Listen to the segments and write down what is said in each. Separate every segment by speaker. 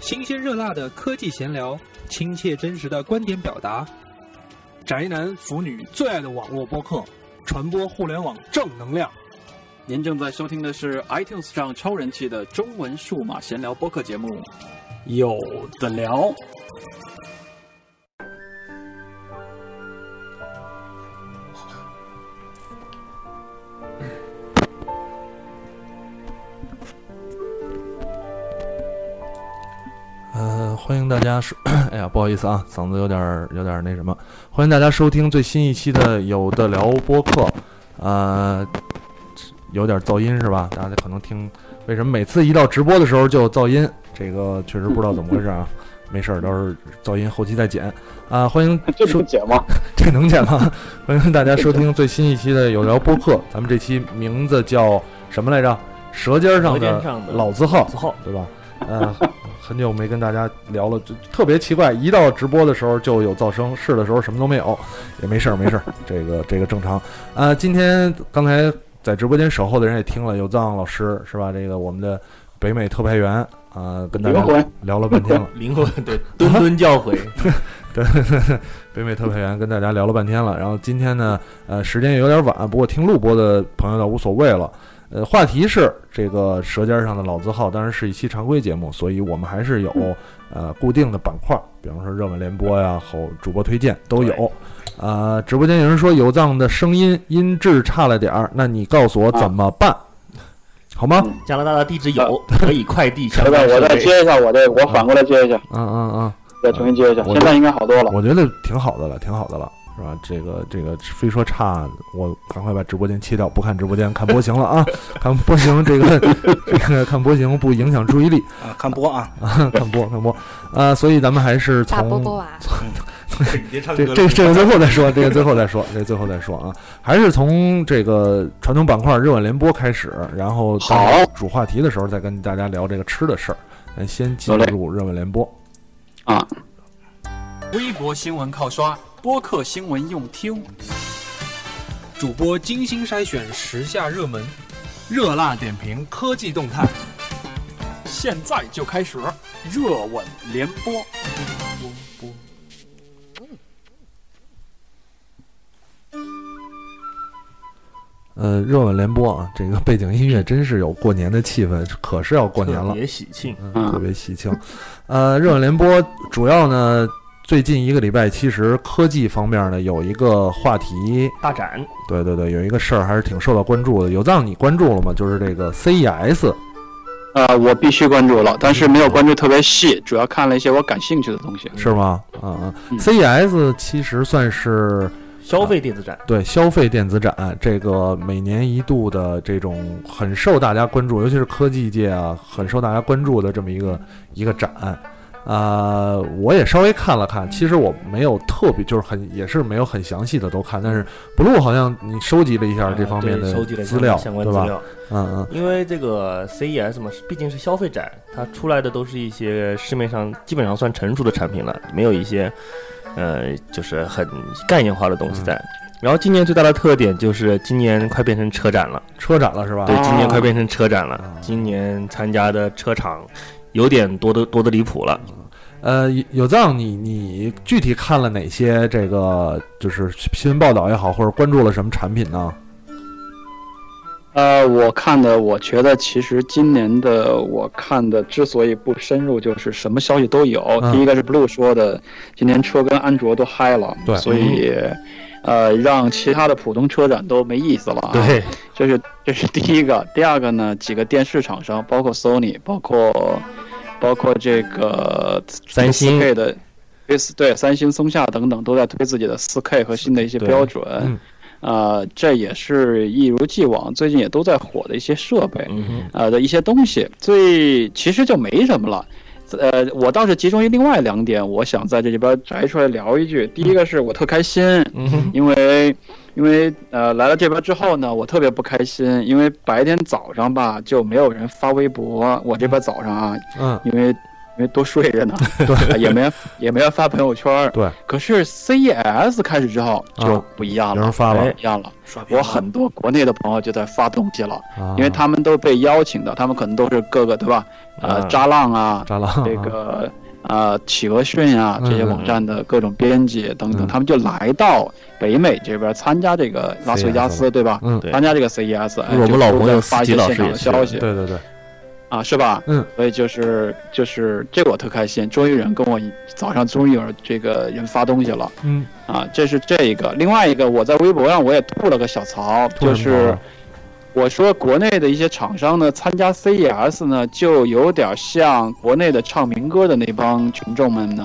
Speaker 1: 新鲜热辣的科技闲聊，亲切真实的观点表达，
Speaker 2: 宅男腐女最爱的网络播客，传播互联网正能量。
Speaker 3: 您正在收听的是 iTunes 上超人气的中文数码闲聊播客节目，有的聊。
Speaker 4: 呃，欢迎大家收， 哎呀，不好意思啊，嗓子有点儿有点儿那什么，欢迎大家收听最新一期的有的聊播客，呃，有点噪音是吧？大家可能听，为什么每次一到直播的时候就有噪音？这个确实不知道怎么回事啊，没事儿，到时候噪音后期再剪啊、欢迎
Speaker 5: 这
Speaker 4: 收
Speaker 5: 能解吗？
Speaker 4: 这能剪吗？ 欢迎大家收听最新一期的有聊播客，咱们这期名字叫什么来着？舌尖上
Speaker 6: 舌
Speaker 4: 的
Speaker 6: 尖上的
Speaker 4: 老字号，
Speaker 6: 子浩，
Speaker 4: 对吧？呃， 很久没跟大家聊了，就特别奇怪，一到直播的时候就有噪声，试的时候什么都没有，也没事儿，没事儿，这个这个正常。啊，今天刚才在直播间守候的人也听了，有藏老师是吧？这个我们的北美特派员啊、跟大
Speaker 5: 灵
Speaker 4: 家
Speaker 5: 魂，
Speaker 4: 聊了半天了。
Speaker 6: 灵魂对敦敦教诲，
Speaker 4: 对，北美特派员跟大家聊了半天了，然后今天呢，呃，时间也有点晚，不过听录播的朋友倒无所谓了。呃，话题是这个《舌尖上的老字号》，当然是一期常规节目，所以我们还是有呃固定的板块，比方说热门联播呀、后主播推荐都有。呃，直播间有人说有藏的声音音质差了点儿，那你告诉我怎么办，好吗？
Speaker 6: 加拿大的地址有，可以快递相
Speaker 5: 对吧
Speaker 6: 关？
Speaker 5: 我
Speaker 6: 设
Speaker 5: 再
Speaker 6: 备。
Speaker 5: 接一下，我再我反过来接一下，
Speaker 4: 嗯嗯嗯。
Speaker 5: 再重新接一下，
Speaker 4: 我
Speaker 5: 现在应该好多了。
Speaker 4: 我觉得挺好的了，挺好的了，是吧？这个这个非说差，我赶快把直播间切掉，不看直播间，看波形了啊！看波形这个 这个看波形不影响注意力，
Speaker 2: 啊，看播啊，
Speaker 4: 看波看波啊！所以咱们还是
Speaker 7: 大波
Speaker 4: 从
Speaker 7: 波娃，
Speaker 6: 别唱
Speaker 4: 这这这个最后再说，这个最后再说，这个最后再说啊！还是从这个传统板块热吻联播开始，然后到
Speaker 5: 好
Speaker 4: 主话题的时候再跟大家聊这个吃的事儿。咱先进
Speaker 5: 得嘞
Speaker 4: 入热吻联播。
Speaker 3: 微博新闻靠刷，播客新闻用听。
Speaker 1: 主播精心筛选时下热门，热辣点评科技动态。
Speaker 3: 现在就开始热吻联播。
Speaker 4: 呃，热吻联播啊，这个 背景音乐真是有过年的气氛，可是要过年了
Speaker 6: 特，别喜庆，
Speaker 4: 嗯，特别喜庆。呃，热吻联播主要呢，最近一个礼拜，其实科技方面呢有一个话题，
Speaker 6: 大展
Speaker 4: 对对对，有一个事儿还是挺受到关注的。有藏你关注了吗？就是这个 E CES，
Speaker 5: 呃，我必须关注了，但是没有关注特别细，主要看了一些我感兴趣的东西。
Speaker 4: 是吗？啊、啊、
Speaker 5: 嗯
Speaker 4: c e s 其实算是
Speaker 6: 消费电子展，
Speaker 4: 对消费电子展这个每年一度的这种很受大家关注，尤其是科技界啊，很受大家关注的这么一
Speaker 6: 嗯
Speaker 4: 个一个展。啊、我也稍微看了看，其实我没有特别，就是很也是没有很详细的都看，但是 blue 好像你收集了一下这方
Speaker 6: 嗯
Speaker 4: 面
Speaker 6: 啊
Speaker 4: 的
Speaker 6: 对收集了
Speaker 4: 资料，
Speaker 6: 相关
Speaker 4: 对
Speaker 6: 资
Speaker 4: 吧？
Speaker 6: 料，
Speaker 4: 嗯嗯，
Speaker 6: 因为这个 CES 嘛，毕竟是消费展，它出来的都是一些市面上基本上算成熟的产品了，没有一些呃就是很概念化的东西在。
Speaker 5: 嗯
Speaker 6: 然后今年最大的特点就是今年快变成车展了，
Speaker 4: 车展了是吧？
Speaker 6: 对，今年
Speaker 5: 哦
Speaker 6: 快变成车展了
Speaker 4: 啊，
Speaker 6: 今年参加的车厂有点多的多的离谱了。
Speaker 4: 呃，有有藏你你具体看了哪些这个就是新闻报道也好，或者关注了什么产品呢？
Speaker 5: 呃，我看的，我觉得其实今年的我看的之所以不深入，就是什么消息都有。
Speaker 4: 嗯
Speaker 5: 第一个是 Blue 说的，今年车跟安卓都嗨了，
Speaker 4: 对
Speaker 5: 所以，呃，让其他的普通车展都没意思了、啊。，
Speaker 6: 对，
Speaker 5: 这是这是第一个。第二个呢，几个电视厂商，包括 Sony，包括包括这个
Speaker 6: 三星
Speaker 5: 4K 的，对对，三星、松下等等都在推自己的 4K 和新的一些
Speaker 6: 对
Speaker 5: 标准。
Speaker 4: 嗯
Speaker 5: 呃，这也是一如既往，最近也都在火的一些设备，
Speaker 6: 嗯哼，
Speaker 5: 呃的一些东西，最其实就没什么了。呃，我倒是集中于另外两点，我想在这里边摘出来聊一句。第一个是我特开心，
Speaker 6: 嗯哼，
Speaker 5: 因为因为呃来了这边之后呢，我特别不开心，因为白天早上吧就没有人发微博，我这边早上啊，
Speaker 4: 嗯
Speaker 5: 因为因为多睡着呢，对，也没也没人发朋友圈。
Speaker 4: 对，
Speaker 5: 可是 CES 开始之后就
Speaker 4: 啊
Speaker 5: 不一样
Speaker 4: 有
Speaker 5: 了，
Speaker 4: 人发了
Speaker 6: 哎
Speaker 5: 不，一样了。我很多国内的朋友就在发东西了，
Speaker 4: 啊
Speaker 5: 因为他们都是被邀请的，他们可能都是各个对吧？呃
Speaker 6: 啊，
Speaker 5: 渣浪啊，
Speaker 4: 渣郎
Speaker 5: 这个呃企鹅讯啊这些
Speaker 4: 嗯嗯
Speaker 5: 网站的各种编辑等
Speaker 4: 嗯
Speaker 5: 等，他们就来到北美这边参加这个拉斯维加
Speaker 4: CES
Speaker 5: 斯，对吧？
Speaker 4: 嗯
Speaker 6: 对
Speaker 5: 参加这个 CES，哎
Speaker 6: 我们
Speaker 5: 就
Speaker 6: 老
Speaker 5: 都
Speaker 6: 朋
Speaker 5: 在
Speaker 6: 友
Speaker 5: 发
Speaker 6: 司机
Speaker 5: 一些
Speaker 6: 老师
Speaker 5: 现场
Speaker 6: 也
Speaker 5: 的
Speaker 6: 去
Speaker 5: 消
Speaker 6: 了
Speaker 5: 息，
Speaker 4: 对对对，
Speaker 5: 啊，是吧？
Speaker 4: 嗯，
Speaker 5: 所以就是就是这个我特开心，终于有人跟我一早上终于有人这个人发东西了
Speaker 4: 嗯，
Speaker 5: 啊，这是这一个。另外一个，我在微博上我也吐了个小槽，
Speaker 4: 突
Speaker 5: 就
Speaker 4: 然跑
Speaker 5: 是
Speaker 4: 了啊
Speaker 5: 我说国内的一些厂商呢，参加 CES 呢，就有点像国内的唱民歌的那帮群众们呢。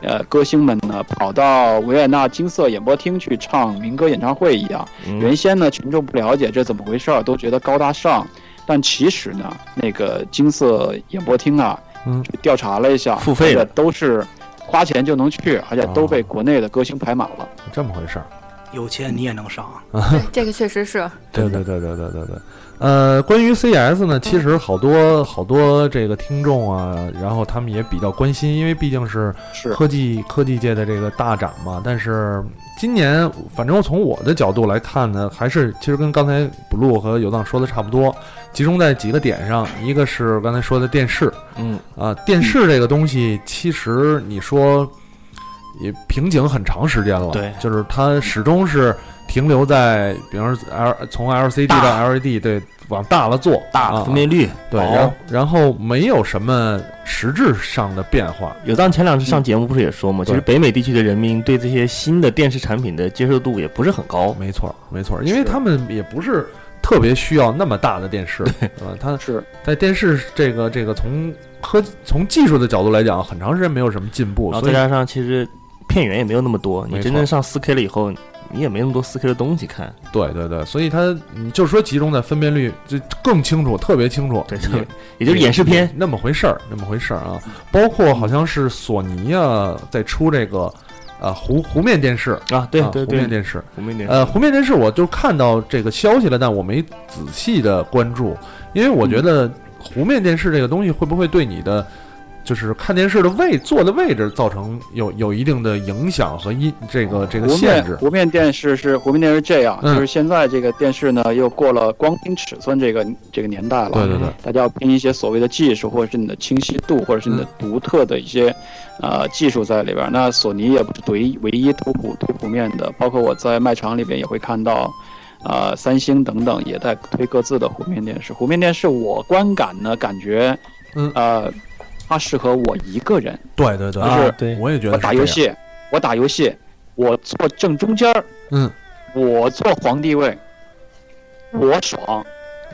Speaker 5: 呃，歌星们呢，跑到维也纳金色演播厅去唱民歌演唱会一样。
Speaker 6: 嗯
Speaker 5: 原先呢，群众不了解这怎么回事儿，都觉得高大上，但其实呢，那个金色演播厅啊，
Speaker 4: 嗯
Speaker 5: 去调查了一下，
Speaker 6: 付费的
Speaker 5: 这个都是花钱就能去，而且都被国内的歌星排满了。
Speaker 4: 这么回事儿。
Speaker 7: 有钱你也能上，
Speaker 8: 对， 这个确实是，
Speaker 4: 对对对对对对对。呃，关于 CES 呢，其实好多好多这个听众啊，然后他们也比较关心，因为毕竟是
Speaker 5: 是
Speaker 4: 科技科技界的这个大展嘛。但是今年，反正从我的角度来看呢，还是其实跟刚才 blue 和游荡说的差不多，集中在几个点上，一个是刚才说的电视，
Speaker 6: 嗯
Speaker 4: 啊，电视这个东西，其实你说也瓶颈很长时间了，
Speaker 6: 对
Speaker 4: 就是它始终是停留在，比方说 L 从 LCD
Speaker 6: 大
Speaker 4: 到 LED，对，往大了做，
Speaker 6: 大
Speaker 4: 啊
Speaker 6: 分辨
Speaker 5: 哦
Speaker 6: 率薄
Speaker 4: 对，然后然后没有什么实质上的变化，
Speaker 6: 有当前两次上节目不是也说嘛，
Speaker 4: 对
Speaker 6: 其实北美地区的人民对这些新的电视产品的接受度也不是很高。
Speaker 4: 没错没错，因
Speaker 6: 是
Speaker 4: 为他们也不是。特别需要那么大的电视，对吧？它
Speaker 5: 是
Speaker 4: 在电视这个这个从科从技术的角度来讲，很长时间没有什么进步，
Speaker 6: 然后再
Speaker 4: 所以
Speaker 6: 加上其实片源也没有那么多，
Speaker 4: 没
Speaker 6: 你
Speaker 4: 错
Speaker 6: 真正上 4K 了以后，你也没那么多 4K 的东西看。
Speaker 4: 对对对，所以它你就说集中在分辨率就更清楚，特别清楚，
Speaker 6: 对，
Speaker 4: 也
Speaker 6: 也就是演示片，
Speaker 4: 那么回事儿，那么回事儿啊。包括好像是索尼啊在出这个呃弧弧面电视，
Speaker 6: 啊，对
Speaker 4: 啊
Speaker 6: 对
Speaker 4: 弧面
Speaker 6: 对，
Speaker 4: 电视，
Speaker 6: 我们点
Speaker 4: 呃弧面电视我就看到这个消息了，但我没仔细的关注，因为我觉
Speaker 6: 嗯
Speaker 4: 得弧面电视这个东西会不会对你的就是看电视的位坐的位置造成有有一定的影响和因这个这个
Speaker 5: 弧
Speaker 4: 限
Speaker 5: 面
Speaker 4: 制
Speaker 5: 弧面电视是弧面电视这样，
Speaker 4: 嗯
Speaker 5: 就是现在这个电视呢，又过了光拼尺寸这个这个年代了。
Speaker 4: 对对对，
Speaker 5: 大家要拼一些所谓的技术，或者是你的清晰度，或者是你的
Speaker 4: 嗯
Speaker 5: 独特的一些，呃，技术在里边儿。那索尼也不是唯一唯一图谱图谱面的，包括我在卖场里边也会看到，呃，三星等等也在推各自的弧面电视。弧面电视我观感呢，感觉，
Speaker 4: 嗯
Speaker 5: 呃，它适合我一个人，
Speaker 4: 对对对
Speaker 5: 就是
Speaker 6: 对，
Speaker 4: 我也觉
Speaker 5: 我
Speaker 4: 啊得是
Speaker 5: 打
Speaker 4: 这
Speaker 5: 游
Speaker 4: 样
Speaker 5: 戏，我打游戏，我坐正中间儿，
Speaker 4: 嗯，
Speaker 5: 我坐皇帝位，我爽，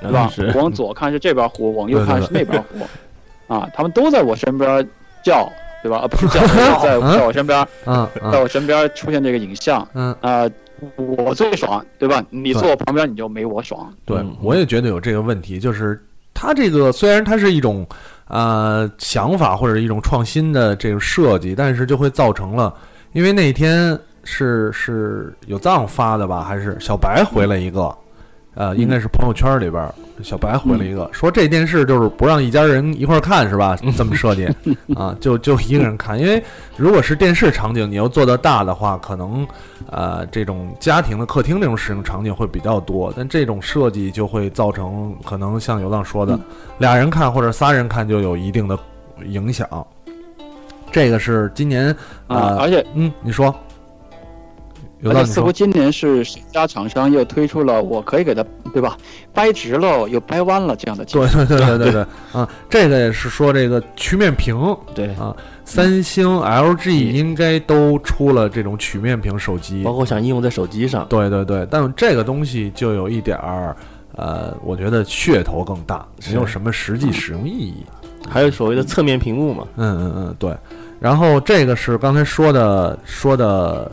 Speaker 5: 对吧？
Speaker 6: 是
Speaker 5: 往左看是这边湖，往右看是那边湖，啊，他们都在我身边叫，对吧？啊，不是叫， 在在我身边，
Speaker 4: 嗯
Speaker 5: 在
Speaker 4: 嗯
Speaker 5: 我身边出现这个影像，
Speaker 4: 嗯，
Speaker 5: 啊，我最爽，对吧？你
Speaker 4: 对
Speaker 5: 坐我旁边你就没我爽，
Speaker 4: 对
Speaker 6: 嗯，
Speaker 4: 我也觉得有这个问题，就是它这个虽然它是一种呃想法或者一种创新的这个设计，但是就会造成了，因为那天是是有藏发的吧，还是小白回了一个，呃，应该是朋友圈里边儿小白回了一个，说这电视就是不让一家人一块儿看是吧？这么 设计啊，就就一个人看，因为如果是电视场景，你要做到大的话，可能呃这种家庭的客厅这种使用场景会比较多，但这种设计就会造成可能像游浪说的，俩人看或者仨人看就有一定的影响。这个是今年
Speaker 5: 啊
Speaker 4: 啊，
Speaker 5: 而且
Speaker 4: 嗯，你说，游
Speaker 5: 而
Speaker 4: 浪
Speaker 5: 且
Speaker 4: 你
Speaker 5: 似乎
Speaker 4: 说，
Speaker 6: 啊
Speaker 5: 今年是谁家厂商又推出了我可以给它，对吧？掰直了又掰弯了这样的技术
Speaker 4: 对对对对对对啊，这个也是说这个曲面屏，
Speaker 6: 对，
Speaker 4: 三星、LG 应该都出了这种曲面屏手机
Speaker 6: 嗯包，括想应用在手机上，
Speaker 4: 对对对，但这个东西就有一点儿，呃，我觉得噱头更大，
Speaker 6: 是嗯
Speaker 4: 没有什么实际使用意义。
Speaker 6: 还有所谓的侧面屏幕嘛，
Speaker 4: 嗯嗯嗯，对。然后这个是刚才说的说的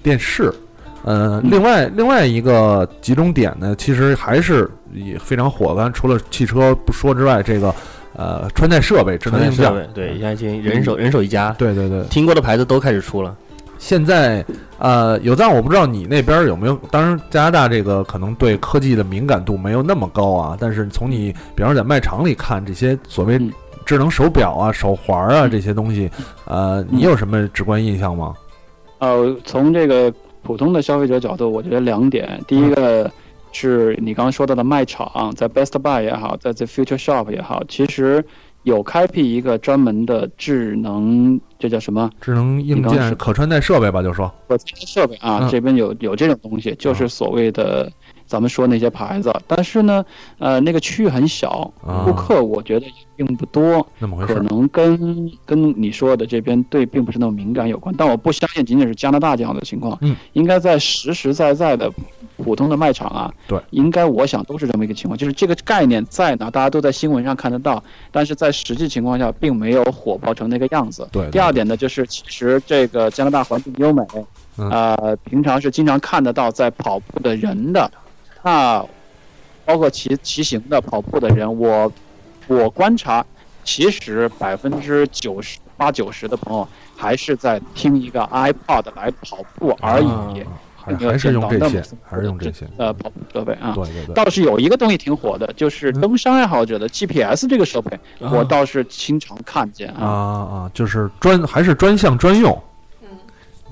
Speaker 4: 电视，呃，另外另外一个集中点呢，其实还是也非常火。刚才除了汽车不说之外，这个呃穿戴设备、智能
Speaker 6: 传
Speaker 4: 硬
Speaker 6: 感设
Speaker 4: 件，
Speaker 6: 备，对，现在进行人手人手一家，
Speaker 4: 对对对，
Speaker 6: 听过的牌子都开始出了。
Speaker 4: 现在，呃，有藏，我不知道你那边儿有没有。当然，加拿大这个可能对科技的敏感度没有那么高啊，但是从你，比方说在卖场里看这些所谓
Speaker 5: 嗯
Speaker 4: 智能手表啊、手环啊这些东西，呃，你有什么直观印象吗？
Speaker 5: 呃，从这个普通的消费者角度，我觉得两点，第
Speaker 4: 嗯
Speaker 5: 一个是你刚刚说到的卖场，在 Best Buy 也好，在 The Future Shop 也好，其实有开辟一个专门的智能，这叫什么？
Speaker 4: 智能硬
Speaker 5: 你刚
Speaker 4: 件
Speaker 5: 是
Speaker 4: 可穿戴设备吧，就说，
Speaker 5: 我这些设备啊
Speaker 4: 嗯，
Speaker 5: 这边有有这种东西，就是所谓的咱们说那些牌子，但是呢，呃，那个区域很小
Speaker 4: 啊，
Speaker 5: 顾客我觉得也并不多，
Speaker 4: 那么回事
Speaker 5: 可
Speaker 4: 儿
Speaker 5: 能跟跟你说的这边对并不是那么敏感有关，但我不相信仅仅是加拿大这样的情况，
Speaker 4: 嗯，
Speaker 5: 应该在实实在在的普通的卖场啊，
Speaker 4: 对，
Speaker 5: 应该我想都是这么一个情况，就是这个概念在哪，大家都在新闻上看得到，但是在实际情况下并没有火爆成那个样子。
Speaker 4: 对，
Speaker 5: 第二点呢，就是其实这个加拿大环境优美，
Speaker 4: 嗯
Speaker 5: 呃，平常是经常看得到在跑步的人的，那包括骑骑行的、跑步的人，我我观察，其实百分之九十八九十的朋友还是在听一个 iPod 来跑步而已，
Speaker 4: 啊还
Speaker 5: 并没有
Speaker 4: 还是用
Speaker 5: 见
Speaker 4: 这
Speaker 5: 到那
Speaker 4: 些
Speaker 5: 么丰，富
Speaker 4: 还是用这些，
Speaker 5: 呃，跑步设备啊。
Speaker 4: 对对对，
Speaker 5: 倒是有一个东西挺火的，就是
Speaker 4: 嗯
Speaker 5: 登山爱好者的 GPS 这个设备，我倒是经常看见
Speaker 4: 啊啊，就是专还是专项专用，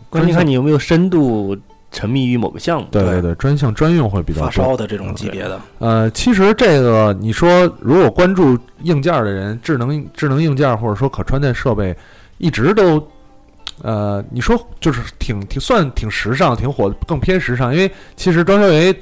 Speaker 6: 关键看你有没有深度沉迷于某个项目。
Speaker 4: 对对对，专项专用会比较
Speaker 7: 发
Speaker 4: 多。
Speaker 7: 烧的这种级别的，
Speaker 4: 呃，其实这个你说，如果关注硬件的人，智能智能硬件或者说可穿戴设备，一直都，呃，你说就是挺挺算挺时尚，挺火，更偏时尚。因为其实庄小维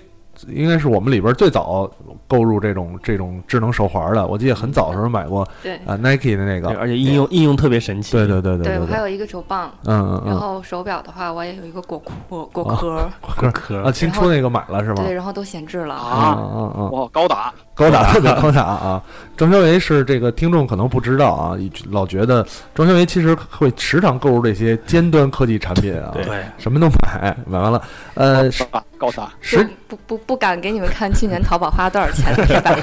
Speaker 4: 应该是我们里边最早购入这种这种智能手环的，我记得很早的时候买过
Speaker 8: 对
Speaker 4: 啊、呃 Nike 的那个
Speaker 6: 对，，而且应用应用特别神奇。
Speaker 4: 对对对对
Speaker 8: 嗯对，我还
Speaker 4: 对，
Speaker 8: 有一个手棒，
Speaker 4: 嗯嗯
Speaker 8: 然
Speaker 4: 嗯，
Speaker 8: 后手表的话，我也有一个果壳，果
Speaker 4: 啊
Speaker 8: 壳儿，
Speaker 4: 果壳啊，青出那个买了是吗？
Speaker 8: 对，然后都闲置了。
Speaker 4: 啊
Speaker 5: 啊，
Speaker 4: 啊啊！
Speaker 5: 哇，高达。
Speaker 4: 高达特别高达啊！庄修为是这个听众可能不知道啊，老觉得庄修为其实会时常购入这些尖端科技产品啊，
Speaker 6: 对
Speaker 7: 对，
Speaker 4: 什么都买， 买完了，呃，
Speaker 5: 高达，高达，
Speaker 8: 就
Speaker 4: 实
Speaker 8: 不不不敢给你们看去年淘宝花多少钱的 贴吧，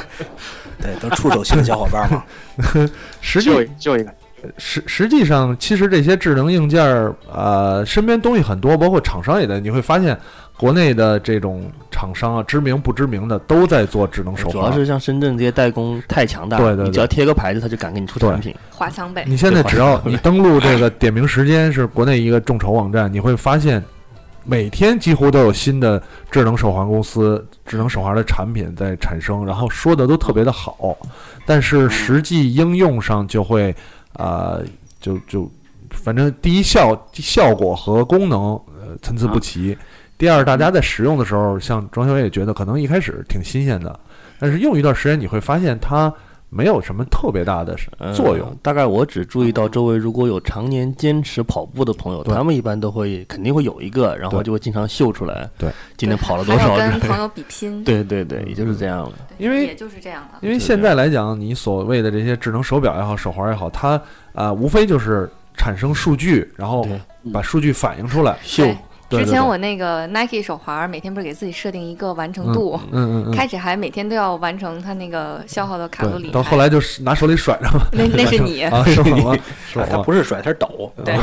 Speaker 7: 对，都出手性的小伙伴嘛，
Speaker 4: 实际
Speaker 5: 就一就一个，
Speaker 4: 实实际上，其实这些智能硬件儿，呃，身边东西很多，包括厂商也在，你会发现国内的这种厂商啊，知名不知名的都在做智能手
Speaker 6: 哎主要
Speaker 4: 环。
Speaker 6: 是像深圳这些代工太强大了，
Speaker 4: 对对对
Speaker 6: 你只要贴个牌子，他就敢给你出产品。
Speaker 8: 华强北
Speaker 4: 你现在只要你登录这个点名时间是国内一个众筹网站，你会发现每天几乎都有新的智能手环公司、智能手环的产品在产生，然后说的都特别的好，但是实际应用上就会啊、呃就就反正第一效效果和功能呃参差不齐。第二，大家在使用的时候，像装修也觉得可能一开始挺新鲜的，但是用一段时间你会发现它没有什么特别大的
Speaker 6: 呃
Speaker 4: 作用。
Speaker 6: 大概我只注意到周围如果有常年坚持跑步的朋友，
Speaker 4: 对
Speaker 6: 他们一般都会肯定会有一个，然后
Speaker 4: 对
Speaker 6: 就会经常秀出来，
Speaker 4: 对，
Speaker 6: 今天
Speaker 8: 对
Speaker 6: 跑了
Speaker 8: 还
Speaker 6: 多
Speaker 8: 要
Speaker 6: 少
Speaker 8: 跟嗯
Speaker 6: 之类
Speaker 8: 朋
Speaker 6: 的。
Speaker 8: 友比拼，
Speaker 6: 对对对，也就是这样了。
Speaker 8: 对
Speaker 4: 因为
Speaker 8: 也就是这样了。
Speaker 4: 因为
Speaker 6: 是
Speaker 4: 现
Speaker 6: 这
Speaker 4: 在来讲，你所谓的这些智能手表也好，手环也好，它啊、呃无非就是产生数据，然后
Speaker 6: 对
Speaker 4: 把数据反映出来。
Speaker 6: 秀，
Speaker 4: 对
Speaker 8: 之
Speaker 4: 对
Speaker 8: 前
Speaker 4: 对
Speaker 8: 我那个 Nike 手环儿，每天不是给自己设定一个完成度，
Speaker 4: 嗯嗯嗯，
Speaker 8: 开始还每天都要完成它那个消耗的卡路里
Speaker 4: 对，，到后来就是拿手里甩 着嘛，
Speaker 8: 那那 是你，
Speaker 4: 啊，是我 吗？是我
Speaker 7: 哎他
Speaker 4: 吗。
Speaker 7: 不是甩，他是抖，
Speaker 8: 对，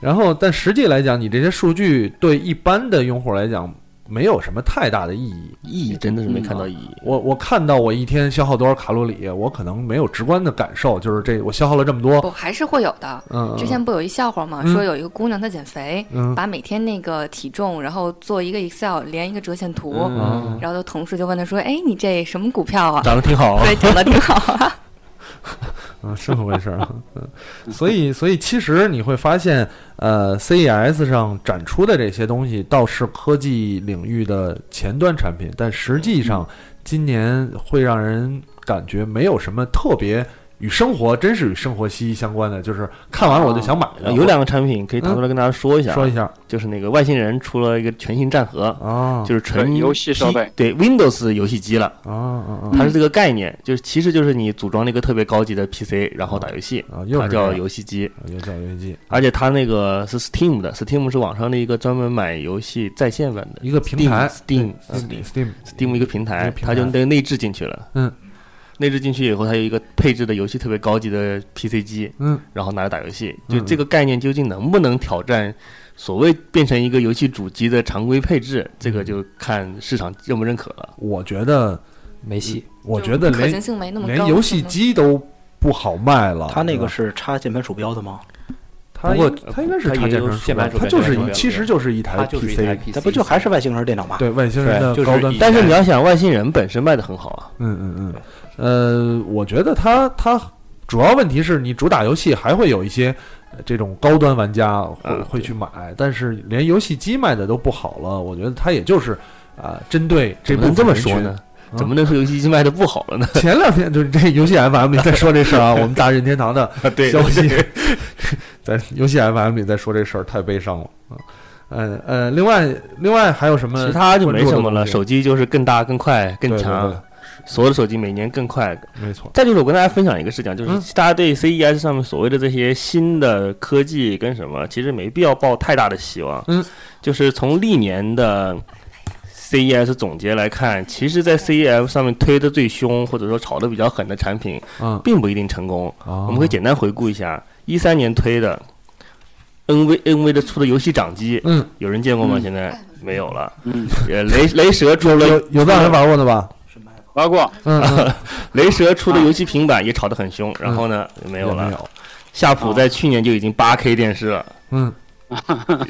Speaker 4: 然后，但实际来讲，你这些数据对一般的用户来讲没有什么太大的意义。
Speaker 6: 意义真的是没看到意义。
Speaker 4: 我我看到我一天消耗多少卡路里，我可能没有直观的感受，就是这我消耗了这么多。
Speaker 8: 不还是会有的。
Speaker 4: 嗯，嗯
Speaker 8: 之前不有一笑话吗？
Speaker 4: 嗯
Speaker 8: 说有一个姑娘她减肥，
Speaker 4: 嗯
Speaker 8: 把每天那个体重，然后做一个 Excel 连一个折线图，
Speaker 4: 嗯
Speaker 8: 然后同事就问她说：“哎，你这什么股票啊？”
Speaker 6: 长得挺好啊，
Speaker 8: 对，长得挺好啊。
Speaker 4: 啊，是么回事儿啊。嗯，所以，所以其实你会发现，呃，CES 上展出的这些东西倒是科技领域的前端产品，但实际上
Speaker 6: 嗯
Speaker 4: 今年会让人感觉没有什么特别与生活，真是与生活息息相关的，就是看完我就想买的。
Speaker 6: 哦有两个产品可以拿出来跟大家说一下啊，
Speaker 4: 嗯说一下
Speaker 6: 就是那个外星人出了一个全新战盒，
Speaker 4: 啊，
Speaker 6: 就是纯
Speaker 5: 对游戏设备，
Speaker 6: 对 Windows 游戏机了。
Speaker 4: 啊啊
Speaker 6: 它是这个概念，就是其实就是你组装了一个特别高级的 PC，然后打游戏，
Speaker 4: 啊，又
Speaker 6: 它
Speaker 4: 是这
Speaker 6: 叫
Speaker 4: 样
Speaker 6: 游戏机。
Speaker 4: 啊又叫游戏机，
Speaker 6: 而且它那个是 Steam 的，Steam 是网上的一个专门买游戏在线版的
Speaker 4: 一个平台呃
Speaker 6: Steam- Steam-
Speaker 4: Steam
Speaker 6: Steam 一个平
Speaker 4: 一个
Speaker 6: 台，
Speaker 4: 平
Speaker 6: 它
Speaker 4: 台
Speaker 6: 就那内置进去了。
Speaker 4: 嗯，
Speaker 6: 内置进去以后，它有一个配置的游戏特别高级的 PC 机，
Speaker 4: 嗯，
Speaker 6: 然后拿来打游戏。
Speaker 4: 嗯
Speaker 6: 就这个概念究竟能不能挑战所谓变成一个游戏主机的常规配置，这
Speaker 4: 嗯
Speaker 6: 个就看市场认不认可了。
Speaker 4: 我觉得，
Speaker 9: 没戏。
Speaker 4: 我觉得
Speaker 8: 可
Speaker 4: 连
Speaker 8: 行性没那么高，
Speaker 4: 连游戏机都不好卖了。
Speaker 7: 嗯它那
Speaker 4: 对吧
Speaker 7: 个是插键盘鼠标的吗？
Speaker 4: 它
Speaker 6: 它
Speaker 4: 不过
Speaker 6: 应
Speaker 4: 它应该是插
Speaker 6: 它也
Speaker 4: 键
Speaker 6: 有
Speaker 4: 盘
Speaker 6: 键盘鼠
Speaker 4: 它
Speaker 6: 标
Speaker 4: 就是
Speaker 6: 键盘
Speaker 4: 一
Speaker 6: 鼠
Speaker 4: 其
Speaker 6: 标
Speaker 4: 实就是一台
Speaker 6: 它就是一台
Speaker 4: PC，
Speaker 6: PC，
Speaker 7: 它不就还是外星人电 脑吗？
Speaker 4: 对外星人的
Speaker 6: 对，
Speaker 4: 高端
Speaker 6: 但是你要想，外星人本身卖的很好啊，
Speaker 4: 嗯嗯嗯，呃，我觉得它它主要问题是你主打游戏还会有一些呃这种高端玩家会、
Speaker 6: 嗯
Speaker 4: 会去买，但是连游戏机卖的都不好了，我觉得它也就是啊、针对这
Speaker 6: 怎
Speaker 4: 部
Speaker 6: 么能
Speaker 4: 分
Speaker 6: 这么
Speaker 4: 人群
Speaker 6: 说呢？？
Speaker 4: 嗯
Speaker 6: 怎么能说游戏机卖的不好了 呢？
Speaker 4: 前两天就是这游戏 FM 里在说这事 儿啊，我们大任天堂的消息， 在游戏 FM 里在说这事儿太悲伤了啊。呃呃，另外另外还有什么
Speaker 6: 其他就没什么
Speaker 4: 关注的东
Speaker 6: 了，
Speaker 4: 西
Speaker 6: 手机就是更大、更快、更强，
Speaker 4: 呃
Speaker 6: 啊
Speaker 4: 对对
Speaker 6: 所有的手机每年更快。
Speaker 4: 对没错，
Speaker 6: 再就是我跟大家分享一个事情，就
Speaker 4: 嗯
Speaker 6: 是大家对 CES 上面所谓的这些新的科技跟什么，其实没必要抱太大的希望。
Speaker 4: 嗯，
Speaker 6: 就是从历年的 CES 总结来看，其实，在 CES 上面推的最凶或者说炒的比较狠的产品，
Speaker 4: 嗯，
Speaker 6: 并不一定成功。
Speaker 4: 我
Speaker 6: 我们可以简单回顾一下，一三年推的 NV NV 的出的游戏掌机，
Speaker 4: 嗯，
Speaker 6: 有人见过吗？
Speaker 5: 嗯
Speaker 6: 现在没有了。
Speaker 5: 嗯，
Speaker 6: 呃，雷雷蛇出了
Speaker 4: 有有大人玩过的吧？
Speaker 5: 包括
Speaker 4: 嗯，嗯
Speaker 6: 雷蛇出的游戏平板也炒得很凶，然后呢，没
Speaker 4: 没
Speaker 6: 有
Speaker 4: 啊嗯没
Speaker 6: 了。
Speaker 4: 有，啊
Speaker 6: 夏普在去年就已经八 K 电视了，
Speaker 4: 嗯，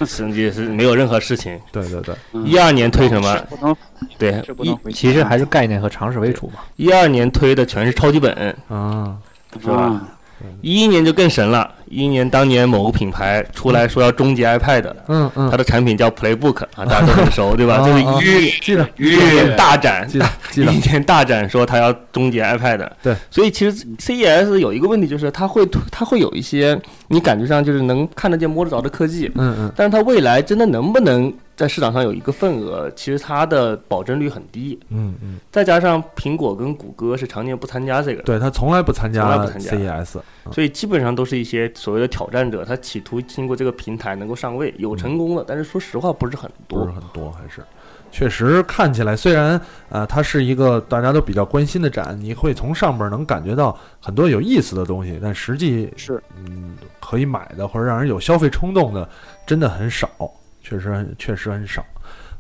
Speaker 6: 甚至是没有任何事情。
Speaker 4: 对对对，
Speaker 5: 嗯
Speaker 6: 一二年 推什么？呃
Speaker 5: 不能
Speaker 6: 对
Speaker 5: 哦是，不能
Speaker 6: 一
Speaker 5: 回去
Speaker 9: 其实还是概念和常识为主嘛。
Speaker 6: 一二年推的全是超级本，
Speaker 4: 啊，
Speaker 5: 是
Speaker 6: 吧？
Speaker 5: 嗯
Speaker 6: 一一年就更神了。一一年当年某个品牌出来说要终结 iPad，
Speaker 4: 嗯嗯
Speaker 6: 它，的产品叫 Playbook 啊，大家都很熟，对吧？
Speaker 4: 啊
Speaker 6: 就是
Speaker 4: 啊嗯
Speaker 6: 一
Speaker 4: 记得
Speaker 6: 一年大展，
Speaker 4: 记得记得
Speaker 6: 一，年大展说他要终结 iPad，
Speaker 4: 嗯对，
Speaker 6: 所以其实 CES 有一个问题就是它会它会有一些你感觉上就是能看得见摸得着的科技，
Speaker 4: 嗯嗯
Speaker 6: 但是它未来真的能不能在市场上有一个份额，其实它的保真率很低。
Speaker 4: 嗯嗯，
Speaker 6: 再加上苹果跟谷歌是常年不参加这个的，
Speaker 4: 对他从来不参
Speaker 6: 从
Speaker 4: 加 E
Speaker 6: 来不参加
Speaker 4: CES，
Speaker 6: 所以基本上都是一些所谓的挑战者，他企图经过这个平台能够上位，有成功的，但是说实话不是很
Speaker 4: 不
Speaker 6: 多
Speaker 4: 是。很多，还是确实看起来，虽然呃，它是一个大家都比较关心的展，你会从上面能感觉到很多有意思的东西，但实际
Speaker 5: 是
Speaker 4: 嗯可以买的或者让人有消费冲动的，真的很少，确实很确实很少。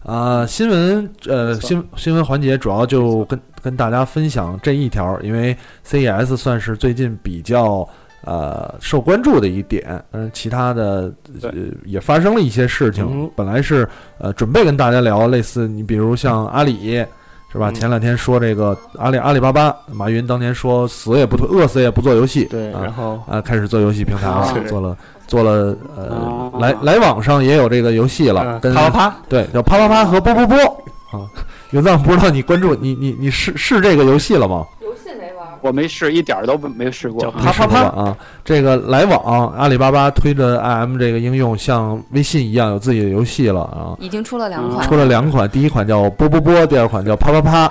Speaker 4: 啊、新闻呃，新新闻环节主要就跟跟大家分享这一条，因为 CES 算是最近比较呃受关注的一点，但是其他的呃也发生了一些事情。
Speaker 6: 嗯
Speaker 4: 本来是呃准备跟大家聊类似你比如像阿里是吧？
Speaker 6: 嗯
Speaker 4: 前两天说这个阿里阿里巴巴，马云当年说死也不推，饿死也不做游戏，
Speaker 6: 对，
Speaker 4: 啊
Speaker 6: 然后
Speaker 4: 啊，开始做游戏平台了
Speaker 5: 啊，
Speaker 4: 做了做了呃
Speaker 5: 啊，
Speaker 4: 来来往上也有这个游戏了，
Speaker 6: 嗯
Speaker 4: 跟
Speaker 6: 啪啪啪，
Speaker 4: 对叫啪啪啪和波波波啊。云藏不知道你关注你你你是是这个游戏了吗？
Speaker 8: 游戏没玩儿，
Speaker 5: 我没试，一点儿都不没试过
Speaker 7: 叫。
Speaker 4: 你试过了啊！这个来往，阿里巴巴推着 IM 这个应用，像微信一样有自己的游戏了啊。
Speaker 8: 已经出了两款
Speaker 4: 出了两款，第一款叫波波波，第二款叫啪啪啪，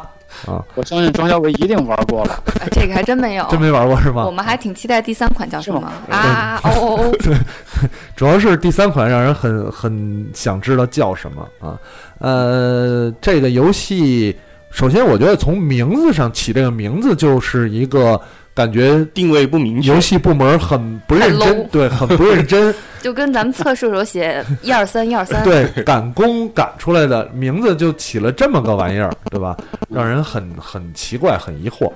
Speaker 5: 我相信庄小伟一定玩过了。
Speaker 8: 哎这个还真没有。
Speaker 4: 真没玩过是
Speaker 8: 我
Speaker 4: 吗？
Speaker 8: 们还挺期待第三款叫什么
Speaker 5: 是
Speaker 8: 啊啊？哦哦 哦，
Speaker 4: 主要是第三款让人很很想知道叫什么啊。呃，这个游戏，首先我觉得从名字上起这个名字就是一个感觉
Speaker 6: 定位不明确
Speaker 4: 游，戏部门很不认
Speaker 8: 太
Speaker 4: 真，
Speaker 8: low
Speaker 4: 对，很不认真，
Speaker 8: 就跟咱们测射手写一二三一二三，
Speaker 4: 对，赶工赶出来的名字就起了这么个玩意儿，对吧？让人很很奇怪，很疑惑。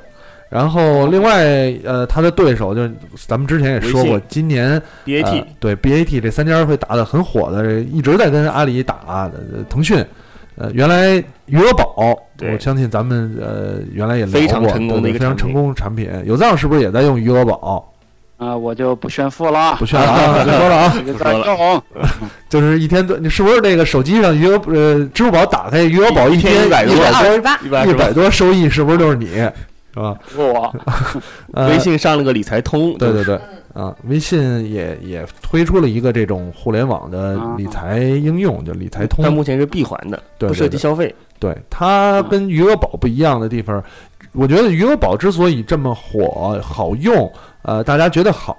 Speaker 4: 然后，另外，呃，他的对手就是咱们之前也说
Speaker 6: 微
Speaker 4: 过
Speaker 6: 信，
Speaker 4: 今年
Speaker 6: BAT
Speaker 4: 呃对 BAT 这三家会打得很火的，这一直在跟阿里打，呃腾讯，呃，原来余额宝，
Speaker 6: 对
Speaker 4: 我相信咱们呃原来也聊
Speaker 6: 非常
Speaker 4: 过，
Speaker 6: 成功的
Speaker 4: 对对
Speaker 6: 一个
Speaker 4: 非常
Speaker 6: 产品
Speaker 4: 成功的产品。有藏是不是也在用余额宝？
Speaker 5: 啊，我就不炫富了啊，
Speaker 4: 不炫了 啊，不说了啊，
Speaker 5: 这个
Speaker 6: 不
Speaker 5: 在
Speaker 6: 说了
Speaker 5: 用。
Speaker 4: 就是一天多，你是不是那个手机上余额呃支付宝打开余额宝
Speaker 6: 一
Speaker 4: 天
Speaker 6: 天100
Speaker 8: 一
Speaker 6: 多
Speaker 8: 百
Speaker 4: 100
Speaker 8: 二十八，
Speaker 6: 一般
Speaker 4: 一
Speaker 6: 是吧
Speaker 4: 百？多收益是不是就是你？是吧？
Speaker 5: 我
Speaker 6: 啊
Speaker 4: 呃
Speaker 6: 微信上了个理财通，
Speaker 4: 对
Speaker 6: 就
Speaker 4: 对
Speaker 6: 是
Speaker 4: 对，啊，微信也也推出了一个这种互联网的理财应用，叫理财通
Speaker 6: 但。目前是闭环的，
Speaker 4: 对
Speaker 6: 啊不
Speaker 4: 对
Speaker 6: 涉及
Speaker 4: 对，
Speaker 6: 消费。
Speaker 4: 对它跟余额宝不一样的地方，我觉得余额宝之所以这么火、好用，呃，大家觉得好，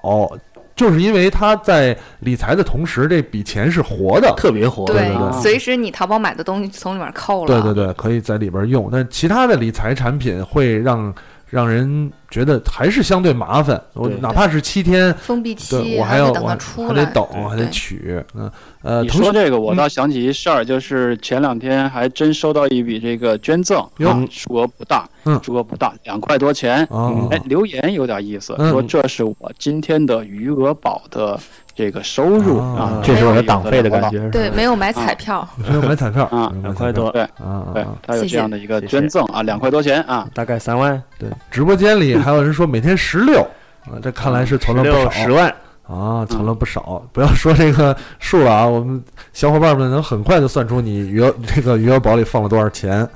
Speaker 4: 就是因为它在理财的同时，这笔钱是活的，
Speaker 6: 特别火，
Speaker 4: 对对
Speaker 8: 随时你淘宝买的东西从里面扣
Speaker 4: 对
Speaker 8: 了，
Speaker 4: 对对，可以在里边用。但是其他的理财产品会让让人觉得还是相对麻烦。我
Speaker 6: 对
Speaker 4: 哪怕是七天，
Speaker 8: 封闭期，
Speaker 4: 对我
Speaker 8: 还
Speaker 4: 要
Speaker 8: 得
Speaker 4: 我
Speaker 8: 等它
Speaker 4: 还
Speaker 8: 出
Speaker 4: 还
Speaker 8: 来，
Speaker 4: 得等，我还得
Speaker 8: 对
Speaker 4: 取。嗯呃，
Speaker 5: 你
Speaker 4: 腾
Speaker 5: 说
Speaker 4: 讯
Speaker 5: 这个，
Speaker 6: 嗯
Speaker 5: 我倒想起一事儿，就是前两天还真收到一笔这个捐赠，
Speaker 4: 哟
Speaker 5: 啊数额不大，
Speaker 4: 嗯
Speaker 5: 数额不大，两块多钱。
Speaker 4: 啊
Speaker 5: 哎，留言有点意思，
Speaker 4: 嗯
Speaker 5: 说这是我今天的余额宝的这个收入
Speaker 4: 啊
Speaker 5: 啊，
Speaker 9: 这是我的党费的感
Speaker 5: 觉。
Speaker 9: 觉。
Speaker 8: 对，没有买彩票，
Speaker 4: 哦没有买彩票，
Speaker 5: 啊
Speaker 4: 没有买
Speaker 6: 两
Speaker 4: 彩
Speaker 6: 块
Speaker 4: 票
Speaker 6: 多，
Speaker 4: 啊啊
Speaker 5: 对
Speaker 4: 啊！，
Speaker 5: 他有
Speaker 8: 谢谢
Speaker 5: 这样的一个
Speaker 6: 谢谢
Speaker 5: 捐赠啊，两块多钱
Speaker 4: 嗯
Speaker 5: 啊，
Speaker 6: 大概三万，
Speaker 4: 对，直播间里还有人说每天十六，啊，这看来是存了不
Speaker 6: 六
Speaker 4: 少，
Speaker 6: 十万，
Speaker 4: 啊，存了不少。不要说这个数了啊，我们小伙伴们能很快的算出你余额这个余额宝里放了多少钱。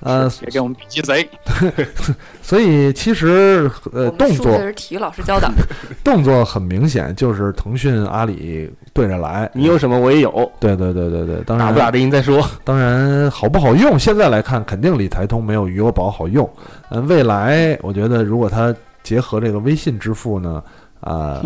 Speaker 4: 呃，
Speaker 5: 别给我们笔记贼。
Speaker 4: 所以其实呃
Speaker 8: 我们
Speaker 4: 动
Speaker 8: 数学
Speaker 4: 作
Speaker 8: 是体育老师教的，
Speaker 4: 动作很明显，就是腾讯、阿里对着来。
Speaker 6: 你有什么我也有，
Speaker 4: 对对对对对，当然
Speaker 6: 打不打得赢再说。
Speaker 4: 当然好不好用，现在来看肯定理财通没有余额宝好用。呃，未来我觉得如果它结合这个微信支付呢，啊、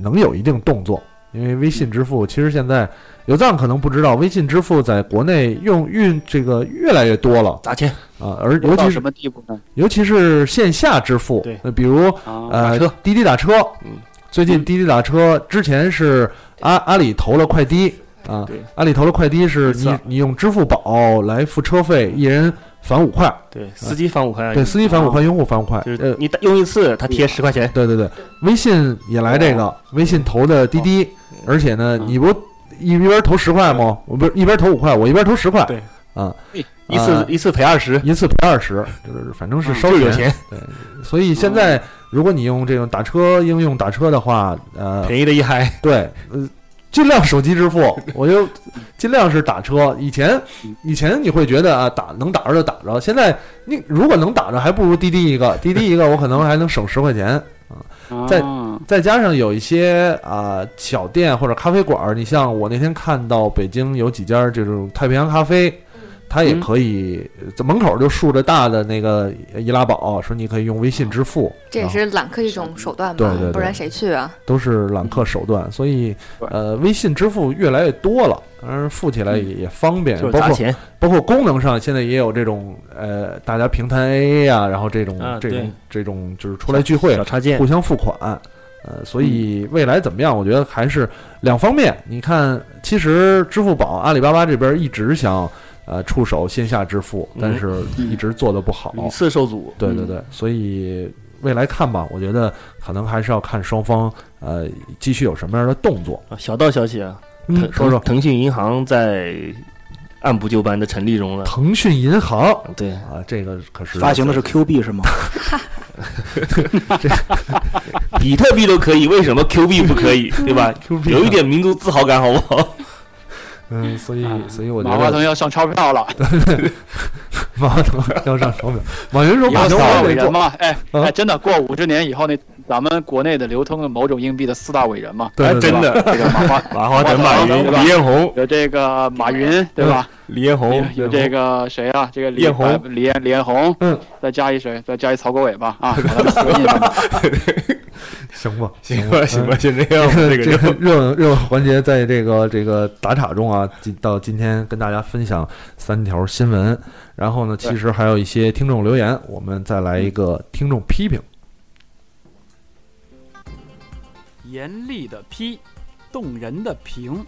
Speaker 4: 能有一定动作，因为微信支付其实现在有藏可能不知道，微信支付在国内用运这个越来越多了
Speaker 6: 砸钱，
Speaker 4: 啊、而
Speaker 5: 多
Speaker 4: 尤
Speaker 5: 到
Speaker 4: 其
Speaker 5: 什
Speaker 4: 是
Speaker 5: 么地步呢？
Speaker 4: 尤其是线下支付，
Speaker 6: 对
Speaker 4: 呃，比如
Speaker 5: 啊，
Speaker 4: 呃滴滴打车，
Speaker 6: 嗯，
Speaker 4: 最近滴滴打车之前是阿阿里投了快滴啊
Speaker 6: 对，
Speaker 4: 阿里投了快滴是
Speaker 6: 没
Speaker 4: 你
Speaker 6: 错
Speaker 4: 你用支付宝来付车费，一人返五块，
Speaker 6: 对，司机返五块，
Speaker 4: 对，司机返五块，用户返五块，
Speaker 6: 哎啊就是
Speaker 4: 呃，
Speaker 6: 你打用一次，他贴十块钱，
Speaker 4: 对对对，微信也来这
Speaker 6: 哦
Speaker 4: 个，微信投的滴滴，而且呢，
Speaker 6: 嗯
Speaker 4: 你不一边投十块吗？我不是一边投五块，我一边投十块，
Speaker 6: 对哎
Speaker 4: 啊
Speaker 5: 嘿，
Speaker 6: 一次
Speaker 4: 呃
Speaker 6: 一次赔二十，
Speaker 4: 一次赔二十，就是反正是烧
Speaker 6: 就是有钱，哦
Speaker 4: 所以现在如果你用这种打车应用打车的话，呃，
Speaker 6: 便宜的一嗨，
Speaker 4: 对，呃，尽量手机支 付，我就尽量是打车。以前
Speaker 8: 嗯
Speaker 4: 以前你会觉得啊，打能打着就打着，现在你如果能打着，还不如滴滴一个，滴滴 一个我可能还能省十块钱。在
Speaker 5: 啊
Speaker 4: 再加上有一些啊、小店或者咖啡馆儿，你像我那天看到北京有几家这种太平洋咖啡，
Speaker 8: 嗯
Speaker 4: 它也可以、在门口就竖着大的那个易拉宝，说你可以用微信支付，
Speaker 8: 这也
Speaker 4: 然后
Speaker 8: 是揽客一种手段
Speaker 4: 对
Speaker 8: 吧
Speaker 4: 对对，
Speaker 8: 不然谁去啊？
Speaker 4: 都是揽客手段，所以
Speaker 5: 对
Speaker 4: 呃，微信支付越来越多了，当然付起来也也方便，
Speaker 6: 嗯就是
Speaker 4: 包
Speaker 6: 砸
Speaker 4: 括
Speaker 6: 钱，
Speaker 4: 包括功能上，现在也有这种呃，大家平摊 AA 啊，然后这种、
Speaker 6: 啊
Speaker 4: 这
Speaker 6: 对
Speaker 4: 种这种就是出来聚会
Speaker 6: 小嗯插件
Speaker 4: 互，相付款，呃，所以未来怎么样，我觉得还是两方面。你看，其实支付宝、阿里巴巴这边一直想呃出手线下支付，
Speaker 6: 嗯
Speaker 4: 但是一直做的不好。
Speaker 6: 屡次受阻，
Speaker 4: 对对对，所以未来看吧，我觉得可能还是要看双方呃继续有什么样的动作。
Speaker 6: 啊小道消息啊，腾
Speaker 4: 嗯，说说
Speaker 6: 腾讯银行在按部就班的成立中了，
Speaker 4: 腾讯银行
Speaker 6: 对，
Speaker 4: 啊，这个可是
Speaker 7: 发行的是 Q 币是 吗？
Speaker 6: 比特币都可以，为什么 Q 币不可 以？对吧？
Speaker 4: Q 币啊
Speaker 6: 有一点民族自豪感，好不 好？
Speaker 4: 嗯，所
Speaker 6: 啊
Speaker 4: 以所以我觉
Speaker 5: 马化腾
Speaker 4: 得
Speaker 5: 要上钞票了，
Speaker 4: 马化腾要上手表，马云说
Speaker 5: 以后
Speaker 4: 马
Speaker 5: 四
Speaker 4: 云
Speaker 5: 大
Speaker 4: 我
Speaker 5: 伟
Speaker 4: 得
Speaker 5: 人
Speaker 4: 做，
Speaker 5: 嘛，哎
Speaker 4: 啊
Speaker 5: 哎，真的过五十年以后，那咱们国内的流通的某种硬币的四大伟人嘛，哎
Speaker 4: 对对对
Speaker 6: 真
Speaker 5: 吧
Speaker 6: 的
Speaker 5: 这个马化
Speaker 6: 马化腾、马
Speaker 5: 马化腾
Speaker 6: 云、
Speaker 5: 对吧
Speaker 6: 李彦宏、
Speaker 5: 有这个马云对吧？
Speaker 6: 李彦宏
Speaker 5: 有有这个谁啊？这个李
Speaker 6: 彦宏
Speaker 5: 呃李彦李彦宏，
Speaker 4: 嗯，
Speaker 5: 再加一谁？再加一曹国伟吧， 啊，把他们合进去吧
Speaker 4: 行吧，
Speaker 6: 行吧，行吧，先这样吧，
Speaker 4: 这
Speaker 6: 嗯这个
Speaker 4: 个
Speaker 6: 就
Speaker 4: 这个 热热门环节，在这个这个打岔中啊，今到今天跟大家分享三条新闻，然后呢，其实还有一些听众留言，我们再来一个听众批评。
Speaker 3: 严厉的批，动人的评，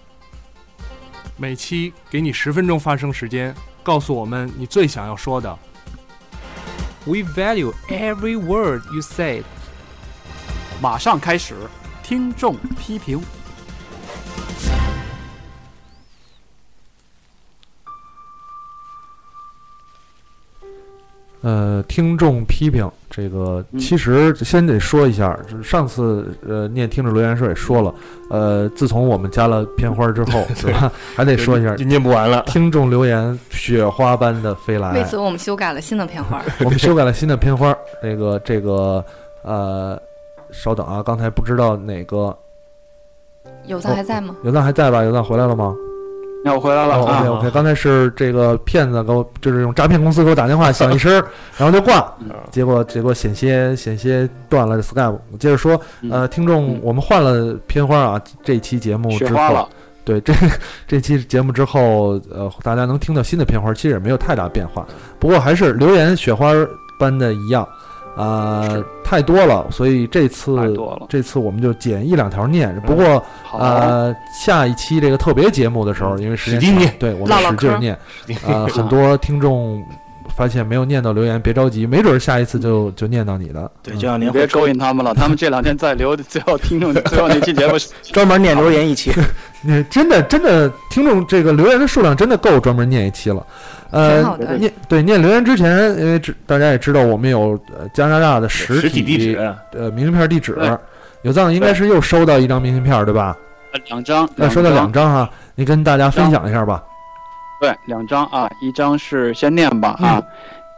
Speaker 2: 每期给你十分钟发声时间，告诉我们你最想要说的。
Speaker 1: We value every word you say。
Speaker 3: 马上开始，听众批评。
Speaker 4: 呃，听众批评这个，
Speaker 5: 嗯
Speaker 4: 其实先得说一下，就是上次呃念听众留言时候也说了，呃，自从我们加了片花之 后，对吧？ 还得说一下
Speaker 6: 就，念不完了。
Speaker 4: 听众留言雪花般的飞来，啊
Speaker 8: 为此我们修改了新的片花，
Speaker 4: 我们修改了新的片花，这个这个呃，稍等啊，刚才不知道哪个
Speaker 8: 有藏还在吗？
Speaker 4: 刘藏还在吧？刘藏回来了吗？
Speaker 5: 那我回来了
Speaker 4: 哦，OK
Speaker 5: 啊，
Speaker 4: OK，刚才是这个骗子给我，就是用诈骗公司给我打电 话，响一声儿，然后就挂
Speaker 5: 嗯，
Speaker 4: 结果结果险些险些断了 Skype。接着说，呃，
Speaker 5: 嗯
Speaker 4: 听众
Speaker 5: 嗯，
Speaker 4: 我们换了片花啊，这期节目
Speaker 5: 雪
Speaker 4: 之
Speaker 5: 花
Speaker 4: 后
Speaker 5: 了，
Speaker 4: 对这这期节目之后，呃，大家能听到新的片花，其实也没有太大变化，不过还是留言雪花般的一样。呃，太多了，所以这次
Speaker 5: 太多了
Speaker 4: 这次我们就捡一两条念。不过
Speaker 5: 好，嗯
Speaker 4: 呃，下一期这个特别节目的时候，因为时间
Speaker 6: 使劲念
Speaker 4: 对我们
Speaker 8: 唠唠
Speaker 4: 使劲
Speaker 8: 嗑
Speaker 4: 念，呃，很多听众发现没有念到留言，别着急，没准下一次就就念到你的。
Speaker 7: 对，
Speaker 4: 嗯
Speaker 7: 就像您
Speaker 5: 你别
Speaker 7: 会
Speaker 5: 勾引他们了，他们这两天在留，最后听众最后那期节目
Speaker 7: 专门念留言一期，
Speaker 4: 你真的真的听众这个留言的数量真的够专门念一期了，呃
Speaker 8: 挺好的，
Speaker 4: 念对念留言之前，因为知大家也知道我们有呃加拿大的实
Speaker 6: 实体地址，啊
Speaker 4: 呃明信片地址
Speaker 5: 对，
Speaker 4: 有藏应该是又收到一张明信片对吧？
Speaker 5: 两张，
Speaker 4: 那收到
Speaker 5: 张
Speaker 4: 两张哈，你跟大家分享一下吧。
Speaker 5: 对，两张啊，一张是先念吧啊，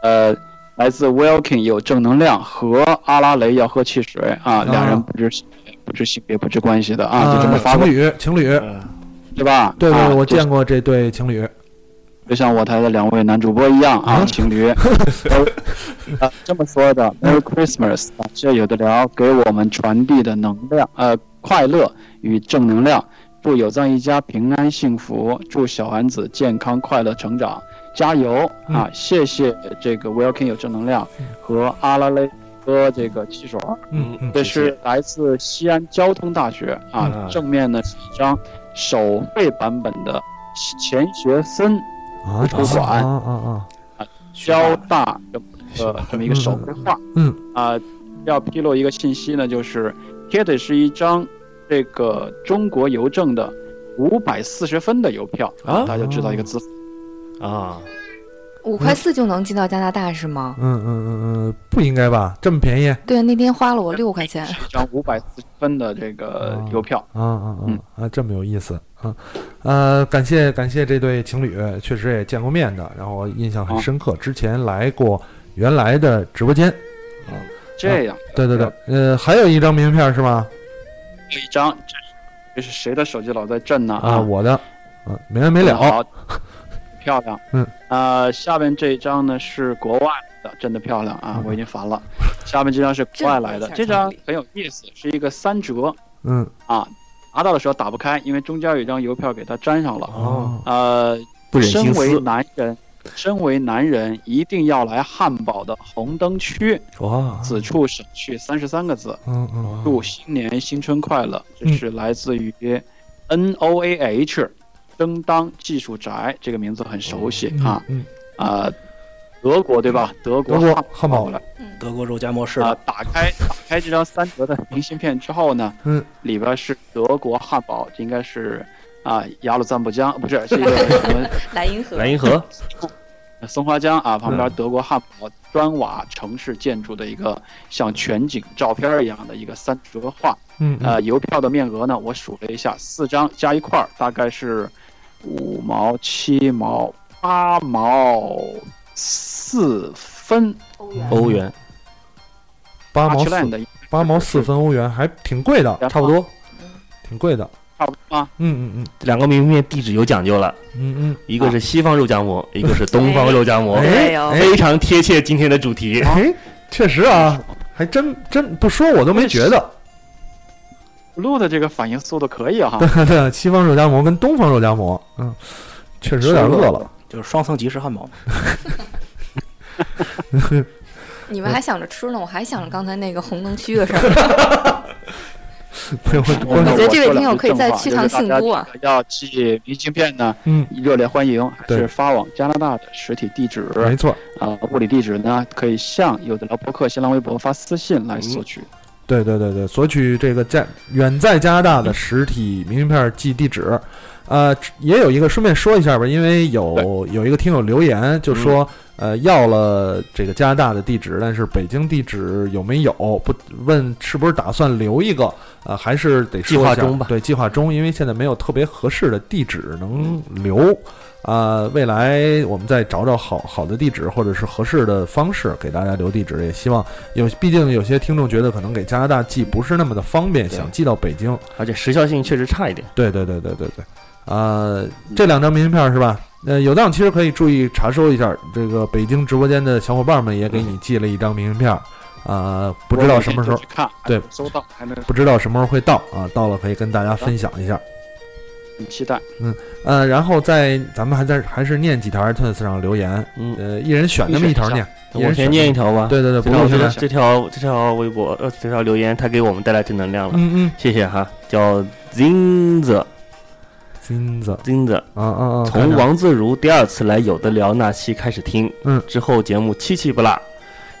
Speaker 4: 嗯
Speaker 5: 呃，来自 Wilkin 有正能量和阿拉蕾要喝汽水啊，俩人不知不知性别不知关系的啊，就这么发
Speaker 4: 呃情
Speaker 5: 过
Speaker 4: 侣情
Speaker 6: 哎
Speaker 4: 侣，
Speaker 6: 嗯
Speaker 5: 对吧？
Speaker 4: 对
Speaker 5: 啊
Speaker 4: 对，我
Speaker 5: 就
Speaker 4: 见过这对情侣，
Speaker 5: 就像我台的两位男主播一样啊，
Speaker 4: 嗯
Speaker 5: 情侣，呃，这么说的，Merry Christmas，感谢有的聊给我们传递的能量，呃，快乐与正能量，祝有藏一家平安幸福，祝小丸子健康快乐成长，加油啊！谢谢这个 Wilkin 有正能量和阿拉蕾哥这个汽水儿。
Speaker 4: 嗯嗯
Speaker 5: 这是来自西安交通大学啊，正面呢是一张手绘版本的钱学森
Speaker 4: 啊
Speaker 5: 图书馆
Speaker 4: 啊啊啊，
Speaker 5: 交大这么呃这么一个手绘画，
Speaker 4: 嗯
Speaker 5: 啊、要披露一个信息呢，就是贴的是一张这个中国邮政的五百四十分的邮票
Speaker 6: 啊
Speaker 5: 大家知道一个字符，
Speaker 4: 哦
Speaker 6: 啊，
Speaker 8: 五块四就能寄到加拿大是吗？
Speaker 4: 嗯嗯嗯嗯，不应该吧？这么便宜啊
Speaker 8: 对，那天花了我六块钱。
Speaker 5: 一张五百四十分的这个
Speaker 4: 哦
Speaker 5: 邮票。
Speaker 4: 啊
Speaker 5: 嗯
Speaker 4: 啊啊，这么有意思啊！呃，感谢感谢这对情侣，确实也见过面的，然后印象很
Speaker 5: 啊
Speaker 4: 深刻，之前来过原来的直播间。
Speaker 5: 这样，
Speaker 4: 对对对，呃，还有一张名片是吗？
Speaker 5: 这一张这是这是谁的手机老在震呢？
Speaker 4: 啊，我的，嗯、没完没了。
Speaker 5: 好，漂亮。
Speaker 4: 嗯，
Speaker 5: 呃，下面这一张呢是国外的，真的漂亮啊
Speaker 4: 嗯！
Speaker 5: 我已经烦了。下面这张是国外来的，这
Speaker 8: 这个有
Speaker 5: 张
Speaker 8: 点
Speaker 5: 很有意思，是一个三折
Speaker 4: 嗯，
Speaker 5: 啊。拿到的时候打不开，因为中间有一张邮票给它粘上了。
Speaker 4: 哦，
Speaker 5: 呃，
Speaker 6: 不忍
Speaker 5: 身
Speaker 6: 心
Speaker 5: 为
Speaker 6: 撕
Speaker 5: 男人，身为男人一定要来汉堡的红灯区，
Speaker 4: 啊
Speaker 6: 哇！
Speaker 5: 此处省去三十三个字。
Speaker 4: 哦嗯嗯，
Speaker 5: 祝新年新春快乐，这
Speaker 4: 嗯
Speaker 5: 是来自于 N O A H，争当技术宅这个名字很熟悉啊
Speaker 4: 嗯，
Speaker 5: 啊、德国对吧？
Speaker 4: 德
Speaker 5: 德国
Speaker 4: 国
Speaker 5: 汉
Speaker 4: 汉堡
Speaker 5: 过来
Speaker 7: 德国肉夹馍式
Speaker 5: 啊、
Speaker 7: 的，
Speaker 5: 打开打开这张三德的明信片之后呢，
Speaker 4: 嗯，
Speaker 5: 里边是德国汉堡，这应该是啊、雅鲁藏布江不是是 一个什么
Speaker 8: 莱茵河
Speaker 6: 蓝银河，
Speaker 5: 松花江啊，旁
Speaker 4: 嗯
Speaker 5: 边德国汉堡砖瓦城市建筑的一个像全景照片一样的一个三折画。
Speaker 4: 嗯嗯
Speaker 5: 呃，邮票的面额呢，我数了一下，四张加一块儿，大概是五毛、七毛、八毛、四分。
Speaker 7: 嗯
Speaker 6: 欧元
Speaker 4: 八
Speaker 5: 阿
Speaker 4: 毛
Speaker 5: 奇兰
Speaker 4: 四
Speaker 5: 的
Speaker 4: 八毛四分欧元，还挺贵的，
Speaker 5: 然后
Speaker 6: 差不多，
Speaker 4: 挺贵的。
Speaker 5: 差不多啊。
Speaker 4: 嗯嗯
Speaker 6: 两个明信片地址有讲究了，
Speaker 4: 嗯嗯
Speaker 6: 一
Speaker 7: 啊
Speaker 6: 个是西方肉夹馍，一个是东方肉夹馍
Speaker 4: 哎，
Speaker 8: 对哦，
Speaker 7: 嗯
Speaker 6: 非常贴切今天的主题
Speaker 4: 嗯，。哎，确实啊，还真真不说我都没觉得。
Speaker 5: Blue 的这个反应速度可以啊哈，
Speaker 4: 对对，西方肉夹馍跟东方肉夹馍，嗯，确实有点饿了。
Speaker 7: 就是双层吉士汉堡。
Speaker 8: 你们还想着吃呢，我还想着刚才那个红灯区的 事儿。
Speaker 4: 对，我
Speaker 5: 我
Speaker 8: 觉
Speaker 4: 我
Speaker 8: 得这位听友
Speaker 5: 我说两句
Speaker 8: 可以再去趟
Speaker 5: 正话
Speaker 8: 信都啊。
Speaker 5: 就是大家 要寄明信片呢，
Speaker 4: 嗯，
Speaker 5: 热烈欢迎，还
Speaker 4: 对哎
Speaker 5: 是发往加拿大的实体地址
Speaker 4: 没错，
Speaker 5: 啊？物理地址呢，可以向有的聊博客、新浪微博发私信来索取。
Speaker 4: 对对对对，索取这个加远在加拿大的实体明信片寄地址。呃，也有一个顺便说一下吧，因为有有一个听友留言就说，呃，要了这个加拿大的地址，但是北京地址有没有？不问是不是打算留一个？呃，还是得说一下
Speaker 6: 计划中吧
Speaker 4: 对，计划中，因为现在没有特别合适的地址能
Speaker 6: 嗯
Speaker 4: 留。啊、未来我们再找找好好的地址或者是合适的方式给大家留地址，也希望有，毕竟有些听众觉得可能给加拿大寄不是那么的方便，
Speaker 6: 对
Speaker 4: 想寄到北京。
Speaker 6: 而且时效性确实差一点。
Speaker 4: 对对对对对对，呃，
Speaker 6: 嗯
Speaker 4: 这两张明信片是吧？呃，有档其实可以注意查收一下，这个北京直播间的小伙伴们也给
Speaker 6: 嗯
Speaker 4: 你寄了一张明信片，啊、不知道什么时候
Speaker 5: 我每天就去看，
Speaker 4: 对
Speaker 5: 收到还没有
Speaker 4: 不知道什么时候会到啊，到了可以跟大家分享一下。
Speaker 5: 很期待。
Speaker 4: 呃，然后在咱们还在还是念几条 iTunes 上留言，
Speaker 6: 嗯
Speaker 4: 呃，一人选那么一条念，一
Speaker 6: 我
Speaker 4: 人
Speaker 6: 先
Speaker 4: 选
Speaker 6: 念一条吧。
Speaker 4: 对对对，不
Speaker 6: 这条
Speaker 4: 用
Speaker 6: 这条
Speaker 4: 现在，
Speaker 6: 这条这条微博呃这条留言，它给我们带来正能量了，
Speaker 4: 嗯嗯，
Speaker 6: 谢谢哈。叫 Zinz
Speaker 4: 金子
Speaker 6: Zinz，
Speaker 4: 啊啊啊，看
Speaker 6: 从
Speaker 4: 着
Speaker 6: 王自如第二次来有的聊那期开始听，
Speaker 4: 嗯，
Speaker 6: 之后节目七期不落。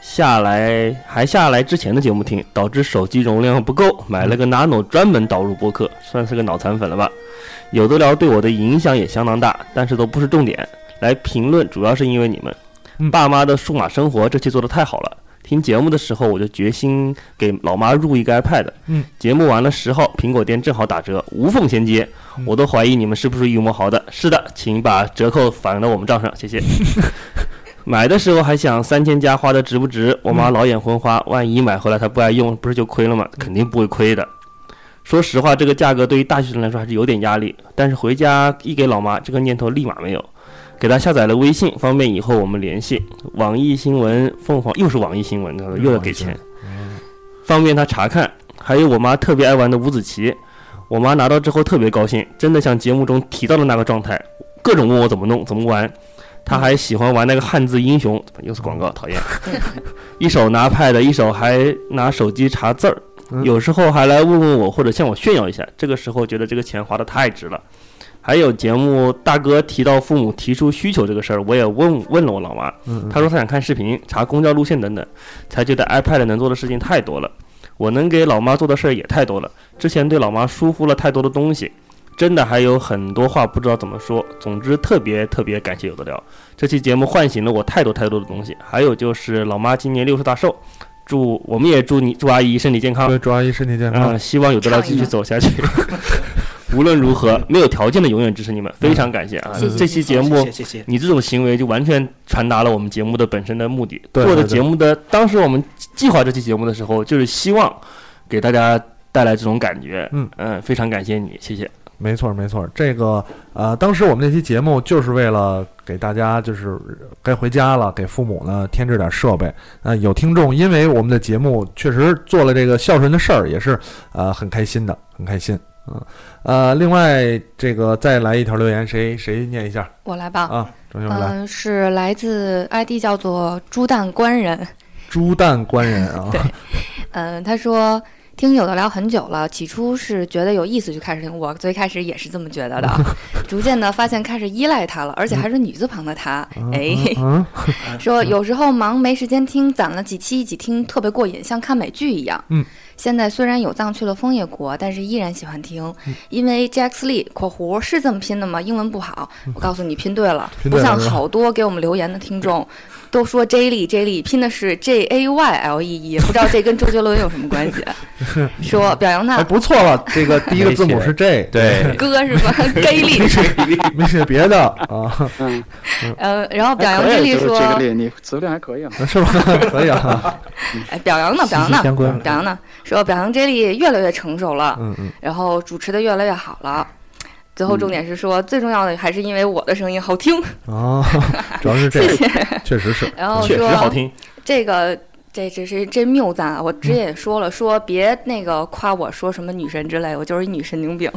Speaker 6: 下来还下来之前的节目听，导致手机容量不够，买了个
Speaker 4: 嗯
Speaker 6: Nano 专门导入播客，算是个脑残粉了吧。有的聊对我的影响也相当大，但是都不是重点。来评论主要是因为你们，
Speaker 4: 嗯
Speaker 6: 爸妈的数码生活这期做的太好了。听节目的时候，我就决心给老妈入一个 iPad。
Speaker 4: 嗯，
Speaker 6: 节目完了十号，苹果店正好打折，无缝衔接。
Speaker 4: 嗯
Speaker 6: 我都怀疑你们是不是预谋好的。是的，请把折扣返到我们账上，谢 谢。买的时候还想三千加花的值不值？我妈老眼昏花，
Speaker 4: 嗯
Speaker 6: 万一买回来她不爱用，不是就亏了吗？肯定不会亏的。说实话，这个价格对于大学生来说还是有点压力，但是回家一给老妈，这个念头立马没有。给她下载了微信，方便以后我们联系。网易新闻、凤凰又是网易新闻，又要给钱，
Speaker 4: 嗯
Speaker 6: 方便她查看。还有我妈特别爱玩的五子棋，我妈拿到之后特别高兴，真的像节目中提到的那个状态，各种问我怎么弄、怎么玩。她还喜欢玩那个汉字英雄，又是广告，讨厌。一手拿 pad，一手还拿手机查字儿，
Speaker 4: 嗯
Speaker 6: 有时候还来问问我或者向我炫耀一下。这个时候觉得这个钱花的太值了。还有节目大哥提到父母提出需求这个事儿，我也问问了我老妈，
Speaker 4: 嗯嗯
Speaker 6: 她说她想看视频、查公交路线等等，才觉得 iPad 能做的事情太多了，我能给老妈做的事儿也太多了。之前对老妈疏忽了太多的东西，真的还有很多话不知道怎么说。总之，特别特别感谢有的聊，这期节目唤醒了我太多太多的东西。还有就是老妈今年六十大寿，祝我们也祝你祝阿姨身体健康。
Speaker 4: 对，祝阿姨身体健
Speaker 6: 啊、
Speaker 4: 康，
Speaker 6: 希望有的聊继续走下去。 无论如何，没有条件的永远支持你们，非常感谢啊！
Speaker 8: 谢谢
Speaker 6: 这期节目
Speaker 7: 谢谢谢谢。
Speaker 6: 你这种行为就完全传达了我们节目的本身的目的。
Speaker 4: 对
Speaker 6: 做的
Speaker 4: 对对
Speaker 6: 节目的，当时我们计划这期节目的时候，就是希望给大家带来这种感觉。
Speaker 4: 嗯
Speaker 6: 非常感谢你，谢谢。
Speaker 4: 没错没错，这个呃，当时我们那期节目就是为了给大家就是该回家了，给父母呢添置点设备。呃，有听众因为我们的节目确实做了这个孝顺的事儿，也是呃很开心的，很开心。嗯，呃，另外这个再来一条留言，谁谁念一下
Speaker 8: 我来吧。
Speaker 4: 啊？张兄来，
Speaker 8: 嗯、是来自 ID 叫做“猪蛋官人”，
Speaker 4: 猪蛋官人 啊，
Speaker 8: 嗯，他说听有的聊很久了，起初是觉得有意思就开始听，我最开始也是这么觉得 的，逐渐的发现开始依赖他了，而且还是女字旁的他，哎，
Speaker 4: 嗯，
Speaker 8: 说有时候忙没时间听，攒了几期一起听，特别过瘾，像看美剧一样。
Speaker 4: 嗯，
Speaker 8: 现在虽然有藏去了枫叶国，但是依然喜欢听，
Speaker 5: 嗯
Speaker 8: 因为 Jack Lee（ 括弧是这么拼的吗？英文不好，
Speaker 5: 嗯
Speaker 8: 我告诉你拼对了，
Speaker 4: 拼
Speaker 8: 不
Speaker 4: 对了
Speaker 8: 像
Speaker 4: 是吧
Speaker 8: 好多给我们留言的听众。都说 J Lee J Lee 拼的是 J A Y L E E，不知道这跟周杰伦有什么关 系？说表扬
Speaker 4: 还
Speaker 8: 他
Speaker 4: 不错
Speaker 8: 啊
Speaker 4: 了。这个第一个字母是 J，
Speaker 6: 对，
Speaker 8: 哥是吧 ？J Lee，
Speaker 4: 没写别的啊，
Speaker 5: 嗯，
Speaker 8: 呃，然后表
Speaker 5: 还
Speaker 8: 扬
Speaker 5: 可
Speaker 8: J
Speaker 5: 以，
Speaker 8: Lee
Speaker 5: 就是
Speaker 8: 说，
Speaker 5: 这个例，你词量还可以啊。
Speaker 4: 是吧？ 可以 啊，
Speaker 8: 哎，表扬呢，表扬呢，
Speaker 4: 相关，
Speaker 8: 表扬呢，说表扬 J Lee 越来越成熟了。
Speaker 4: 嗯嗯，
Speaker 8: 然后主持的越来越好了。最后重点是
Speaker 6: 嗯
Speaker 8: 说，最重要的还是因为我的声音好听。
Speaker 4: 哦，主要是这
Speaker 8: 谢
Speaker 4: 个，
Speaker 8: 谢。
Speaker 4: 确实是，
Speaker 8: 然后
Speaker 6: 确实好
Speaker 8: 哦说
Speaker 6: 听。
Speaker 8: 这个。这这是这谬赞啊！我之前也说了，说别那个夸我说什么女神之类，我就是一女神 经病。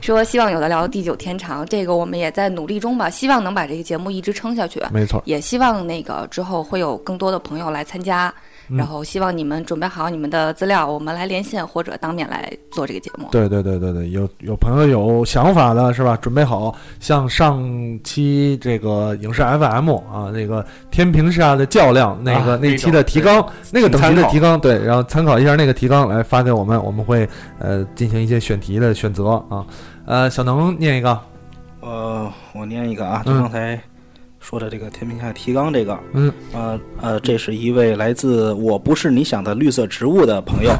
Speaker 8: 说希望有的聊地久天长，这个我们也在努力中吧，希望能把这个节目一直撑下去，
Speaker 4: 没错，
Speaker 8: 也希望那个之后会有更多的朋友来参加，
Speaker 4: 嗯
Speaker 8: 然后希望你们准备好你们的资料，我们来连线或者当面来做这个节目。
Speaker 4: 对对对对对，有有朋友有想法的是吧？准备好，像上期这个影视 FM 啊，那个天平下的较量，那个、
Speaker 6: 啊
Speaker 4: 那期的提纲，那个等级
Speaker 6: 请
Speaker 4: 的
Speaker 6: 参考
Speaker 4: 提纲，对，然后参考一下那个提纲来发给我们，我们会呃进行一些选题的选择啊。呃，小能念一个，
Speaker 7: 呃，我念一个啊，就
Speaker 4: 嗯
Speaker 7: 刚才说的这个《天平下提纲》这个，
Speaker 4: 嗯，
Speaker 7: 呃呃，这是一位来自“我不是你想的绿色植物”的 朋友，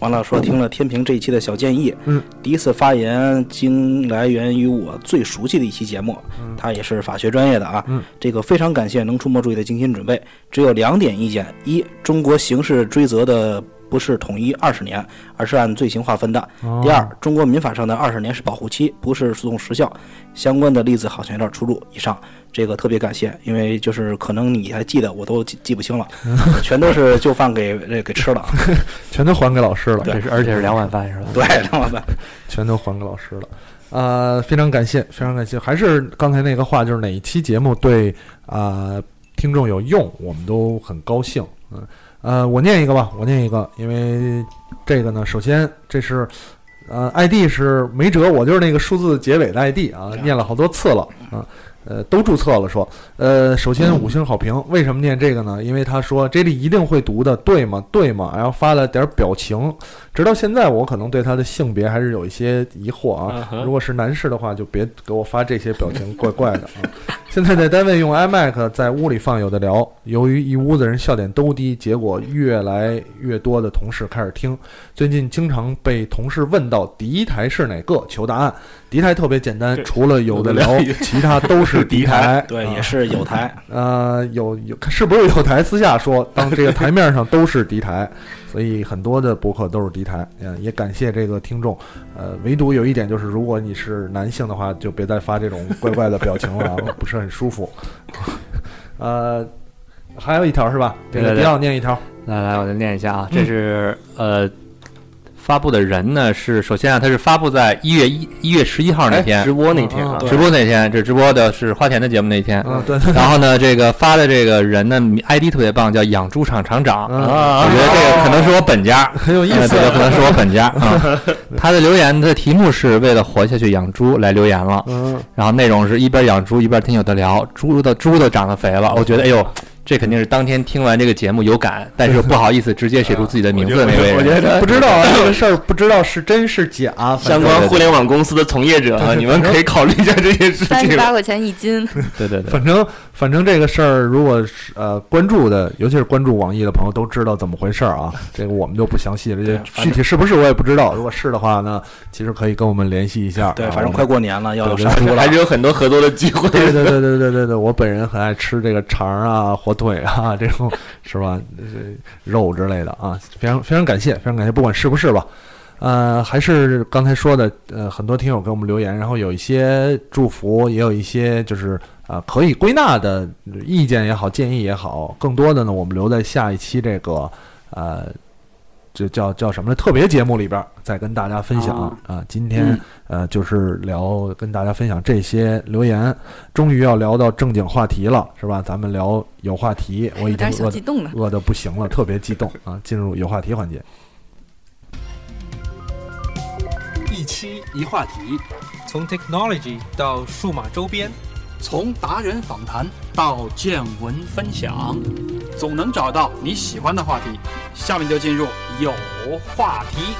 Speaker 7: 完了说听了天平这一期的小建议，
Speaker 4: 嗯，
Speaker 7: 第一次发言经来源于我最熟悉的一期节目，他也是法学专业的啊，
Speaker 4: 嗯
Speaker 7: 这个非常感谢能出没注意的精心准备，只有两点意见：一，中国刑事追责的。不是统一二十年，而是按罪行划分的。
Speaker 4: 哦
Speaker 7: 第二，中国民法上的二十年是保护期，不是诉讼时效。相关的例子好像有点出入。以上这个特别感谢，因为就是可能你还记得，我都记记不 清了，全都是就饭给这给吃了。
Speaker 4: 全都还给老师了，
Speaker 7: 对
Speaker 9: 这是而且是两碗饭是吧？
Speaker 7: 对，知道吧？
Speaker 4: 全都还给老师了。呃，非常感谢，非常感谢。还是刚才那个话，就是哪一期节目对啊、呃听众有用，我们都很高兴。嗯，呃，我念一个吧，我念一个，因为这个呢，首先这是呃 ID 是没辙，我就是那个数字结尾的 ID 啊，念了好多次了啊。呃，都注册了说，呃，首先五星好评，为什么念这个呢？因为他说 J D 一定会读的，对吗？对吗？然后发了点表情，直到现在我可能对他的性别还是有一些疑惑啊。如果是男士的话，就别给我发这些表情，怪怪的啊。 现在在单位用 iMac 在屋里放有的聊，由于一屋子人笑点都低，结果越来越多的同事开始听。最近经常被同事问到敌台是哪个，求答案。敌台特别简单，
Speaker 6: 对
Speaker 4: 除了有的聊
Speaker 6: 有的，聊
Speaker 4: 其他都是敌 台。
Speaker 7: 对，
Speaker 4: 啊
Speaker 7: 也是 有台，
Speaker 4: 呃，有有是不是有台私下说，当这个台面上都是敌台， 所以很多的博客都是敌台。嗯、也感谢这个听众。呃，唯独有一点就是，如果你是男性的话，就别再发这种怪怪的表情了，啊，我不是很舒服。 呃，还有一条是吧？这
Speaker 9: 对
Speaker 4: 个
Speaker 9: 对对
Speaker 4: 迪奥念一条。
Speaker 9: 来来，我再念一下啊，
Speaker 4: 嗯
Speaker 9: 这是、呃，发布的人呢是首先啊，它是发布在一月一一月十一号
Speaker 4: 哎
Speaker 9: 那天
Speaker 6: 直播那天啊，
Speaker 9: 直播那天，这直播的是花田的节目那天。
Speaker 4: 嗯，对，
Speaker 9: 然后呢，这个发的这个人呢，ID 特别棒，叫养猪场厂长。
Speaker 4: 嗯
Speaker 9: 我
Speaker 1: 啊
Speaker 9: 觉得这个可能是我本家，
Speaker 4: 很哦有意
Speaker 9: 呃
Speaker 4: 思
Speaker 9: 这。个可能是我 本家啊。他的留言的题目是为了活下去养猪来留言了，
Speaker 4: 嗯，
Speaker 9: 然后内容是一边养猪一边听有的聊，猪的猪都长得肥了，我觉得哎呦。这肯定是当天听完这个节目有感，但是又不好意思直接写出自己的名字那位人。
Speaker 4: 不知道 啊，这个事儿不知道是真是假，反
Speaker 6: 相
Speaker 4: 正
Speaker 6: 关互联网公司的从业者啊，你们可以考虑一下 这件事
Speaker 8: 三
Speaker 6: 情
Speaker 8: 十。八块钱一斤，
Speaker 9: 对对对，
Speaker 4: 反正反正这个事儿，如果是呃关注的，尤其是关注网易的朋友都知道怎么回事儿啊。这个我们就不详细了，这具体是不是我也不知道。如果是的话呢，其实可以跟我们联系一下。
Speaker 7: 对，
Speaker 4: 啊
Speaker 7: 反正
Speaker 4: 我们
Speaker 7: 快过年了，要有
Speaker 4: 对
Speaker 7: 杀猪了
Speaker 6: 还。是有很多合作的机会。
Speaker 4: 对对对对对对对，我本人很爱吃这个肠儿啊、火腿啊 这种，是吧？这肉之类的啊，非常非常感谢，非常感谢，不管是不是吧。呃，还是刚才说的，呃，很多听友给我们留言，然后有一些祝福，也有一些就是呃可以归纳的意见也好，建议也好，更多的呢，我们留在下一期这个呃，这叫叫什么呢？特别节目里边儿再跟大家分享啊
Speaker 6: 哦
Speaker 3: 啊、
Speaker 4: 今天、
Speaker 6: 嗯
Speaker 4: 呃，就是聊跟大家分享这些留言，终于要聊到正经话题了，是吧？咱们聊有话题，我已经
Speaker 8: 有点
Speaker 4: 饿
Speaker 8: 小
Speaker 4: 得
Speaker 8: 激动呢。
Speaker 4: 饿的不行了，特别激动啊！进入有话题环节，
Speaker 1: 一期一话题，从 technology 到数码周边，
Speaker 3: 从达人访谈到见闻分享，总能找到你喜欢的话题。下面就进入有话题。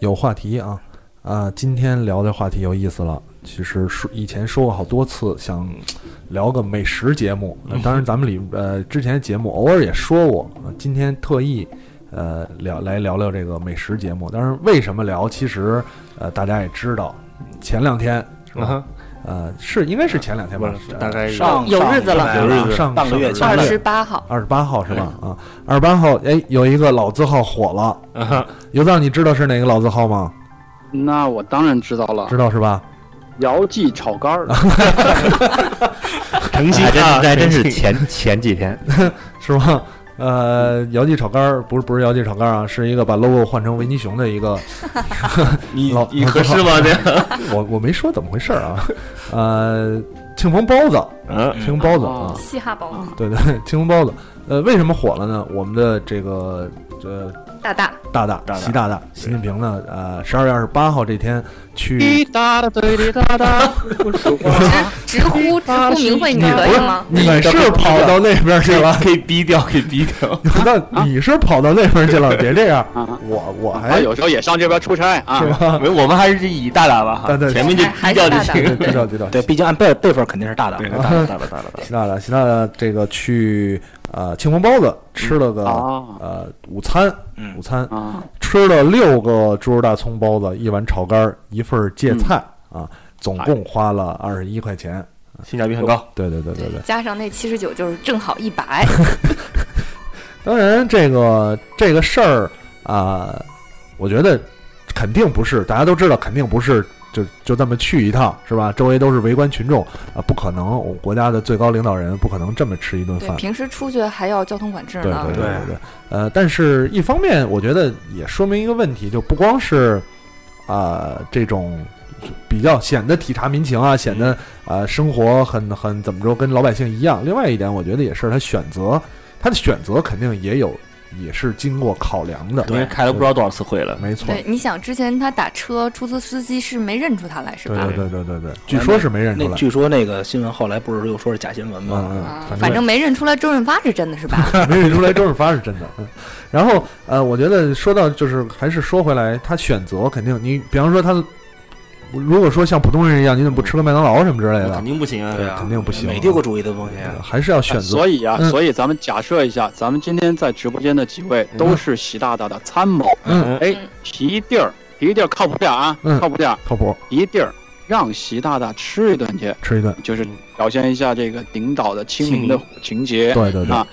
Speaker 4: 有话题啊啊！今天聊的话题有意思了。其实说以前说过好多次，想聊个美食节目。呃当然，咱们里呃之前节目偶尔也说过，呃今天特意呃聊来聊聊这个美食节目。当然，为什么聊？其实呃大家也知道，前两天是吧？呃，是应该是前两天吧，呃
Speaker 6: 大概
Speaker 7: 上
Speaker 8: 有日子了
Speaker 7: 上
Speaker 6: 有日子
Speaker 4: 上
Speaker 7: 半个月
Speaker 4: 上
Speaker 8: 二
Speaker 7: 前
Speaker 8: 十八号，
Speaker 4: 二十八号是吧？啊，二十八号，哎，有一个老字号火了。尤藏，你知道是哪个老字号吗？
Speaker 5: 那我当然知道了
Speaker 4: 知，道是啊吧？
Speaker 5: 姚记炒肝儿。
Speaker 6: 诚
Speaker 9: 还真还真是前前几天，
Speaker 4: 是吗？呃，姚记炒肝儿不是不是姚记炒肝儿啊，是一个把 logo 换成维尼熊的一个。
Speaker 6: 你
Speaker 4: 老
Speaker 6: 你合适吗？这样
Speaker 4: 我我没说怎么回事儿啊。呃，庆丰包子，
Speaker 6: 嗯
Speaker 4: 庆丰包子啊，
Speaker 8: 嘻哈包
Speaker 4: 对对，庆丰包子。呃，为什么火了呢？我们的这个呃
Speaker 8: 大大，
Speaker 4: 大大
Speaker 6: 大
Speaker 4: 习大大习近平呢，呃，十二月二十八号这天去
Speaker 5: 滴答答，对滴答 答，我数过
Speaker 8: 直直呼直呼名讳，你可以吗？
Speaker 4: 你是跑到那边去了？
Speaker 6: 可以低调，可以低调。
Speaker 4: 那 你是跑到那边去了？别这样，
Speaker 5: 啊。
Speaker 4: 我我
Speaker 5: 他
Speaker 4: 还
Speaker 5: 有时候也上这边出差
Speaker 4: 哎是
Speaker 5: 啊，
Speaker 4: 吧？
Speaker 6: 没，我们还是以大大吧哈
Speaker 4: 对，对
Speaker 6: 啊前面就低调就
Speaker 8: 还是
Speaker 6: 行
Speaker 4: 知。道知道。
Speaker 7: 对，毕竟按辈辈分肯定是大的。啊
Speaker 6: 大了大了大了大了，
Speaker 4: 习大大，习大大这个去呃庆丰包子吃了
Speaker 6: 嗯
Speaker 4: 个
Speaker 5: 啊
Speaker 4: 呃午餐，
Speaker 7: 嗯
Speaker 4: 午餐
Speaker 5: 啊，
Speaker 4: 吃了六个猪肉大葱包子，一碗炒肝儿，一份儿
Speaker 6: 嗯
Speaker 4: 芥菜啊，总共花了二十一块钱。
Speaker 6: 性价比很高。
Speaker 4: 对对对对对。
Speaker 8: 加上那七十九就是正好一 百，
Speaker 4: 当然，这个呃这个事儿啊、我觉得肯定不是，大家都知道，肯定不是就就这么去一趟是吧？周围都是围观群众啊，不可能，我们国家的最高领导人不可能这么吃一顿
Speaker 8: 对，
Speaker 4: 饭。
Speaker 8: 平时出去还要交通管制
Speaker 4: 对
Speaker 8: 呢。
Speaker 4: 对
Speaker 7: 对
Speaker 4: 对对，呃，但是一方面，我觉得也说明一个问题，就不光是啊、这种比较显得体察民情啊，显得呃生活很很怎么着，跟老百姓一样。另外一点，我觉得也是他选择，他的选择肯定也有，也是经过考量的。
Speaker 6: 因为开了不知道多少次会了。
Speaker 4: 没错，
Speaker 8: 对，你想之前他打车，出租司机是没认出他来是
Speaker 4: 对
Speaker 8: 吧？
Speaker 4: 对对对对对，据说是没认出
Speaker 7: 那
Speaker 4: 来。
Speaker 7: 据说那个新闻后来不是又说是假新闻吗？
Speaker 4: 嗯
Speaker 8: 啊
Speaker 4: 嗯，
Speaker 8: 反正没认出来周润发是真的 是吧？
Speaker 4: 没认出来周润发是真的。嗯，然后呃，我觉得说到就是还是说回来，他选择肯定你，比方说他如果说像普通人一样，你怎么不吃个麦当劳什么之类
Speaker 6: 那
Speaker 4: 的
Speaker 6: 肯，定不行啊！
Speaker 7: 对啊，
Speaker 4: 肯定不行
Speaker 7: 美帝国主义的东西。啊
Speaker 4: 呃还是要选择。
Speaker 5: 所以啊，
Speaker 4: 嗯
Speaker 5: 所以咱们假设一下，咱们今天在直播间的几位都是习大大的参谋。
Speaker 4: 嗯，
Speaker 5: 哎，皮地儿，皮地儿靠谱点儿啊，
Speaker 4: 嗯
Speaker 5: 靠谱点儿，
Speaker 4: 靠谱，
Speaker 5: 皮地儿让习大大吃一顿去，
Speaker 4: 吃一顿。
Speaker 5: 就是表现一下这个领导的亲民的情节。
Speaker 4: 对对对，
Speaker 5: 啊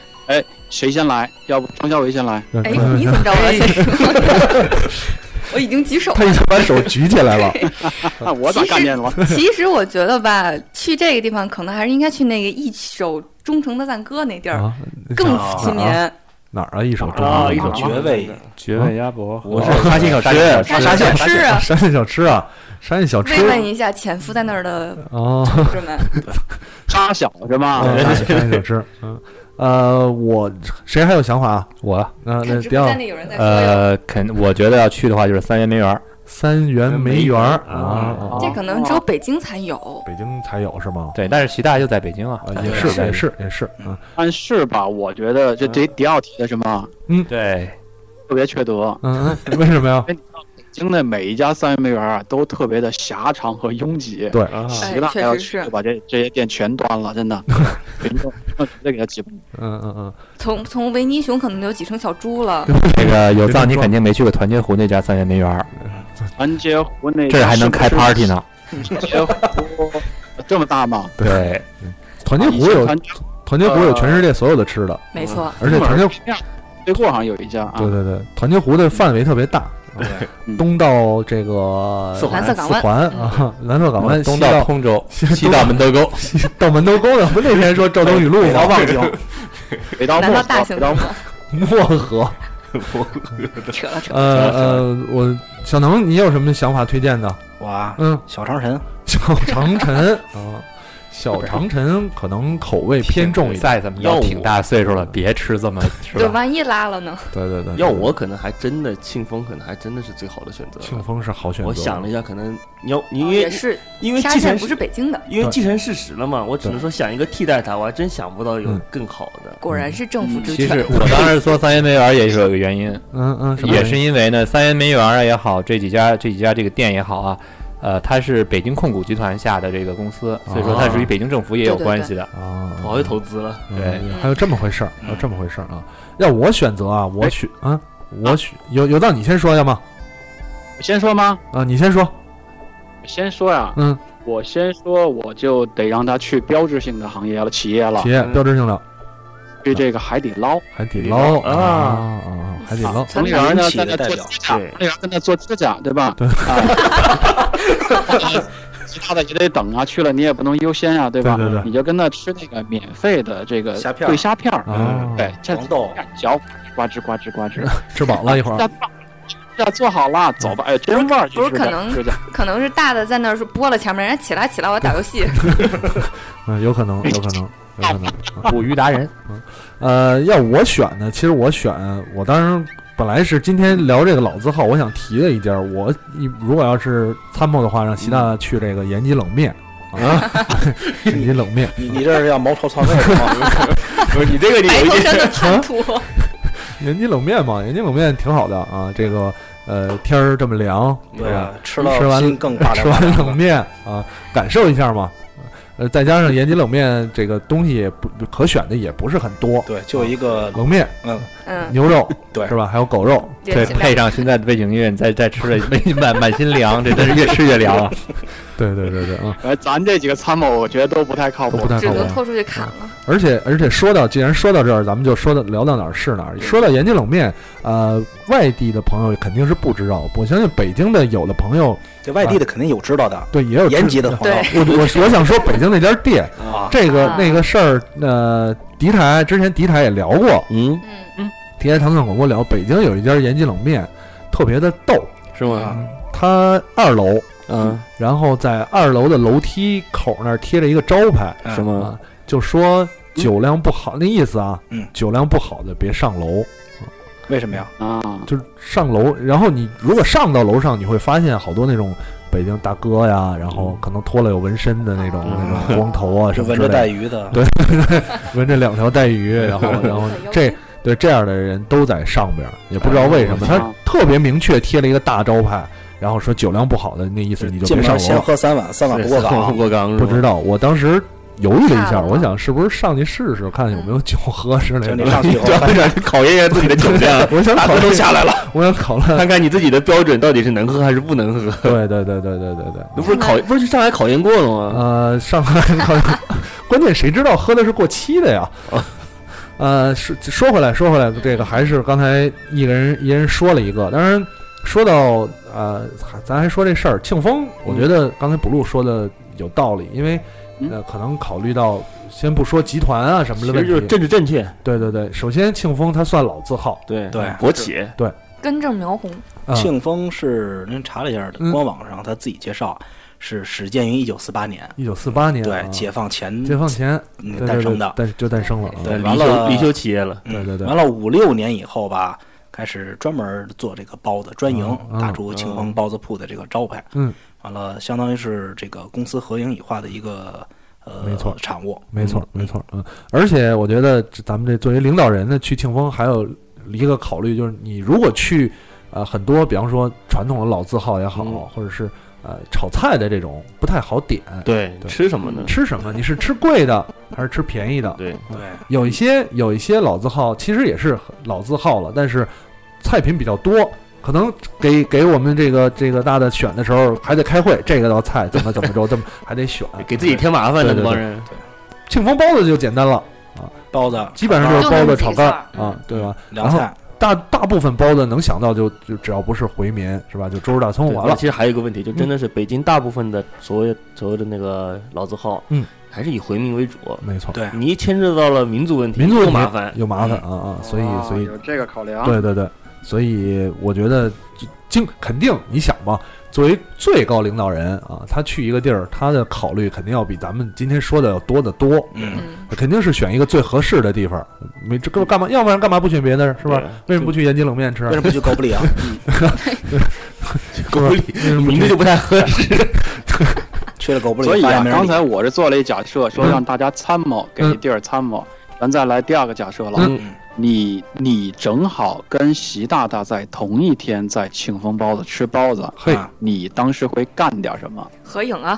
Speaker 5: 谁先来？要不张小伟先
Speaker 4: 嗯
Speaker 5: 来？
Speaker 8: 哎，你怎么知道我要先说
Speaker 4: 哎
Speaker 8: 的？ 我已经举手
Speaker 4: 他已
Speaker 8: 了。
Speaker 4: 经把手举起来了。
Speaker 5: 那我咋看见了？
Speaker 8: 其实我觉得吧，去这个地方可能还是应该去那个一首忠诚的赞歌那地儿，
Speaker 4: 啊，
Speaker 8: 更
Speaker 4: 哪儿
Speaker 8: 亲民。
Speaker 4: 哪儿啊？一首中
Speaker 6: 啊，
Speaker 4: 文
Speaker 6: 一种
Speaker 4: 歌
Speaker 7: 爵位
Speaker 6: 爵位鸭脖，
Speaker 9: 我是沙县小吃，
Speaker 8: 沙县小吃
Speaker 4: 啊
Speaker 8: 啊，
Speaker 4: 山县小吃啊，山县小吃
Speaker 8: 慰问一下潜伏在那儿的
Speaker 4: 哦。
Speaker 8: 同志们。
Speaker 5: 沙小是哎吧？
Speaker 4: 嗯山县小吃，嗯，呃，我谁还有想法啊？
Speaker 9: 我
Speaker 4: 那
Speaker 8: 看
Speaker 4: 那
Speaker 8: 直
Speaker 4: 第
Speaker 8: 播
Speaker 4: 二
Speaker 8: 间里有人在说，
Speaker 9: 呃，肯我觉得要去的话就是三元梅园儿，
Speaker 4: 三元梅园儿
Speaker 6: 嗯
Speaker 4: 啊，
Speaker 8: 这可能只有北京才有。
Speaker 4: 北京才有是吗？
Speaker 9: 对，但是习大就在北京啊，
Speaker 4: 啊，也是也是也是，嗯，
Speaker 5: 但是吧，我觉得这迪迪奥提的什么
Speaker 9: 对，
Speaker 5: 特别缺德。
Speaker 4: 嗯，嗯为什么呀？
Speaker 5: 北京的每一家三元梅园啊，都特别的狭长和拥挤。
Speaker 4: 对
Speaker 6: 啊
Speaker 5: 习大大要去
Speaker 8: 哎确实是
Speaker 5: 哎把这这些店全端了，真的，群众群众绝对给他挤爆。
Speaker 4: 嗯嗯嗯，
Speaker 8: 从从维尼熊可能就挤成小猪了。
Speaker 9: 这个有藏你肯定没去过团结湖那家三元梅园 儿，
Speaker 5: 团结湖那
Speaker 9: 这儿还能开 party？呢，
Speaker 5: 团结湖这么大吗？
Speaker 9: 对，
Speaker 4: 团结湖有
Speaker 5: 啊团结
Speaker 4: 团结湖有全世界所有的吃的，
Speaker 8: 没错，
Speaker 4: 而且团结
Speaker 5: 对过好像有一家啊，
Speaker 4: 对对对，团结湖的范围特别大，啊
Speaker 5: 嗯
Speaker 4: 东到这个
Speaker 6: 四环
Speaker 8: 蓝色港湾
Speaker 4: 四环啊，蓝色港湾，
Speaker 9: 东
Speaker 4: 西到
Speaker 9: 通州，
Speaker 4: 西
Speaker 9: 西
Speaker 4: 东
Speaker 9: 到门头沟，
Speaker 4: 西到门头沟的，不那天说赵登禹路
Speaker 7: 北到
Speaker 4: 吗？
Speaker 7: 望京，
Speaker 5: 北刀
Speaker 8: 难
Speaker 5: 铺
Speaker 8: 道大型
Speaker 5: 北刀
Speaker 8: 的
Speaker 5: 铺
Speaker 8: 吗？
Speaker 4: 漠河，
Speaker 8: 扯了扯了。
Speaker 4: 呃呃，我小能，你有什么想法推荐的？
Speaker 7: 哇，
Speaker 4: 嗯，
Speaker 7: 小长城，
Speaker 4: 小长城啊，小长城可能口味偏重一点。
Speaker 9: 再怎 么着挺大岁数了，别吃这么是
Speaker 8: 对，
Speaker 9: 吧？
Speaker 8: 万一拉了呢？
Speaker 4: 对对对，
Speaker 6: 要我可能还真的庆丰，可能还真的是最好的选择。
Speaker 4: 庆丰是好选择。
Speaker 6: 我想了一下，可能你要你因
Speaker 8: 哦也
Speaker 6: 为
Speaker 8: 是，
Speaker 6: 因为
Speaker 8: 沙
Speaker 6: 既
Speaker 8: 县
Speaker 6: 然
Speaker 8: 不是北京的，
Speaker 6: 因为
Speaker 4: 对
Speaker 6: 既成事实了嘛，我只能说想一个替代它，我还真想不到有
Speaker 4: 嗯
Speaker 6: 更好的。
Speaker 8: 果然是政府之
Speaker 9: 其实
Speaker 8: 犬。
Speaker 9: 我当时说三元梅园儿也是有个原因，
Speaker 4: 嗯嗯，什么
Speaker 9: 也是因为呢，三元梅园儿也好，这几家这几家这个店也好啊，呃，它是北京控股集团下的这个公司，所以说它是与北京政府也有
Speaker 8: 对对
Speaker 9: 关系的。
Speaker 4: 啊，
Speaker 6: 我又投资了，
Speaker 4: 嗯
Speaker 9: 对
Speaker 4: 还有这么回事儿，还有这么回事儿啊。要我选择啊，
Speaker 9: 哎
Speaker 4: 我选啊，我选有有道你先说要吗？
Speaker 5: 我先说吗？
Speaker 4: 啊，你先说。
Speaker 5: 我先说呀，
Speaker 4: 嗯，
Speaker 5: 我先说，我就得让他去标志性的行业了，企业了
Speaker 4: 企，业
Speaker 9: 嗯
Speaker 4: 标志性的
Speaker 5: 去这个海底捞。
Speaker 4: 海底
Speaker 6: 捞
Speaker 4: 捞啊啊，海底捞。
Speaker 5: 管理员呢，在那做指甲，
Speaker 6: 对
Speaker 5: 管理员在那做指甲，对吧？对啊， 其他的也得等啊，去了你也不能优先啊，对吧？
Speaker 4: 对对对
Speaker 5: 你就跟他吃那个免费的这个
Speaker 7: 虾片儿
Speaker 5: 烩虾片儿，
Speaker 4: 啊，
Speaker 5: 对，这
Speaker 7: 黄豆，
Speaker 5: 嚼呱吱呱吱呱吱，
Speaker 4: 吃饱了一会
Speaker 5: 那
Speaker 4: 儿，嗯
Speaker 5: 这做好了，走吧，哎，真味儿，就
Speaker 8: 不是
Speaker 5: 是
Speaker 8: 可
Speaker 5: 的
Speaker 8: 能
Speaker 5: 是的，
Speaker 8: 可能是大的在那儿说拨了前面，人家起来起来，我打游戏。
Speaker 4: 嗯，有可能，有可能，有可能。啊
Speaker 9: 捕鱼达人，
Speaker 4: 呃，要我选呢，其实我选，我当然本来是今天聊这个老字号，我想提的一家，我一如果要是参谋的话，让习大
Speaker 9: 嗯
Speaker 4: 大去这个延吉冷 面啊， 延吉冷面，
Speaker 7: 你你这是要谋朝篡位是吗？
Speaker 9: 不是你这个
Speaker 8: 白头山的叛徒，
Speaker 4: 延吉冷面嘛，延吉冷面挺好的啊，这个呃天儿这么凉，
Speaker 7: 对啊，吃
Speaker 4: 吃
Speaker 7: 了
Speaker 4: 完
Speaker 7: 心更大
Speaker 4: 吃完冷面啊，感受一下嘛。呃，再加上延吉冷面这个东西也不可选的也不是很多，
Speaker 7: 对，就一个
Speaker 4: 冷面、
Speaker 8: 嗯，
Speaker 4: 牛肉，
Speaker 7: 对
Speaker 4: 是吧？还有狗肉，
Speaker 8: 对
Speaker 9: 对，
Speaker 8: 尽量
Speaker 9: 配上现在的背景音乐，你再再吃了满满心凉，这真是越吃越凉 啊！
Speaker 4: 对对对对
Speaker 7: 嗯
Speaker 4: 啊，
Speaker 5: 呃，咱这几个参谋我觉得都不太靠
Speaker 4: 都
Speaker 5: 谱
Speaker 4: 不。太
Speaker 8: 只
Speaker 4: 靠
Speaker 8: 能
Speaker 4: 谱。
Speaker 8: 拖出去砍了。
Speaker 4: 而且而且说到，既然说到这儿，咱们就说到聊到哪儿是哪儿。说到延吉冷面，呃，外地的朋友肯定是不知道，我相信北京的有的朋友
Speaker 7: 这外地的肯定有知道的，
Speaker 4: 对也有
Speaker 7: 延
Speaker 4: 知
Speaker 7: 吉的朋友
Speaker 8: 对，
Speaker 4: 我我我想说北京那家店，
Speaker 7: 啊
Speaker 4: 这个
Speaker 8: 啊
Speaker 4: 那个事儿，呃，迪台之前迪台也聊过，
Speaker 9: 嗯，
Speaker 8: 嗯，
Speaker 4: 迪台糖蒜火锅聊，北京有一家延吉冷面，特别的逗，啊
Speaker 9: 是吗？
Speaker 4: 它二楼，
Speaker 9: 嗯，
Speaker 4: 然后在二楼的楼梯口那儿贴着一个招牌，
Speaker 7: 嗯
Speaker 9: 是吗
Speaker 4: 啊？就
Speaker 9: 嗯
Speaker 4: 说酒量不好，那意思啊，
Speaker 7: 嗯
Speaker 4: 酒量不好的别上楼，
Speaker 7: 为什么呀？
Speaker 5: 啊，
Speaker 4: 就是上楼，然后你如果上到楼上，你会发现好多那种。北京大哥呀，然
Speaker 9: 嗯
Speaker 4: 后可能脱了有纹身的那种、那种光 头啊
Speaker 7: 是
Speaker 4: 什么
Speaker 7: 闻
Speaker 4: 之
Speaker 7: 着
Speaker 4: 类的
Speaker 7: 带鱼的，
Speaker 4: 对，闻着两条带鱼，然 后然后这对这样的人都在上边儿，也不知道为什么，
Speaker 5: 哎
Speaker 4: 他
Speaker 5: 我
Speaker 4: 特别明确贴了一个大招牌，然后说酒量不好的那意思你就
Speaker 7: 进
Speaker 4: 别上
Speaker 7: 门
Speaker 4: 楼
Speaker 7: 先
Speaker 4: 了。
Speaker 7: 喝三碗，三碗不 啊过
Speaker 9: 不
Speaker 7: 岗。
Speaker 9: 过岗
Speaker 4: 不知
Speaker 9: 道
Speaker 4: 道，我当时犹豫了一
Speaker 8: 怕
Speaker 4: 下，
Speaker 8: 了
Speaker 4: 我想是不是上去试试，看有没有酒喝之类
Speaker 7: 就你
Speaker 4: 的。，
Speaker 7: 上去以
Speaker 6: 啊
Speaker 7: 后，发现
Speaker 9: 考验一下自己的酒 量
Speaker 4: 我想
Speaker 9: 大
Speaker 4: 考
Speaker 9: 哥
Speaker 4: 虑
Speaker 9: 都下来了，
Speaker 4: 我想考虑，
Speaker 9: 看看你自己的标准到底是能喝还是不能喝。
Speaker 4: 对对对对对对对。
Speaker 9: 那不是考，不是去上海考验过了吗？
Speaker 4: 呃，上海 好像，关键谁知道喝的是过期的呀？
Speaker 7: 哦
Speaker 4: 呃，说说回来，说回来，这个还是刚才一个人一人说了一个，当然说到呃，咱还说这事儿，庆丰，我
Speaker 7: 嗯
Speaker 4: 觉得刚才补录说的有道理，因为呃，可能考虑到先不说集团啊什么
Speaker 6: 其实
Speaker 4: 的
Speaker 6: 就是
Speaker 4: 问题，
Speaker 6: 政治正确，
Speaker 4: 对对对，首先庆丰它算老字号，
Speaker 6: 对
Speaker 7: 对
Speaker 6: 国企
Speaker 8: 根正苗红，
Speaker 4: 呃、
Speaker 7: 庆丰是您查了一下的，
Speaker 4: 嗯
Speaker 7: 官网上他自己介绍是始建于一九四八年，
Speaker 4: 一九四八年啊、
Speaker 7: 对，解放前
Speaker 4: 解放前
Speaker 7: 嗯
Speaker 4: 对对
Speaker 7: 诞
Speaker 4: 对
Speaker 7: 生的。
Speaker 4: 诞就诞生了啊，
Speaker 7: 对
Speaker 6: 呃
Speaker 7: 完
Speaker 6: 离休
Speaker 7: 了
Speaker 6: 离休企业了，
Speaker 7: 嗯
Speaker 4: 对对对
Speaker 7: 完了五六年以后吧，开始专门做这个包子，专营
Speaker 4: 嗯
Speaker 7: 打出庆丰包子铺的这个招牌。
Speaker 4: 嗯，
Speaker 7: 完了，相当于是这个公司合营以化的一个呃
Speaker 4: 没错
Speaker 7: 产物。
Speaker 4: 没错，没错，嗯，而且我觉得这咱们这作为领导人呢，去庆丰还有一个考虑，就是你如果去呃很多，比方说传统的老字号也好，
Speaker 6: 嗯
Speaker 4: 或者是呃炒菜的这种不太好点，
Speaker 6: 对
Speaker 4: 对
Speaker 6: 吃什么呢？
Speaker 4: 吃什么？你是吃贵的还是吃便宜的？
Speaker 6: 对，
Speaker 7: 对，
Speaker 4: 有一些有一些老字号其实也是很老字号了，但是菜品比较多。可能给给我们这个这个大的选的时候，还得开会，这个道菜怎么怎么着，怎么还得选。
Speaker 6: 给自己添麻烦的
Speaker 4: 对对
Speaker 6: 那帮
Speaker 4: 对
Speaker 6: 人，
Speaker 4: 庆丰包子就简单了，
Speaker 7: 包子
Speaker 4: 基本上就是包子、炒肝儿
Speaker 8: 就那么
Speaker 4: 啊
Speaker 8: 几，
Speaker 4: 对吧？
Speaker 7: 凉
Speaker 4: 然
Speaker 7: 菜，
Speaker 4: 大大部分包子能想到就就只要不是回民是吧？就猪肉大葱
Speaker 6: 对
Speaker 4: 完
Speaker 6: 而
Speaker 4: 了嗯
Speaker 6: 且。其实还有一个问题，就真的是北京大部分的所谓所谓的那个老字号，
Speaker 4: 嗯，
Speaker 6: 还是以回民为主。
Speaker 4: 没错，
Speaker 7: 对
Speaker 6: 你一牵扯到了民族问题，
Speaker 4: 民族问
Speaker 6: 更
Speaker 4: 题
Speaker 6: 麻烦。
Speaker 4: 有麻烦啊啊，所以
Speaker 5: 啊
Speaker 4: 所以
Speaker 5: 有这个考量。
Speaker 4: 对对对，所以我觉得就经肯定你想吧，作为最高领导人啊，他去一个地儿，他的考虑肯定要比咱们今天说的要多得多，
Speaker 7: 嗯，
Speaker 8: 嗯，
Speaker 4: 肯定是选一个最合适的地方，没这干嘛，要不然干嘛不选别的是吧？为什么不去延吉冷面吃
Speaker 7: 为？什么不去狗不理啊？
Speaker 4: 狗里
Speaker 6: 名字就不太合适。
Speaker 7: 去了狗不理，
Speaker 5: 所以
Speaker 7: 发
Speaker 5: 啊
Speaker 7: 现，没人
Speaker 5: 刚
Speaker 7: 理
Speaker 5: 才我是做了一假设，说让大家参谋，给
Speaker 4: 嗯
Speaker 5: 地儿参谋。咱再来第二个假设了，
Speaker 4: 嗯
Speaker 5: 你你正好跟习大大在同一天在庆丰包子吃包子，
Speaker 4: 嘿
Speaker 7: 啊
Speaker 5: 你当时会干点什么
Speaker 8: 合影啊，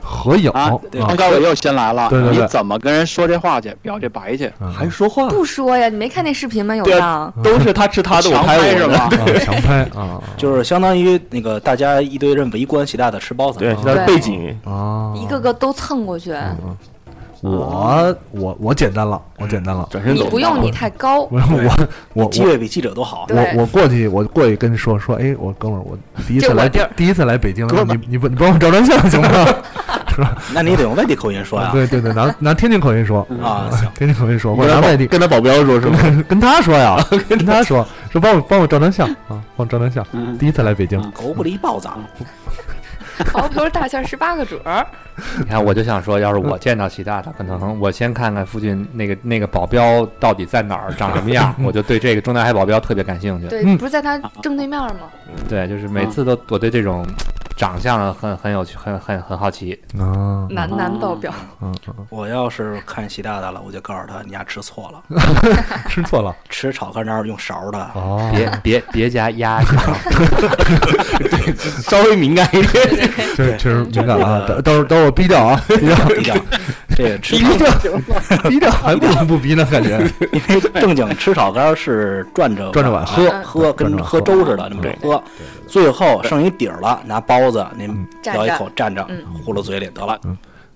Speaker 4: 合影
Speaker 5: 啊？张小伟又先来了，
Speaker 4: 对对对
Speaker 5: 你怎么跟人说这话去，表这白去？
Speaker 4: 啊
Speaker 9: 还说话，
Speaker 8: 不说呀，你没看那视频吗？有
Speaker 9: 对
Speaker 8: 的，啊
Speaker 9: 都是他吃他的，我
Speaker 5: 强
Speaker 9: 拍
Speaker 5: 拍是
Speaker 9: 我 的。
Speaker 5: 吧？
Speaker 4: 啊，强拍啊，
Speaker 7: 就是相当于那个大家一堆人围观习大大吃包子，啊
Speaker 6: 对，是他的背景。
Speaker 4: 啊，
Speaker 8: 一个个都蹭过去，
Speaker 4: 嗯，我我我简单了，我简单了，
Speaker 9: 转身
Speaker 8: 你
Speaker 9: 走，
Speaker 8: 不
Speaker 4: 啊
Speaker 8: 用你太高，
Speaker 4: 我我我
Speaker 7: 机
Speaker 4: 我
Speaker 7: 会比记者都好。
Speaker 8: 嗯对
Speaker 4: 我我过去，我过去跟你说说，哎，我哥们儿，我第一次
Speaker 8: 就我
Speaker 4: 来
Speaker 8: 地儿
Speaker 4: 第一次来北京，你你不你帮我照张相行吗？
Speaker 7: 那你得用外地口音说呀。
Speaker 4: 对对对，拿拿天津口音说，
Speaker 7: 啊，行，
Speaker 4: 天津口音说，或者
Speaker 9: 跟
Speaker 4: 拿
Speaker 9: 他
Speaker 4: 外
Speaker 9: 保
Speaker 4: 地
Speaker 9: 跟他保镖说是吗？
Speaker 4: 跟他说呀，跟他说说帮我帮我照张相啊，帮我照张相，第一次来北京，
Speaker 7: 狗不理包子，
Speaker 8: 薄皮儿大馅儿十八个褶儿，
Speaker 9: 你看，我就想说，要是我见到习大大，可能我先看看附近那个那个保镖到底在哪儿，长什么 样，我就对这个中南海保镖特别感兴趣。
Speaker 8: 对，
Speaker 4: 嗯
Speaker 8: 不是在他正对面吗？
Speaker 9: 对，就是每次都我对这种长相很很有趣，很很很好奇。
Speaker 4: 啊，
Speaker 8: 男男爆表，
Speaker 4: 嗯，
Speaker 7: 我要是看习大大了，我就告诉他你丫吃错了，
Speaker 4: 吃错了
Speaker 7: 吃炒肝哪有用勺的？
Speaker 4: 哦，
Speaker 9: 别别别加 鸭，对稍微敏感一点。
Speaker 4: 这确实敏感了啊，
Speaker 7: 这
Speaker 4: 等等会儿等会儿我逼掉啊，逼掉，
Speaker 7: 低调，这 个吃
Speaker 4: 逼掉，逼掉，还不能不逼呢，感觉
Speaker 7: 因为正经吃炒肝是转着啊
Speaker 4: 转着碗喝
Speaker 7: 喝，
Speaker 4: 转
Speaker 7: 跟
Speaker 4: 着碗嗯
Speaker 7: 喝粥似的那么着
Speaker 6: 对
Speaker 7: 喝，最后剩一底儿了，拿包子
Speaker 4: 嗯
Speaker 7: 您
Speaker 8: 蘸
Speaker 7: 咬一
Speaker 8: 着
Speaker 7: 口蘸着
Speaker 8: 嗯，
Speaker 7: 糊了嘴里得了。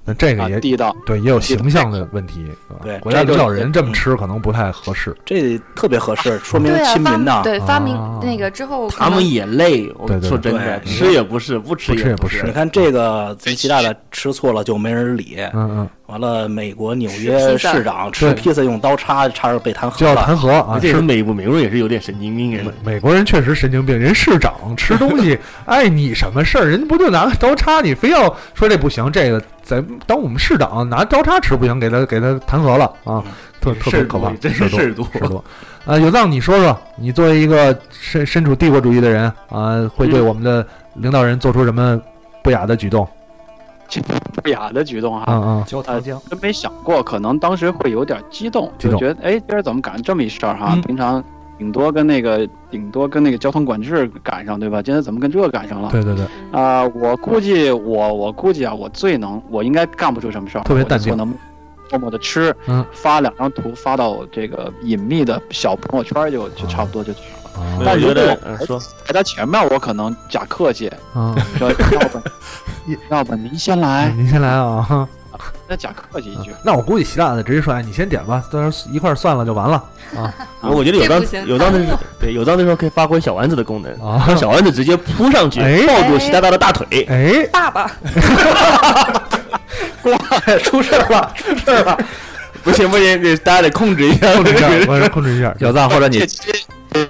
Speaker 4: 那这个
Speaker 5: 啊
Speaker 4: 也
Speaker 5: 地道。
Speaker 4: 对，也有形象的问题。是吧
Speaker 7: 对
Speaker 4: 国家
Speaker 5: 这
Speaker 4: 领
Speaker 5: 就
Speaker 4: 导人这么吃可能不太合适。
Speaker 7: 这特别合适，说明
Speaker 8: 对啊，
Speaker 7: 亲
Speaker 8: 发
Speaker 7: 民呐。
Speaker 8: 对发明
Speaker 4: 啊
Speaker 8: 那个之后，
Speaker 6: 他们也累，我
Speaker 4: 对对
Speaker 6: 说真的，
Speaker 7: 对
Speaker 6: 吃也不是，不吃
Speaker 4: 不吃也
Speaker 6: 不
Speaker 4: 不是
Speaker 7: 你看这
Speaker 6: 嗯
Speaker 7: 个习大大吃错了就没人理，
Speaker 4: 嗯嗯，
Speaker 7: 完了美国纽约市长
Speaker 4: 吃披萨
Speaker 7: 吃披萨用刀叉，差点被弹
Speaker 4: 就
Speaker 7: 劾
Speaker 4: 要
Speaker 7: 了。
Speaker 4: 弹劾啊！嗯
Speaker 6: 而且是
Speaker 4: 是
Speaker 6: 美国美国人也是有点神经病人，
Speaker 4: 美国人确实神经病，人市长吃东西碍你什么事儿？人家不就拿个刀叉，你非要说这不行，这个咱当我们市长拿刀叉吃不行，给他给他弹劾了啊！特
Speaker 6: 事
Speaker 4: 特别
Speaker 6: 儿
Speaker 4: 可怕
Speaker 6: 多，真
Speaker 4: 事
Speaker 6: 是
Speaker 4: 儿多
Speaker 6: 事儿多
Speaker 4: 事儿多。呃，有藏，你说说，你作为一个身身处帝国主义的人啊，会对我们的领导人做出什么不雅的举动？
Speaker 5: 不雅的举动啊，
Speaker 4: 嗯嗯，
Speaker 9: 焦
Speaker 5: 糖 真没想过，可能当时会有点激动，
Speaker 4: 激
Speaker 5: 就
Speaker 4: 动
Speaker 5: 觉得哎，今儿怎么赶上这么一事儿哈、
Speaker 4: 嗯
Speaker 5: 平常顶多跟那个顶多跟那个交通管制赶上，对吧？今天怎么跟这个赶上了？
Speaker 4: 嗯对对对，
Speaker 5: 啊、我估计我我估计啊，我最能我应该干不出什么事儿，
Speaker 4: 特别淡定
Speaker 5: 我能默默的吃，
Speaker 4: 嗯
Speaker 5: 发两张图发到我这个隐秘的小朋友圈就就差不多就这样了。
Speaker 4: 啊
Speaker 6: 没有我
Speaker 5: 但如
Speaker 6: 觉
Speaker 5: 果
Speaker 6: 得
Speaker 5: 我
Speaker 6: 嗯说
Speaker 5: 在他前面，我可能假客气，
Speaker 4: 啊，
Speaker 5: 说要不要不您先来，
Speaker 4: 您先来啊。
Speaker 5: 那假客气一句，
Speaker 4: 哎那我估计习大大直接说：“哎，你先点吧，到时候一块儿算了就完了
Speaker 6: 我觉得有
Speaker 8: 啊这不
Speaker 6: 当
Speaker 8: 行
Speaker 6: 有当的时候 对有当的时候可以发挥小丸子的功能，
Speaker 4: 啊
Speaker 6: 让小丸子直接扑上去
Speaker 4: 哎
Speaker 6: 抱住习大大的大腿，
Speaker 4: 哎，
Speaker 8: 爸爸，
Speaker 7: 出事儿了，出事儿了！
Speaker 6: 不行不行，这大家得控制一下，
Speaker 4: 控制一下， 我控制一下。
Speaker 9: 有藏或者你
Speaker 5: 这期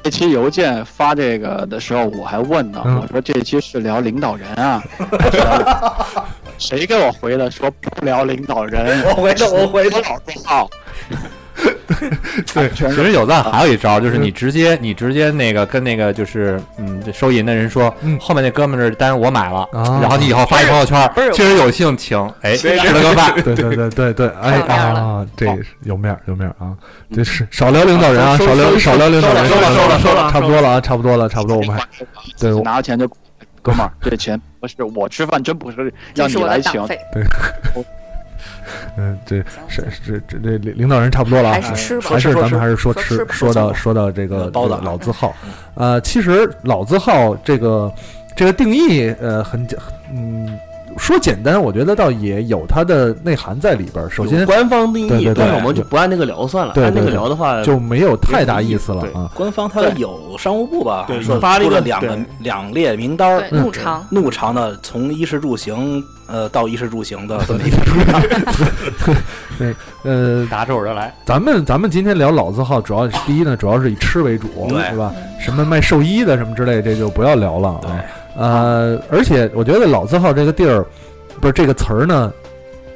Speaker 5: 这期邮件发这个的时候，我还问呢，
Speaker 4: 嗯
Speaker 5: 我说这期是聊领导人啊，谁给我回的说不聊领导人？
Speaker 7: 我回头我回头
Speaker 5: 我老不好，
Speaker 4: 对，
Speaker 5: 全
Speaker 9: 其
Speaker 5: 是
Speaker 9: 实有藏还有一招，就是你直接你直接那个跟那个就是嗯，这收银的人说，
Speaker 4: 嗯
Speaker 9: 后面那哥们儿的单我买了，
Speaker 4: 啊
Speaker 9: 然后你以后发一朋友圈，今儿有幸请，哎，吃了个饭，
Speaker 4: 对对对对对，哎
Speaker 8: 上面了
Speaker 4: 啊，这有面儿有面儿啊，这是少聊领导人啊，少聊少聊领导人，
Speaker 9: 收了收了收了收了
Speaker 4: 差不多了啊，差不多了，差不多，我们还对我
Speaker 5: 拿了钱就过来。哥们儿，这钱不是我吃饭，真不是
Speaker 8: 这
Speaker 5: 让
Speaker 8: 是
Speaker 5: 你
Speaker 8: 我的
Speaker 5: 来请
Speaker 8: 党。费，
Speaker 4: 嗯，这是是这这领领导人差不多了啊
Speaker 8: 还，是吃吧
Speaker 4: 还。是
Speaker 7: 说吃
Speaker 4: 咱们还是说
Speaker 8: 说
Speaker 4: 吃，
Speaker 8: 吃吧
Speaker 4: 说
Speaker 7: 说
Speaker 4: 到
Speaker 7: 糟
Speaker 4: 说到这个
Speaker 7: 包子啊
Speaker 4: 这个老字号，呃，其实老字号这个这个定义，呃，很简，嗯，说简单，我觉得倒也有它的内涵在里边儿。首
Speaker 6: 有
Speaker 4: 先
Speaker 6: 官方定
Speaker 4: 对对
Speaker 6: 义，
Speaker 4: 对
Speaker 6: 但是我们就不按那个聊算了，
Speaker 4: 对对
Speaker 6: 按那个
Speaker 4: 对
Speaker 6: 聊的话
Speaker 4: 就没有太大意思了
Speaker 6: 对
Speaker 4: 啊，
Speaker 7: 官方它有商务部吧？
Speaker 6: 对
Speaker 7: 说
Speaker 6: 发了一
Speaker 7: 出
Speaker 6: 个
Speaker 7: 了两个
Speaker 6: 对
Speaker 7: 两列名单儿
Speaker 8: 对，，怒长，
Speaker 7: 怒长的从衣食住行呃到衣食住行的这么一个
Speaker 4: 呃，
Speaker 9: 打着我这来，
Speaker 4: 咱们咱们今天聊老字号，主要是第一呢，主要是以吃为主，
Speaker 7: 对
Speaker 4: 对吧？
Speaker 8: 嗯
Speaker 4: 什么卖寿衣的什么之类，这就不要聊了啊。呃，而且我觉得老字号这个地儿，不是这个词儿呢，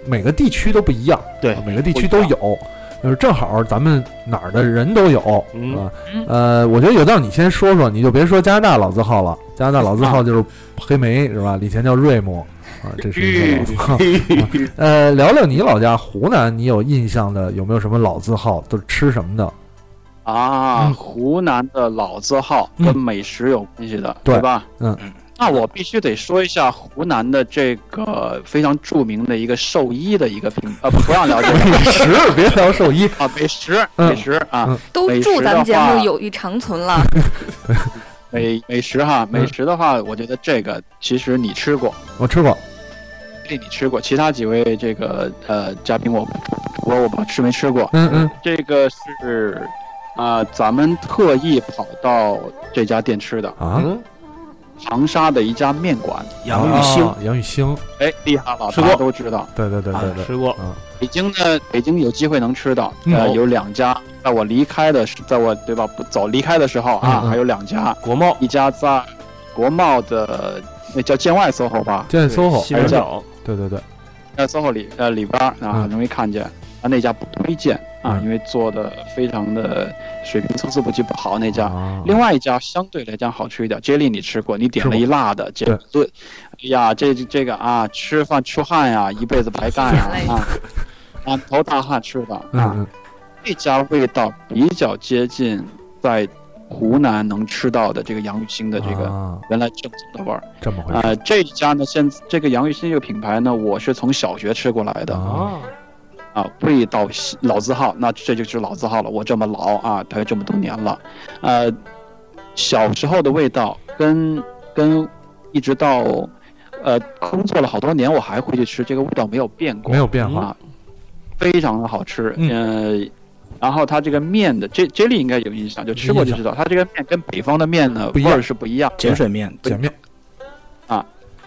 Speaker 4: 每个地区都不一样，啊
Speaker 6: 对
Speaker 4: 每个地区都有。就是正好咱们哪儿的人都有啊、
Speaker 6: 嗯
Speaker 4: 呃，我觉得有道你先说说，你就别说加拿大老字号
Speaker 6: 嗯
Speaker 4: 了，加拿大老字号就是黑莓是吧？以前叫瑞姆啊，这是 一个老字号。呃，聊聊你老家湖南，你有印象的有没有什么老字号？都是吃什 么的？
Speaker 5: 啊，
Speaker 4: 嗯
Speaker 5: 湖南的老字号
Speaker 4: 嗯
Speaker 5: 跟美食有关系的，
Speaker 4: 对
Speaker 5: 对吧？
Speaker 4: 嗯
Speaker 7: 嗯。
Speaker 5: 那我必须得说一下湖南的这个非常著名的一个寿衣的一个品，呃，不让聊这个
Speaker 4: 食，别聊寿衣。
Speaker 5: 啊，美食，
Speaker 4: 嗯
Speaker 5: 美食啊，
Speaker 8: 都
Speaker 5: 美
Speaker 8: 祝
Speaker 5: 食
Speaker 8: 咱
Speaker 5: 的
Speaker 8: 们节
Speaker 5: 话
Speaker 8: 目友谊长存了。
Speaker 5: 美美食哈，美
Speaker 4: 嗯
Speaker 5: 食的话，我觉得这个其实你吃过，
Speaker 4: 我吃过，
Speaker 5: 这你吃过，其他几位这个呃嘉宾我我我不知道吃没吃过，
Speaker 4: 嗯嗯，
Speaker 5: 这个是啊、咱们特意跑到这家店吃的，
Speaker 4: 啊，
Speaker 5: 长沙的一家面馆，
Speaker 7: 杨玉兴
Speaker 4: 啊，杨玉兴，
Speaker 5: 哎，厉害了，
Speaker 6: 吃
Speaker 5: 大家
Speaker 6: 过
Speaker 5: 都知道。
Speaker 4: 对对对
Speaker 5: 啊
Speaker 4: 对对，
Speaker 6: 吃过
Speaker 5: 北京呢，北京有机会能吃到，
Speaker 4: 嗯
Speaker 5: 呃，
Speaker 4: 哦
Speaker 5: 有两家，在我离开的时，在我对吧不走离开的时候啊，
Speaker 4: 嗯嗯
Speaker 5: 还有两家，
Speaker 6: 国贸
Speaker 5: 一家在国贸的那叫建外 SOHO 吧，
Speaker 4: 建 SOHO，
Speaker 6: 西门角，
Speaker 4: 哎对对对，
Speaker 5: 在 SOHO 里呃里边儿啊，
Speaker 4: 嗯
Speaker 5: 很容易看见。啊那家不推荐啊，
Speaker 4: 嗯
Speaker 5: 因为做的非常的水平参差不齐不好那家。
Speaker 4: 啊
Speaker 5: 另外一家相对来讲好吃一点，Jelly 你吃过，你点了一辣的杰克顿，哎呀，这这个啊，吃饭出汗呀、一辈子白干呀
Speaker 8: 累
Speaker 5: 啊，满头大汗吃的
Speaker 4: 嗯
Speaker 5: 啊，
Speaker 4: 嗯
Speaker 5: 这家味道比较接近在湖南能吃到的这个洋芋星的这个
Speaker 4: 啊哎
Speaker 5: 原来正宗的味儿。
Speaker 4: 这么回事
Speaker 5: 啊，这一家呢，现这个洋芋新这个品牌呢，我是从小学吃过来的
Speaker 4: 啊，
Speaker 5: 啊，味道老字号，那这就是老字号了。我这么老啊，它这么多年了，呃，小时候的味道跟跟一直到呃工作了好多年，我还回去吃，这个味道没有变过
Speaker 4: 没，有变化
Speaker 5: 啊，非常的好吃，
Speaker 4: 嗯
Speaker 5: 呃。然后它这个面的，这 J 里应该有印象，就吃过就知道，它这个面跟北方的面呢
Speaker 4: 嗯不一
Speaker 5: 味
Speaker 4: 样
Speaker 5: 儿是不一样的。
Speaker 7: 碱水面，对
Speaker 4: 碱面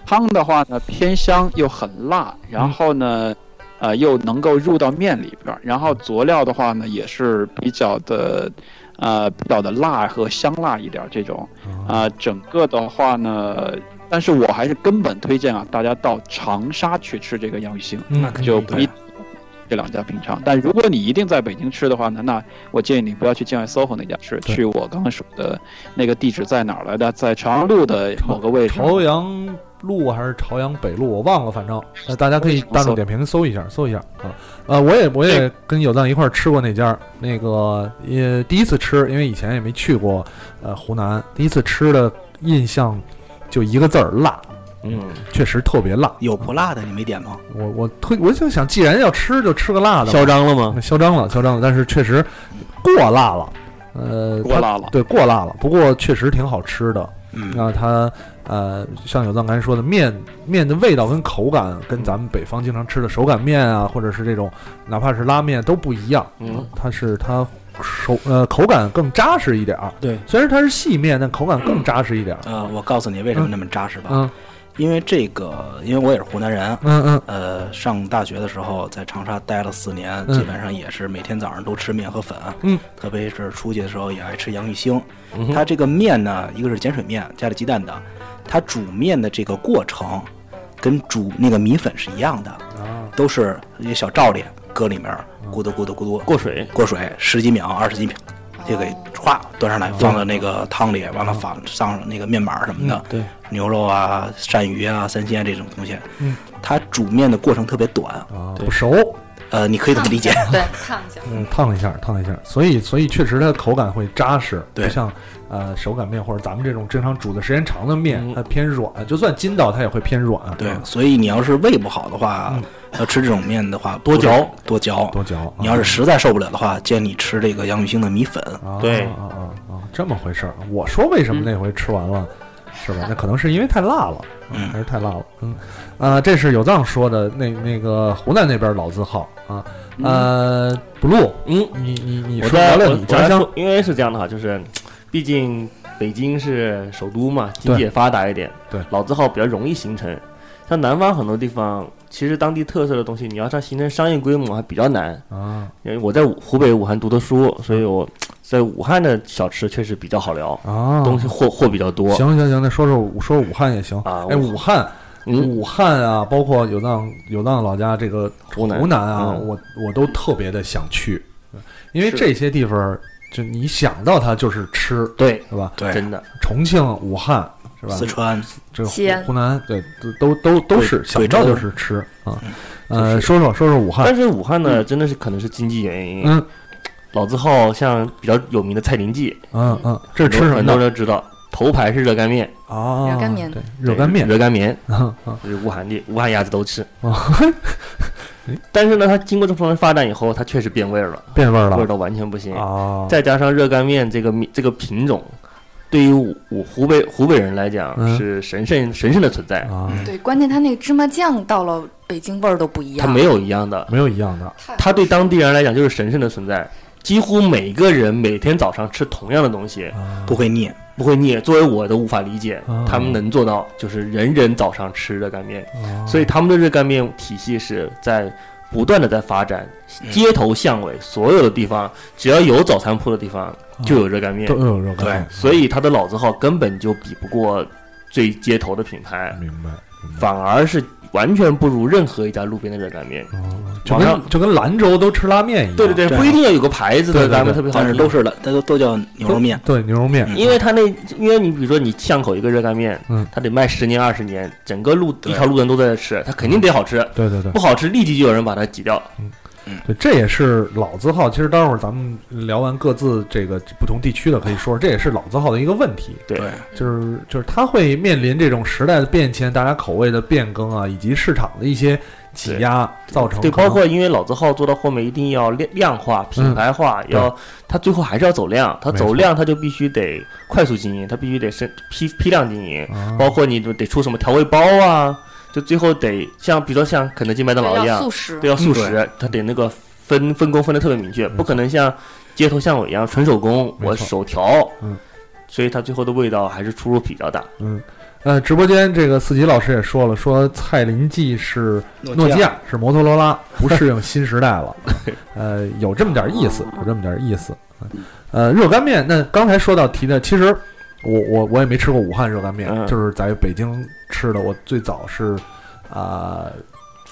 Speaker 5: 汤的话呢，偏香又很辣，然后
Speaker 4: 嗯
Speaker 5: 呢，呃，又能够入到面里边儿。然后佐料的话呢，也是比较的，呃，比较的辣和香辣一点儿这种。
Speaker 4: 嗯
Speaker 5: 啊、整个的话呢，但是我还是根本推荐啊，大家到长沙去吃这个洋芋星，
Speaker 4: 嗯
Speaker 2: 那肯定
Speaker 5: 就不一
Speaker 2: 对
Speaker 5: 这两家品尝。但如果你一定在北京吃的话呢，那我建议你不要去境外 SOHO 那家吃，
Speaker 4: 对
Speaker 5: 去我刚刚说的那个地址在哪儿来的，在朝阳路的某个位置。
Speaker 4: 朝阳路还是朝阳北路，我忘了，反正呃大家可以大众点评搜一下，搜一下啊。呃，我也我也跟有藏一块儿吃过那家儿，那个也第一次吃，因为以前也没去过呃湖南，第一次吃的印象就一个字儿辣，
Speaker 6: 嗯，
Speaker 4: 确实特别辣。
Speaker 7: 有不辣的你没点吗？
Speaker 4: 我我特我就想，既然要吃，就吃个辣的吧。
Speaker 6: 嚣张了吗？
Speaker 4: 啊嚣张了，嚣张了，但是确实过辣了，呃，
Speaker 5: 过
Speaker 4: 它
Speaker 5: 辣了
Speaker 4: 对，过辣了，不过确实挺好吃的。
Speaker 7: 嗯
Speaker 4: 那它呃，像有藏刚才说的，面面的味道跟口感跟咱们北方经常吃的手擀面啊，或者是这种哪怕是拉面都不一样，
Speaker 6: 嗯，
Speaker 4: 它是它手呃口感更扎实一点儿。
Speaker 7: 对，
Speaker 4: 虽然它是细面，但口感更扎实一点儿。
Speaker 7: 呃，我告诉你为什么那么扎实吧，
Speaker 4: 嗯
Speaker 7: 因为这个，因为我也是湖南人，
Speaker 4: 嗯嗯
Speaker 7: 呃，上大学的时候在长沙待了四年，
Speaker 4: 嗯
Speaker 7: 基本上也是每天早上都吃面和粉，
Speaker 4: 嗯，
Speaker 7: 特别是出去的时候也爱吃洋芋星。
Speaker 6: 嗯哼
Speaker 7: 它这个面呢，一个是碱水面加了鸡蛋的，它煮面的这个过程跟煮那个米粉是一样的，
Speaker 4: 啊
Speaker 7: 都是一个小罩里搁里面，咕嘟咕嘟咕嘟
Speaker 6: 过水，
Speaker 7: 过水十几秒、二十几秒，
Speaker 8: 嗯
Speaker 7: 就给歘端上
Speaker 6: 哦
Speaker 7: 来，放到那个汤里，完了放上那个面板什么的，
Speaker 6: 嗯对，
Speaker 7: 牛肉啊、鳝鱼啊、三鲜这种东西，
Speaker 4: 嗯，
Speaker 7: 它煮面的过程特别短，
Speaker 4: 啊，
Speaker 6: 对
Speaker 4: 不熟，
Speaker 7: 呃，你可以这么理解，
Speaker 8: 对，烫一下。
Speaker 4: 嗯，烫一下，烫一下，所以所以确实它的口感会扎实，
Speaker 7: 对
Speaker 4: 不像呃手擀面或者咱们这种正常煮的时间长的面，
Speaker 6: 嗯
Speaker 4: 它偏软，就算筋道它也会偏软，
Speaker 7: 对，所以你要是胃不好的话，要吃这种面的话，
Speaker 6: 嗯多嚼嗯
Speaker 7: 多嚼。
Speaker 4: 多嚼。啊
Speaker 7: 你要是实在受不了的话，建议你吃这个杨雨兴的米粉，
Speaker 4: 啊
Speaker 6: 哦对
Speaker 4: 啊啊啊，这么回事儿。我说为什么那回吃完了，是吧？那可能是因为太辣了，
Speaker 7: 嗯
Speaker 4: 还是太辣了。嗯，啊，这是有藏说的那那个湖南那边老字号啊，呃，blue，
Speaker 6: 嗯，
Speaker 4: 你你你
Speaker 6: 我
Speaker 4: 说
Speaker 6: 在
Speaker 4: 聊聊
Speaker 6: 我
Speaker 4: 你
Speaker 6: 我
Speaker 4: 家
Speaker 6: 来
Speaker 4: 乡
Speaker 6: 说，因为是这样的哈，就是毕竟北京是首都嘛，经
Speaker 4: 对
Speaker 6: 济也发达一点，
Speaker 4: 对
Speaker 6: 老字号比较容易形成。像南方很多地方，其实当地特色的东西，你要它形成商业规模还比较难。
Speaker 4: 啊
Speaker 6: 因为我在武湖北武汉读的书，所以我在武汉的小吃确实比较好聊，
Speaker 4: 啊，
Speaker 6: 东西货货比较多。
Speaker 4: 行行行，那说说说武汉也行
Speaker 6: 啊
Speaker 4: 哎，
Speaker 6: 武
Speaker 4: 武汉，
Speaker 6: 嗯，
Speaker 4: 武汉啊，包括有藏有藏老家这个
Speaker 6: 湖南
Speaker 4: 湖南啊，
Speaker 6: 嗯
Speaker 4: 我我都特别的想去，因为这些地方就你想到它就是吃，
Speaker 6: 对，
Speaker 4: 是吧？
Speaker 7: 对，
Speaker 6: 真嗯的，
Speaker 4: 重庆、武汉是吧
Speaker 7: 四？川
Speaker 4: 这个湖
Speaker 8: 西安
Speaker 4: 湖南对都都都都是
Speaker 7: 贵
Speaker 4: 想
Speaker 7: 贵
Speaker 4: 到
Speaker 7: 州
Speaker 4: 就是吃啊。呃，
Speaker 6: 嗯就是哎
Speaker 4: 说说说说武汉，
Speaker 6: 但是武汉呢，真的是可能是经济原因。
Speaker 4: 嗯
Speaker 6: 老字号像比较有名的蔡林记，
Speaker 4: 嗯嗯，这是吃什么
Speaker 6: 很多
Speaker 4: 的
Speaker 6: 人都知道，头牌是热干面，
Speaker 4: 啊？
Speaker 8: 热干面
Speaker 4: 对，热干面
Speaker 6: 热干面
Speaker 4: 啊啊
Speaker 6: 就是武汉的，武汉鸭子都吃
Speaker 4: 哦。
Speaker 6: 但是呢，它经过这么多年发展以后，它确实变味儿了，
Speaker 4: 变味儿
Speaker 6: 味
Speaker 4: 了
Speaker 6: 道完全不行。
Speaker 4: 啊！
Speaker 6: 再加上热干面这个米这个品种，对于我我湖北湖北人来讲
Speaker 4: 嗯
Speaker 6: 是神圣神圣的存在，
Speaker 4: 啊，
Speaker 8: 对，关键它那个芝麻酱到了北京味儿都不一
Speaker 6: 它
Speaker 8: 样。
Speaker 6: 没有一样的，
Speaker 4: 没有一样的
Speaker 8: 太
Speaker 6: 它对当地人来讲就是神圣的存在。几乎每个人每天早上吃同样的东西，
Speaker 4: 啊
Speaker 7: 不会腻，
Speaker 6: 不会腻。作为我都无法理解
Speaker 4: 哦，
Speaker 6: 他们能做到，就是人人早上吃热干面。
Speaker 4: 啊
Speaker 6: 所以他们的热干面体系是在不断的在发展，街头巷尾所有的地方，只要有早餐铺的地
Speaker 4: 啊
Speaker 6: 方就有热干面
Speaker 4: 都，有热干面，
Speaker 6: 所以它的老字号根本就比不过最街头的品牌，
Speaker 4: 明白。明白
Speaker 6: 反而是完全不如任何一家路边的热干
Speaker 4: 嗯
Speaker 6: 面。
Speaker 4: 哦就
Speaker 6: 网
Speaker 4: 跟
Speaker 6: 上
Speaker 4: 就跟兰州都吃拉面一样，
Speaker 6: 对对
Speaker 7: 对
Speaker 6: 对，不一定要有个牌子的
Speaker 4: 对对
Speaker 6: 咱们
Speaker 4: 对
Speaker 6: 特别好
Speaker 7: 但
Speaker 6: 吃
Speaker 7: 是，都是了，它都都叫牛肉面。嗯
Speaker 4: 对牛肉面，
Speaker 6: 因为他那，因为你比如说你巷口一个热干面，
Speaker 4: 嗯
Speaker 6: 他得卖十年二十年，整个路一条路的人都在这吃，他肯定得好吃，
Speaker 4: 对对对
Speaker 6: 不好吃立即就有人把它挤掉。
Speaker 4: 对，这也是老字号。其实待会儿咱们聊完各自这个不同地区的，可以说这也是老字号的一个问题。
Speaker 6: 对
Speaker 4: 就是就是它会面临这种时代的变迁、大家口味的变更啊，以及市场的一些挤压，造成
Speaker 6: 对，
Speaker 4: 可能嗯
Speaker 6: 包括因为老字号做到后面一定要量量化、品牌化，要它最后还是要走量，它
Speaker 4: 没
Speaker 6: 走
Speaker 4: 错
Speaker 6: 量它就必须得快速经营，它必须得是批批量经营，
Speaker 4: 啊
Speaker 6: 包括你就得出什么调味包啊，就最后得像比如说像肯德基、麦当劳一
Speaker 8: 要
Speaker 6: 样
Speaker 8: 素，食，
Speaker 6: 对，要素
Speaker 4: 嗯
Speaker 6: 食，它得那个分分工分的特别明确，
Speaker 4: 错
Speaker 6: 不可能像街头巷尾一样纯手工，
Speaker 4: 嗯没
Speaker 6: 我
Speaker 4: 错
Speaker 6: 手调
Speaker 4: 嗯，
Speaker 6: 所以它最后的味道还是出入比较大。
Speaker 4: 嗯。呃，直播间这个四级老师也说了，说蔡林记是诺基亚，是摩托罗拉，不适应新时代 了。呃，有这么点意思，有这么点意思。呃，热干面，那刚才说到提的，其实我我我也没吃过武汉热干面，
Speaker 6: 嗯
Speaker 4: 就是在北京吃的。我最早是啊、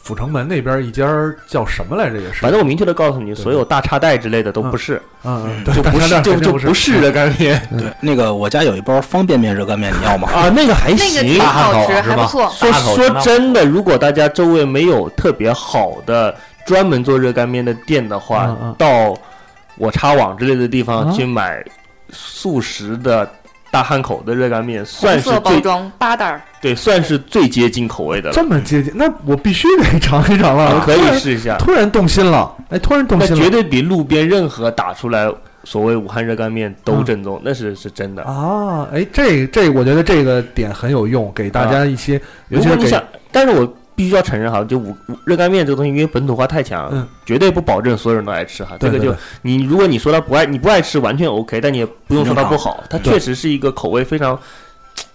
Speaker 4: 阜成门那边一家叫什么来着，也是，
Speaker 6: 反正我明确的告诉你，
Speaker 4: 对
Speaker 6: 所有大插带之类的都
Speaker 4: 嗯
Speaker 6: 不是，
Speaker 4: 嗯，
Speaker 6: 就不是就就
Speaker 4: 不
Speaker 6: 不是热干面
Speaker 7: 对，那个我家有一包方便面热干面，你要吗？
Speaker 6: 啊，那个还
Speaker 8: 那个挺
Speaker 6: 行。
Speaker 8: 好吃，
Speaker 9: 大
Speaker 8: 还
Speaker 9: 汉堡是吧
Speaker 8: 不错。
Speaker 6: 说
Speaker 9: 大口吃
Speaker 6: 说真的，如果大家周围没有特别好的专门做热干面的店的话
Speaker 4: 嗯嗯，
Speaker 6: 到我插网之类的地
Speaker 4: 啊
Speaker 6: 方去买速食的大汉口的热干面，算
Speaker 8: 红
Speaker 6: 是
Speaker 8: 色包
Speaker 6: 最
Speaker 8: 装八袋儿，
Speaker 6: 对，算是最接近口味的了，
Speaker 4: 这么接近，那我必须得 尝一尝了。
Speaker 6: 啊可
Speaker 4: 突然
Speaker 6: 以试一下。
Speaker 4: 突然动心了，哎，突然动
Speaker 6: 那
Speaker 4: 心
Speaker 6: 绝
Speaker 4: 了
Speaker 6: 对比路边任何打出来所谓武汉热干面都正宗，那是是真的。
Speaker 4: 啊！哎，这这，我觉得这个点很有用，给
Speaker 6: 啊
Speaker 4: 大家一些，尤
Speaker 6: 如
Speaker 4: 其
Speaker 6: 果
Speaker 4: 是
Speaker 6: 你
Speaker 4: 给
Speaker 6: 想，但是我必须要承认哈，就五五热干面这个东西，因为本土化太强，
Speaker 4: 嗯
Speaker 6: 绝对不保证所有人都爱吃哈。
Speaker 4: 对
Speaker 6: 这
Speaker 4: 对
Speaker 6: 个就你如果你说他不爱，你不爱吃完全 OK，但你也不用说它不好，它
Speaker 7: 对
Speaker 6: 确实是一个口味非常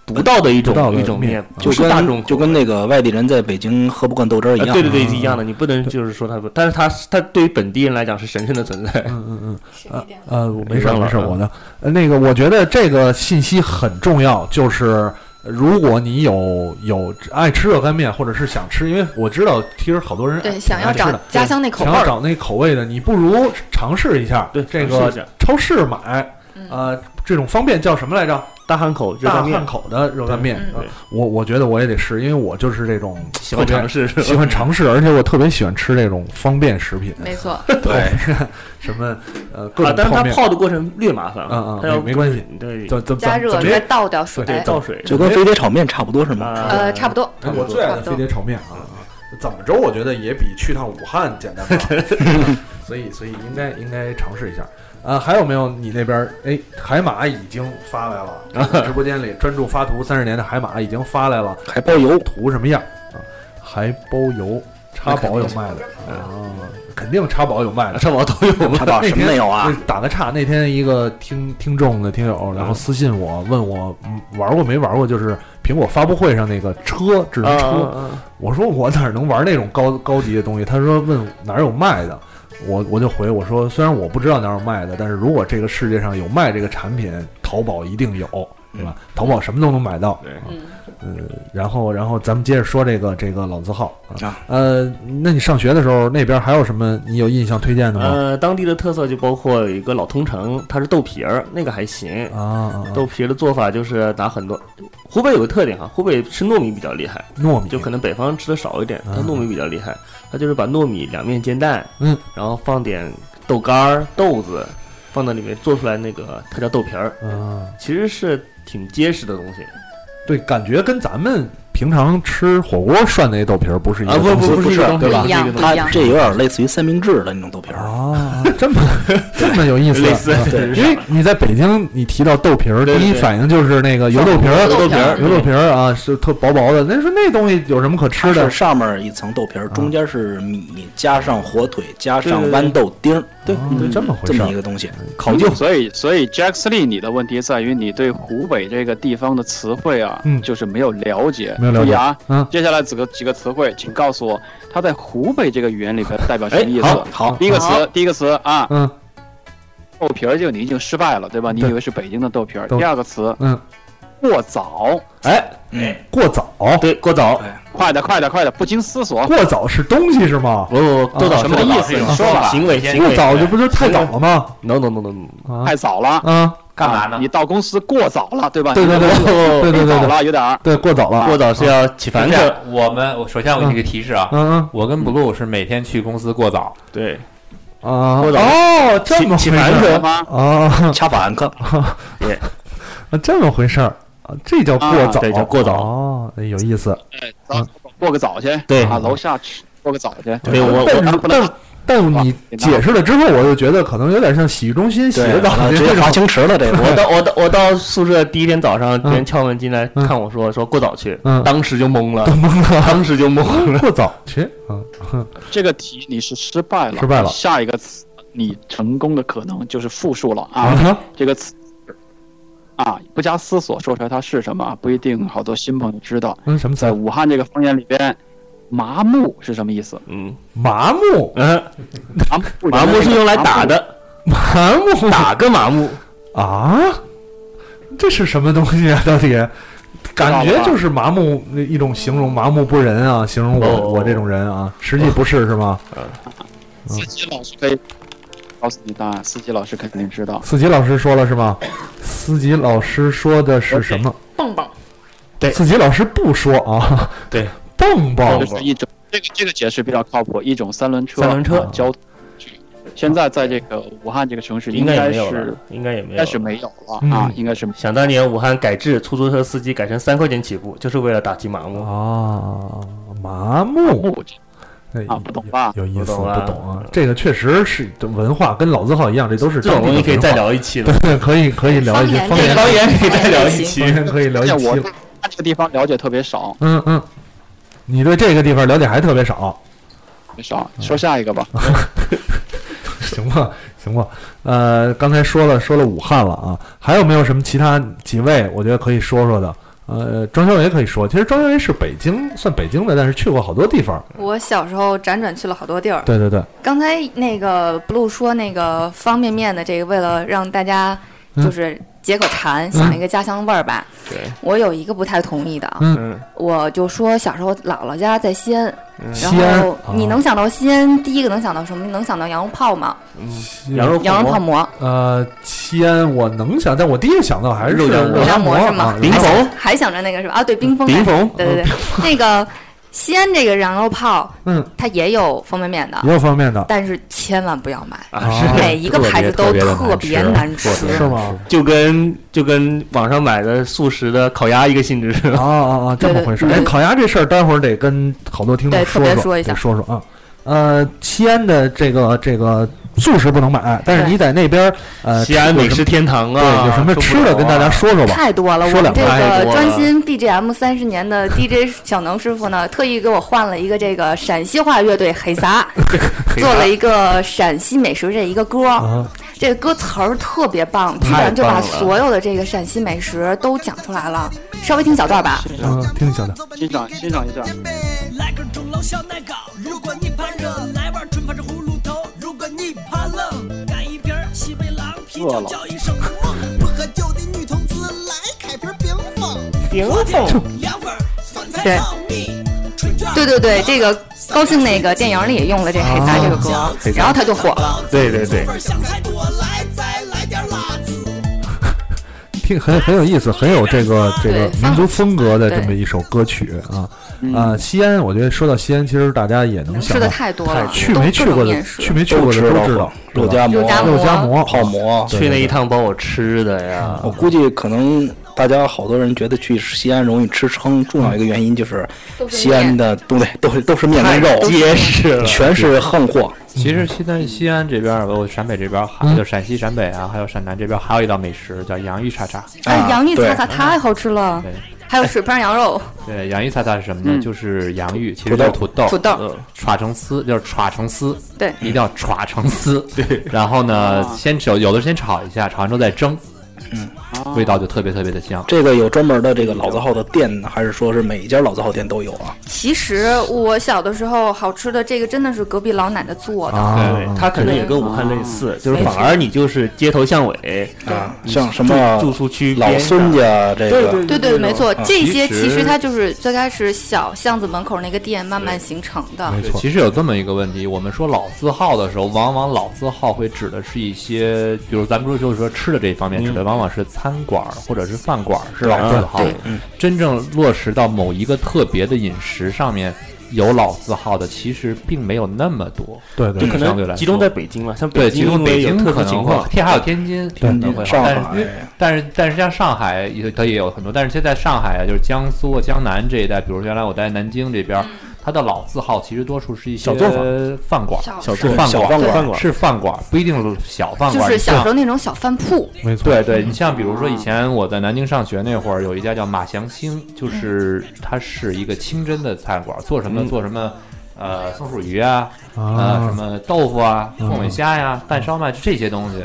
Speaker 6: 独到的一
Speaker 4: 独到的
Speaker 6: 种一种
Speaker 4: 面
Speaker 6: 面，
Speaker 7: 就
Speaker 6: 不是大众
Speaker 7: 跟
Speaker 6: 口
Speaker 7: 就跟那个外地人在北京喝不惯豆汁儿一
Speaker 6: 味。
Speaker 7: 样。
Speaker 6: 啊对对对，
Speaker 4: 嗯
Speaker 6: 是一样的，你不能就是说它不，但是它它对于本地人来讲是神圣的存在。
Speaker 4: 嗯嗯嗯。
Speaker 8: 是
Speaker 4: 呃
Speaker 8: 一点
Speaker 4: 呃，我没事
Speaker 6: 让
Speaker 4: 儿
Speaker 6: 老
Speaker 4: 没事儿，
Speaker 6: 师
Speaker 4: 我的呃那个，我觉得这个信息很重要，就是如果你有有爱吃热干面，或者是想吃，因为我知道其实好多人
Speaker 8: 对，
Speaker 4: 爱
Speaker 8: 想要
Speaker 4: 爱吃
Speaker 8: 找
Speaker 4: 的
Speaker 8: 家乡那口味
Speaker 4: 想要
Speaker 8: 儿，
Speaker 4: 找那口味的，你不如尝试一下，
Speaker 6: 对
Speaker 4: 这
Speaker 6: 尝试
Speaker 4: 个
Speaker 6: 一下
Speaker 4: 超市买，
Speaker 8: 嗯
Speaker 4: 呃，这种方便叫什么来着？
Speaker 6: 大汉口热
Speaker 4: 大
Speaker 6: 干面
Speaker 4: 汉，口的热干面
Speaker 8: 嗯，
Speaker 4: 呃
Speaker 6: 对
Speaker 4: 我我觉得我也得试，因为我就是 这种
Speaker 6: 喜欢
Speaker 4: 特别
Speaker 6: 尝试是吧
Speaker 4: 喜欢尝试，而且我特别喜欢吃这种方便食品，
Speaker 8: 没错，
Speaker 7: 对，
Speaker 4: 什么呃各
Speaker 6: 啊，
Speaker 4: 种
Speaker 6: 但是
Speaker 4: 泡
Speaker 6: 它
Speaker 4: 面，
Speaker 6: 泡的过程略麻烦
Speaker 4: 嗯
Speaker 6: 了
Speaker 4: 嗯，
Speaker 6: 它要
Speaker 4: 没没关系，
Speaker 6: 对
Speaker 4: 怎怎
Speaker 8: 加
Speaker 4: 怎
Speaker 8: 热
Speaker 4: 怎么
Speaker 8: 再
Speaker 4: 样？
Speaker 8: 倒点水，
Speaker 6: 对哎倒水，
Speaker 7: 就跟飞碟炒面差不多是吗？
Speaker 6: 啊
Speaker 8: 呃，差不多。
Speaker 4: 哎，我最爱的飞碟炒面啊，怎么着？我觉得也比去趟武汉简单不少， 所以所以应该应该尝试一下。啊，还有没有你那边儿？哎，海马已经发来 了，直播间里专注发图三十年的海马已经发来了，
Speaker 7: 还包 邮，
Speaker 4: 图什么样啊？还包邮，叉宝有卖的啊，肯定叉宝有卖的。
Speaker 6: 上网都有吗？
Speaker 7: 他把
Speaker 4: 那
Speaker 7: 什么
Speaker 4: 天
Speaker 7: 没有
Speaker 4: 就
Speaker 7: 啊
Speaker 4: 是？打个岔，那天一个听听众的听友，然后私信我问我嗯玩过没玩过，就是苹果发布会上那个车智能车，
Speaker 6: 啊啊啊
Speaker 4: 我说我哪能玩那种高高级的东西？他说问哪有卖的，我我就回我说虽然我不知道哪有卖的，但是如果这个世界上有卖这个产品，淘宝一定有，对
Speaker 6: 嗯
Speaker 4: 吧？淘宝什么都能买到。
Speaker 6: 对
Speaker 8: 嗯，
Speaker 4: 然后然后咱们接着说这个这个老字号
Speaker 6: 嗯
Speaker 7: 啊，
Speaker 4: 呃，那你上学的时候那边还有什么你有印象推荐的吗？
Speaker 6: 呃，当地的特色就包括有一个老通城，它是豆皮儿，那个还行。
Speaker 4: 啊啊，啊
Speaker 6: 豆皮儿的做法就是拿很多，湖北有个特点哈，湖北吃糯米比较厉害，
Speaker 4: 糯米
Speaker 6: 就可能北方吃的少一点，它
Speaker 4: 嗯
Speaker 6: 糯米比较厉害，它就是把糯米两面煎蛋，
Speaker 4: 嗯，
Speaker 6: 然后放点豆干儿、豆子，放到里面做出来那个，它叫豆皮儿，
Speaker 4: 啊，
Speaker 6: 其实是挺结实的东西
Speaker 4: 对，感觉跟咱们平常吃火锅涮那豆皮儿不是一
Speaker 6: 啊，
Speaker 4: 个
Speaker 6: 不
Speaker 4: 东西
Speaker 6: 不不是
Speaker 7: 不
Speaker 8: 不
Speaker 6: 对吧
Speaker 8: 一？样，不一
Speaker 7: 它
Speaker 8: 样。
Speaker 7: 这有点类似于三明治的那种豆皮儿，
Speaker 4: 啊，这么这么有意 思，
Speaker 6: 类似
Speaker 4: 啊，
Speaker 7: 对
Speaker 4: 因为你在北京，你提到豆皮儿，
Speaker 6: 对对
Speaker 4: 第一
Speaker 6: 对
Speaker 4: 反应就是那个油豆皮儿，
Speaker 8: 油豆皮儿
Speaker 4: 油豆皮儿啊，是特薄薄的。那说那东西有什么可吃
Speaker 7: 它
Speaker 4: 的
Speaker 7: 是？上面一层豆皮儿，中间是米，加上火腿，加上豌豆丁儿，
Speaker 6: 对
Speaker 4: 啊这么
Speaker 7: 这
Speaker 4: 回事
Speaker 7: 么一
Speaker 4: 儿。
Speaker 7: 个东西。
Speaker 6: 考究
Speaker 5: 所以，所以 Jack s l e e 你的问题在于你对湖北这个地方的词汇啊，
Speaker 4: 嗯
Speaker 5: 就是没有了解。
Speaker 4: 没有了解
Speaker 5: 注意啊，
Speaker 4: 嗯
Speaker 5: 接下来几个几个词汇，请告诉我它在湖北这个语言里边代表
Speaker 4: 哎
Speaker 5: 什么意思。
Speaker 6: 哎好
Speaker 7: 嗯好，
Speaker 5: 第一个词，第一个词啊，
Speaker 4: 嗯
Speaker 5: 豆皮儿就你已经失败了，对吧？你
Speaker 4: 对
Speaker 5: 以为是北京的豆皮儿。
Speaker 4: 豆
Speaker 5: 第二个词，
Speaker 4: 嗯，
Speaker 5: 过早，
Speaker 6: 哎，
Speaker 7: 嗯，
Speaker 4: 过早，
Speaker 6: 对，过早
Speaker 7: 对，
Speaker 5: 快的，快的，快的，不经思索。
Speaker 4: 过早是东西是吗？
Speaker 6: 不不不，多早
Speaker 5: 什么意思？你说吧，
Speaker 6: 行为行
Speaker 4: 过
Speaker 6: 为
Speaker 4: 早这不就是太早了吗？
Speaker 6: ？no no no no no，
Speaker 4: 啊
Speaker 5: 太早了，
Speaker 4: 啊，
Speaker 9: 干嘛
Speaker 5: 啊
Speaker 9: 呢
Speaker 5: 你？到公司过早了，对吧？
Speaker 4: 对对对
Speaker 5: 你
Speaker 4: 对对对
Speaker 5: 过早
Speaker 4: 对
Speaker 5: 了，有点儿。
Speaker 4: 对，过早了，
Speaker 6: 哦过早是要起
Speaker 9: 反
Speaker 6: 凡客，
Speaker 9: 正我们，我首先我给你个提示啊，
Speaker 4: 嗯
Speaker 9: 我跟 blue 是每天去公司过早，
Speaker 6: 对，
Speaker 4: 嗯啊，
Speaker 6: 过早
Speaker 4: 哦，这么回
Speaker 6: 起
Speaker 4: 事
Speaker 6: 凡
Speaker 4: 儿
Speaker 6: 客，
Speaker 5: 吗？
Speaker 4: 啊，
Speaker 7: 嗯恰法安克，
Speaker 4: 啊这么回事儿啊，这叫过
Speaker 5: 啊
Speaker 4: 早，
Speaker 6: 对叫过早
Speaker 4: 哦，有意思。
Speaker 5: 哎，早过个早去，
Speaker 6: 对
Speaker 5: 啊，楼下去过个早去。
Speaker 6: 对我
Speaker 4: 但
Speaker 5: 然
Speaker 4: 是
Speaker 5: 后不能
Speaker 4: 但但你解释了之后，我就觉得可能有点像洗浴中心洗
Speaker 7: 对
Speaker 4: 个，澡
Speaker 7: 啊
Speaker 4: 的
Speaker 7: 直
Speaker 4: 那
Speaker 7: 接划
Speaker 4: 种。
Speaker 7: 清池了这
Speaker 6: 我
Speaker 7: 个。
Speaker 6: 到我到我到宿舍第一天早上，
Speaker 4: 嗯
Speaker 6: 别人敲门进来
Speaker 4: 嗯
Speaker 6: 看我说说过早去
Speaker 4: 嗯，
Speaker 6: 当时就懵了， 当时就懵了。
Speaker 4: 过早去啊，
Speaker 5: 这个题你是失败了，
Speaker 4: 失败了
Speaker 5: 下一个词你成功的可能就是复数了啊，
Speaker 4: 啊
Speaker 5: 这个词啊不加思索说出来它是什么啊，不一定好多新朋友知道。
Speaker 4: 嗯，什么
Speaker 5: 在
Speaker 4: 词？
Speaker 5: 武汉这个方言里边，麻木是什么 意思？
Speaker 6: 嗯
Speaker 4: 麻木，
Speaker 6: 嗯，麻
Speaker 5: 麻木人的那
Speaker 6: 木
Speaker 5: 个
Speaker 6: 是用来打
Speaker 5: 麻木。
Speaker 6: 的，
Speaker 4: 麻 木
Speaker 6: 打个麻木。
Speaker 4: 啊，这是什么东西啊？到底感觉就是麻木一种形容，麻木不仁啊，形容我、
Speaker 6: 哦
Speaker 4: 我这种人啊，实际不是是吗？
Speaker 6: 嗯
Speaker 5: 司机老师可以告诉你答案，司机老师肯定知道。
Speaker 4: 司机老师说了是吗？司机老师说的是什么？
Speaker 8: 蹦蹦，
Speaker 6: 对
Speaker 4: 司机老师不说啊，
Speaker 6: 对，
Speaker 4: 蹦蹦
Speaker 5: 这是一种这个这个解释比较靠谱，一种三轮车
Speaker 6: 哦三轮车
Speaker 5: 啊交通工具。现在在这个武汉这个城市
Speaker 6: 应该也
Speaker 5: 该
Speaker 6: 没有
Speaker 5: 是
Speaker 6: 了，应该也没
Speaker 5: 应
Speaker 6: 有
Speaker 5: 该是
Speaker 6: 了。
Speaker 5: 没有了啊
Speaker 4: 嗯，
Speaker 5: 应该是没
Speaker 6: 想当年武汉改制出租车司机改成三块钱起步，就是为了打击麻木。
Speaker 4: 啊，麻木
Speaker 5: 有
Speaker 4: 哎
Speaker 6: 嗯
Speaker 5: 啊，不懂吧？
Speaker 4: 有意
Speaker 6: 不
Speaker 4: 思，
Speaker 6: 懂啊
Speaker 4: 不懂啊！这个这个确实是文化，跟老字号一样，这都是
Speaker 6: 这种
Speaker 4: 当
Speaker 6: 东
Speaker 4: 地
Speaker 6: 西
Speaker 4: 的
Speaker 6: 可以
Speaker 4: 文
Speaker 6: 再
Speaker 4: 化，
Speaker 6: 聊一期了，
Speaker 4: 对， 可以可以聊一些
Speaker 8: 方
Speaker 4: 方
Speaker 8: 言
Speaker 4: 言，
Speaker 8: 这
Speaker 6: 方言可以再聊
Speaker 8: 方言
Speaker 6: 一
Speaker 8: 也
Speaker 6: 期
Speaker 4: 方。言可以聊
Speaker 5: 而
Speaker 4: 一
Speaker 5: 且
Speaker 4: 期
Speaker 5: 我
Speaker 4: 了。
Speaker 5: 对他这个地方了解特别少，
Speaker 4: 嗯嗯，你对这个地方了解还特别少，
Speaker 5: 特别少。
Speaker 6: 嗯
Speaker 5: 说下一个吧，
Speaker 4: 行吧，行吧。呃，刚才说了说了武汉了啊，还有没有什么其他几位我觉得可以说说的？呃，庄小伟可以说，其实庄小伟是北京，算北京的，但是去过好多地方。
Speaker 8: 我小时候辗转去了好多地儿。
Speaker 4: 对对对，
Speaker 8: 刚才那个 blue 说那个方便面的这个，为了让大家就是解口馋，想一个家乡味儿吧。
Speaker 6: 对
Speaker 8: 我有一个不太同意的啊，
Speaker 4: 嗯
Speaker 6: 嗯，
Speaker 8: 我就说小时候姥姥家在西安，
Speaker 4: 西
Speaker 8: 然
Speaker 4: 安
Speaker 8: 后，你能想到西安第一个能想到什么？能想到羊肉泡吗？
Speaker 6: 羊肉
Speaker 8: 羊肉泡
Speaker 6: 馍、
Speaker 8: 馍、
Speaker 4: 呃，西安我能想，但我第一个想到还是
Speaker 6: 肉夹馍嗯
Speaker 4: 夹馍
Speaker 8: 馍是吗
Speaker 4: 啊？
Speaker 6: 林峰、
Speaker 8: 还想着那个什么啊？对，冰峰。
Speaker 6: 林峰，
Speaker 8: 对对对， 那个西安这个羊肉泡，
Speaker 4: 嗯，
Speaker 8: 它也有方便面的，
Speaker 4: 也有方便的，
Speaker 8: 但是千万不要买，
Speaker 6: 哎
Speaker 4: 啊
Speaker 8: 每一个牌子都哦特
Speaker 9: 特
Speaker 8: 别
Speaker 9: 别
Speaker 8: 难
Speaker 9: 难
Speaker 8: 吃
Speaker 9: 吃。
Speaker 4: 是吗？
Speaker 6: 就跟就跟网上买的速食的烤鸭一个性质似
Speaker 4: 啊
Speaker 6: 的。
Speaker 4: 啊啊，这么回事。
Speaker 8: 对
Speaker 4: 哎，
Speaker 8: 对
Speaker 4: 烤鸭这事儿，待会儿得跟好多听众
Speaker 8: 对特别
Speaker 4: 说
Speaker 8: 说一下
Speaker 4: 得说说啊。呃，西安的这个这个素食不能买，但是
Speaker 8: 对
Speaker 4: 你在那边呃，
Speaker 6: 西安美食天堂
Speaker 4: 对
Speaker 6: 啊，
Speaker 4: 有什么吃的跟大家说说吧。
Speaker 8: 太多了，
Speaker 4: 说
Speaker 8: 我
Speaker 4: 两
Speaker 8: 们
Speaker 4: 个
Speaker 8: 这
Speaker 6: 太多
Speaker 8: 个
Speaker 6: 了
Speaker 8: 专心 BGM 三十年的 DJ 小能师傅呢，特意给我换了一个这个陕西话乐队黑撒，做了一个陕西美食这一个歌儿，
Speaker 4: 啊，
Speaker 8: 这个歌词儿特别棒，基本上就把所有的这个陕西美食都讲出来了。稍微听小段吧，
Speaker 5: 欣赏
Speaker 4: 嗯，听小的，
Speaker 5: 啊欣赏欣赏一下。
Speaker 10: 来根钟楼小奶糕，如果你怕热，来碗纯盘是葫芦头。如果你怕冷，干一瓶西北狼啤
Speaker 5: 饿
Speaker 10: 酒
Speaker 5: 了，
Speaker 10: 叫一声我。不喝酒的女同志来开瓶冰峰，冰峰凉粉儿，酸菜
Speaker 8: 对
Speaker 10: 炒米，春卷儿
Speaker 8: 对对对，这个高兴那个电影里也用了这黑撒这个歌儿，然后他就火了。
Speaker 6: 对对对
Speaker 10: 葱粉儿香菜多，来再来点辣子。
Speaker 4: 听很很有意思，很有这个这个
Speaker 8: 对放
Speaker 4: 民族风格的
Speaker 8: 对
Speaker 4: 这么一首歌曲啊。
Speaker 6: 嗯
Speaker 4: 啊，西安，我觉得说到西安，其实大家也能
Speaker 8: 能
Speaker 4: 想
Speaker 8: 吃的
Speaker 4: 到，
Speaker 8: 太多了，
Speaker 4: 哎去
Speaker 8: 都
Speaker 4: 没
Speaker 8: 各
Speaker 4: 去
Speaker 8: 种
Speaker 4: 过的，
Speaker 8: 面食
Speaker 4: 去没去过的
Speaker 7: 都
Speaker 4: 都
Speaker 7: 知
Speaker 4: 知
Speaker 7: 道
Speaker 4: 道，
Speaker 7: 肉夹馍
Speaker 8: 肉夹、
Speaker 4: 肉夹馍、
Speaker 7: 泡馍。
Speaker 6: 去那一趟帮我吃的呀
Speaker 7: 我，估计可能大家好多人觉得去西安容易吃撑，重要一个原因就是
Speaker 8: 都是
Speaker 7: 西安的东西都都是面跟肉，
Speaker 6: 结实了。
Speaker 7: 全是横货。
Speaker 9: 其实现在西安这边儿，我陕北这边儿还，就陕西、陕北啊，还有陕南这边儿还有一道美食叫洋芋叉叉。
Speaker 8: 哎，
Speaker 7: 啊
Speaker 8: 洋芋
Speaker 7: 对
Speaker 8: 擦擦太好吃了
Speaker 9: 对，
Speaker 8: 还有水盆羊肉，
Speaker 9: 对，洋芋叉叉是什么呢？
Speaker 5: 嗯
Speaker 9: 就是洋芋，其实就是土豆，
Speaker 8: 土豆
Speaker 9: 呃歘成丝，就是歘成丝，
Speaker 8: 对
Speaker 9: 一定要 歘成丝。对，然后呢，
Speaker 5: 啊
Speaker 7: 哦
Speaker 9: 先炒，有的先炒一下，炒完之后再蒸。味
Speaker 5: 哦
Speaker 9: 道就特别特别的香。
Speaker 7: 这个有专门的这个老字号的店呢，还是说是每一家老字号店都有啊？
Speaker 8: 其实我小的时候好吃的这个真的是隔壁老奶奶做的，
Speaker 6: 对，
Speaker 7: 哦
Speaker 6: 它可能也跟武汉类似，就是反而你就是街头巷尾，
Speaker 7: 啊，
Speaker 8: 嗯
Speaker 6: 你
Speaker 7: 像什么
Speaker 6: 住住宿区边
Speaker 7: 老孙
Speaker 6: 上，
Speaker 7: 家这
Speaker 6: 对
Speaker 7: 个，
Speaker 8: 对对，没错，这些
Speaker 9: 其实
Speaker 8: 其实它就是最开始小巷子门口那个店慢慢形成的。
Speaker 4: 啊没
Speaker 9: 对，
Speaker 4: 错，
Speaker 9: 其实有这么一个问题，我们说老字号的时候，往往老字号会指的是一些，比如咱们说就是说吃的这一方面，
Speaker 6: 嗯
Speaker 9: 指的往往是餐馆儿或者是饭馆儿是老字
Speaker 6: 啊
Speaker 9: 号。
Speaker 8: 对
Speaker 6: 嗯
Speaker 9: 真正落实到某一个特别的饮食上面，有老字号的其实并没有那么多。
Speaker 4: 对
Speaker 6: 就
Speaker 4: 对
Speaker 6: 可
Speaker 9: 相对
Speaker 6: 能
Speaker 9: 来说
Speaker 6: 集中在北京了，像
Speaker 9: 对，集
Speaker 6: 京因
Speaker 9: 中
Speaker 6: 为
Speaker 9: 北
Speaker 6: 有
Speaker 9: 京
Speaker 6: 特
Speaker 9: 可
Speaker 6: 殊
Speaker 9: 能
Speaker 6: 情
Speaker 9: 会
Speaker 6: 况，，
Speaker 9: 天还有天津，天津会
Speaker 7: 嗯上
Speaker 9: 但是
Speaker 7: 海
Speaker 9: 但是但是像上海也它也有很多，但是现在上海啊，就是江苏啊、江南这一带，比如说原来我在南京这边儿，它的老字号其实多数是一些
Speaker 6: 小作坊
Speaker 9: 饭馆儿，
Speaker 8: 小
Speaker 9: 是
Speaker 7: 作
Speaker 9: 饭
Speaker 7: 小
Speaker 9: 馆
Speaker 7: 饭
Speaker 9: 儿，
Speaker 7: 馆啊
Speaker 6: 饭馆
Speaker 9: 是饭馆儿，不一定小饭
Speaker 8: 就
Speaker 9: 馆儿。
Speaker 8: 是
Speaker 9: 你
Speaker 8: 小
Speaker 9: 像
Speaker 8: 时候那种小饭铺，
Speaker 4: 没错，
Speaker 9: 对对，你像比如说以前我在南京上学那会儿，有一家叫马祥兴，就是它是一个清真的餐馆，做什么
Speaker 6: 嗯
Speaker 9: 做什么，呃，松鼠鱼啊，呃，什
Speaker 4: 啊，
Speaker 9: 么豆腐啊、凤尾虾呀、蛋烧麦这些东西。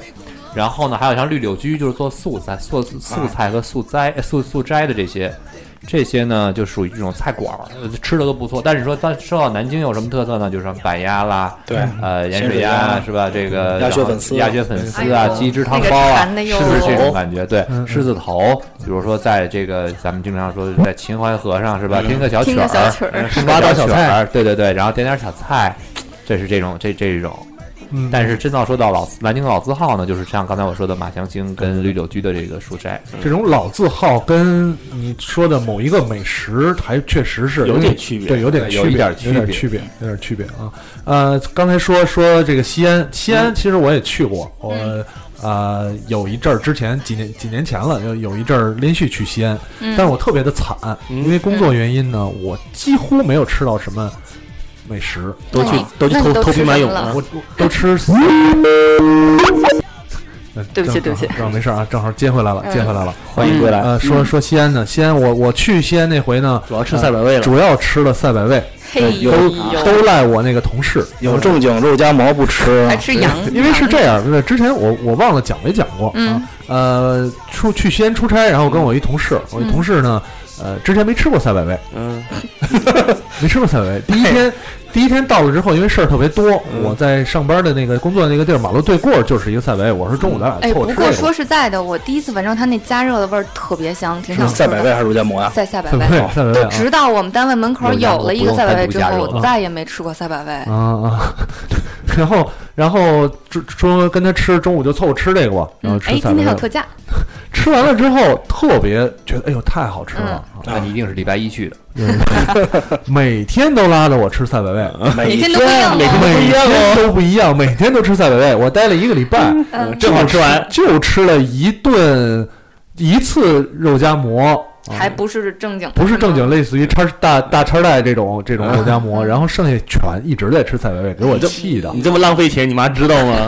Speaker 9: 然后呢，还有像绿柳居，就是做素菜、做素菜和素斋、呃素素斋的这些，这些呢就属于这种菜馆儿，呃吃的都不错。但是说，咱说到南京有什么特色呢？就是像板鸭啦，
Speaker 7: 对
Speaker 9: 呃，盐
Speaker 7: 水
Speaker 9: 水
Speaker 7: 鸭
Speaker 9: 鸭是吧？这个
Speaker 7: 鸭血
Speaker 9: 然后
Speaker 7: 粉丝
Speaker 9: 鸭血粉丝
Speaker 8: 哎
Speaker 9: 啊，
Speaker 8: 呦
Speaker 9: 鸡汁汤
Speaker 8: 那个
Speaker 9: 包啊，
Speaker 8: 馋得
Speaker 9: 是
Speaker 8: 哟
Speaker 9: 不是这种感觉？对，狮子头，比如说在这个咱们经常说在秦淮河上是吧？听个小
Speaker 8: 听
Speaker 9: 曲
Speaker 8: 个
Speaker 9: 儿，
Speaker 8: 小
Speaker 9: 啊
Speaker 8: 曲儿，
Speaker 9: 挖点小菜，对对对，然后点点小菜，这是这种这这种。
Speaker 2: 嗯，
Speaker 9: 但是真要说到老南京的老字号呢，就是像刚才我说的马祥兴跟绿柳居的这个书斋，
Speaker 4: 这种老字号跟你说的某一个美食还确实是
Speaker 6: 有
Speaker 4: 因为
Speaker 6: 点区别
Speaker 4: 对，有点
Speaker 9: 对
Speaker 4: 区
Speaker 9: 有
Speaker 4: 别，
Speaker 9: 一
Speaker 4: 有
Speaker 9: 点区别
Speaker 4: 区别，有点区别啊。呃，刚才说说这个西安，西安其实我也去过，我呃有一阵儿之前几年几年前了，有有一阵儿连续去西安，
Speaker 8: 嗯
Speaker 4: 哎但是我特别的惨，因为工作原因呢，我几乎没有吃到什么美食，
Speaker 6: 都去
Speaker 8: 那你
Speaker 6: 都去
Speaker 8: 嗯那
Speaker 6: 偷
Speaker 8: 你都
Speaker 6: 偷
Speaker 8: 吃
Speaker 6: 兵马
Speaker 8: 什
Speaker 6: 俑
Speaker 8: 么
Speaker 6: 了
Speaker 8: 了。
Speaker 4: 我我都吃死。呃
Speaker 8: 对不起对不起嗯
Speaker 4: 正好没事儿啊，正好接回来了，接回来了。
Speaker 6: 欢迎
Speaker 5: 嗯
Speaker 6: 归来，
Speaker 4: 呃，说说西安呢，西安我我去西安那回呢，
Speaker 6: 主要吃赛百味了。
Speaker 4: 主要吃了赛百味，
Speaker 8: 嘿
Speaker 4: 都
Speaker 8: 呦，
Speaker 4: 都赖我那个同事，
Speaker 7: 有正经肉夹馍不吃
Speaker 8: 还，吃羊，
Speaker 4: 因为是这样，啊对之前我我忘了讲没讲过，
Speaker 8: 嗯
Speaker 4: 啊，呃，出去西安出差，然后跟我一同事，我一同事呢，
Speaker 8: 嗯
Speaker 4: 呃，之前没吃过赛百味，
Speaker 6: 嗯，
Speaker 4: 没吃过赛百味，第一 天。第一天到了之后，因为事儿特别多，
Speaker 8: 嗯
Speaker 4: 我在上班的那个工作的那个地儿，马路对过就是一个赛百味。我说中午咱俩
Speaker 8: 哎，
Speaker 4: 凑啊
Speaker 8: 不
Speaker 4: 合吃
Speaker 8: 过
Speaker 4: 这个
Speaker 8: 说实在的，我第一次闻着它那加热的味儿特别香，挺想吃
Speaker 7: 赛百味
Speaker 8: 的。
Speaker 7: 还是肉夹 馍呀？
Speaker 8: 赛 赛百
Speaker 4: 啊赛百
Speaker 8: 味，
Speaker 4: 味，赛百味
Speaker 8: 就
Speaker 4: 啊
Speaker 8: 直到我们单位门口有了一个赛百味之
Speaker 9: 有羊肉
Speaker 8: 后，
Speaker 9: 不用再不加肉
Speaker 8: 我再也没吃过赛百味。
Speaker 4: 啊啊！ 然后，然后就说跟他吃，中午就凑合吃这个吧。然后
Speaker 8: 嗯，
Speaker 4: 吃赛
Speaker 8: 哎，今
Speaker 4: 百
Speaker 8: 天还有
Speaker 4: 味，
Speaker 8: 特价，
Speaker 4: 吃完了之后特别觉得，哎呦，太好吃了！
Speaker 8: 嗯
Speaker 9: 那你一定是礼拜一去的，
Speaker 4: 每天都拉着我吃赛百味，
Speaker 8: 每天都不一样哦。
Speaker 4: 每天都不一样，每天都吃赛百味。我待了一个礼拜，
Speaker 8: 嗯，
Speaker 4: 正好吃完就吃了一顿一次肉夹馍，啊
Speaker 8: 还不是正经的，
Speaker 4: 不是正经，
Speaker 8: 吗
Speaker 4: 类似于叉大大叉带这种这种肉夹馍，
Speaker 8: 嗯
Speaker 4: 然后剩下全一直在吃赛百味，给我气的
Speaker 6: 啊你这么浪费钱，你妈知道吗？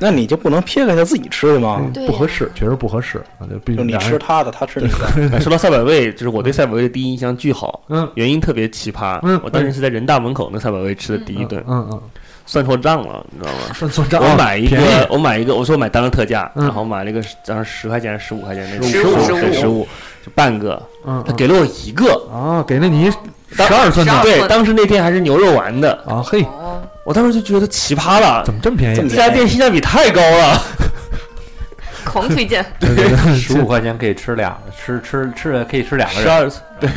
Speaker 7: 那你就不能撇开他自己吃的
Speaker 6: 嗯
Speaker 7: 吗？
Speaker 8: 对呀
Speaker 4: 不合适，确实不合适啊！就必
Speaker 7: 就
Speaker 4: 须
Speaker 7: 你
Speaker 4: 两人
Speaker 7: 吃他的，他吃你 的，
Speaker 6: 说到赛百味，就是我对赛百味的第一印象巨好，
Speaker 4: 嗯，
Speaker 6: 原因特别奇葩。
Speaker 4: 嗯
Speaker 6: 我当时是在人大门口那赛百味吃的第一顿，
Speaker 4: 嗯嗯，
Speaker 6: 算错账了，你知道吗？
Speaker 4: 算算
Speaker 9: 哦
Speaker 4: 账，
Speaker 6: 我买一
Speaker 4: 便宜
Speaker 6: 个，我买一个，我说买单个特价，
Speaker 4: 嗯
Speaker 6: 然后买了一个当时十块钱、十五块钱那种，
Speaker 8: 15 15
Speaker 6: 对十五，就半个，
Speaker 4: 嗯
Speaker 6: 他给了我一个，
Speaker 4: 啊，给了你十二寸的
Speaker 8: 当
Speaker 6: 对，啊当时那天还是牛肉丸的，
Speaker 4: 啊，嘿，
Speaker 8: 哦，
Speaker 6: 我当时就觉得奇葩了
Speaker 4: 怎，么这么便
Speaker 7: 这么
Speaker 4: 宜？
Speaker 6: 这家店性价比太高了，
Speaker 8: 狂推 荐，
Speaker 4: 嗯
Speaker 9: 十五块钱可以吃俩，吃吃吃了可以吃两个
Speaker 6: 十
Speaker 9: 人，
Speaker 6: 二对，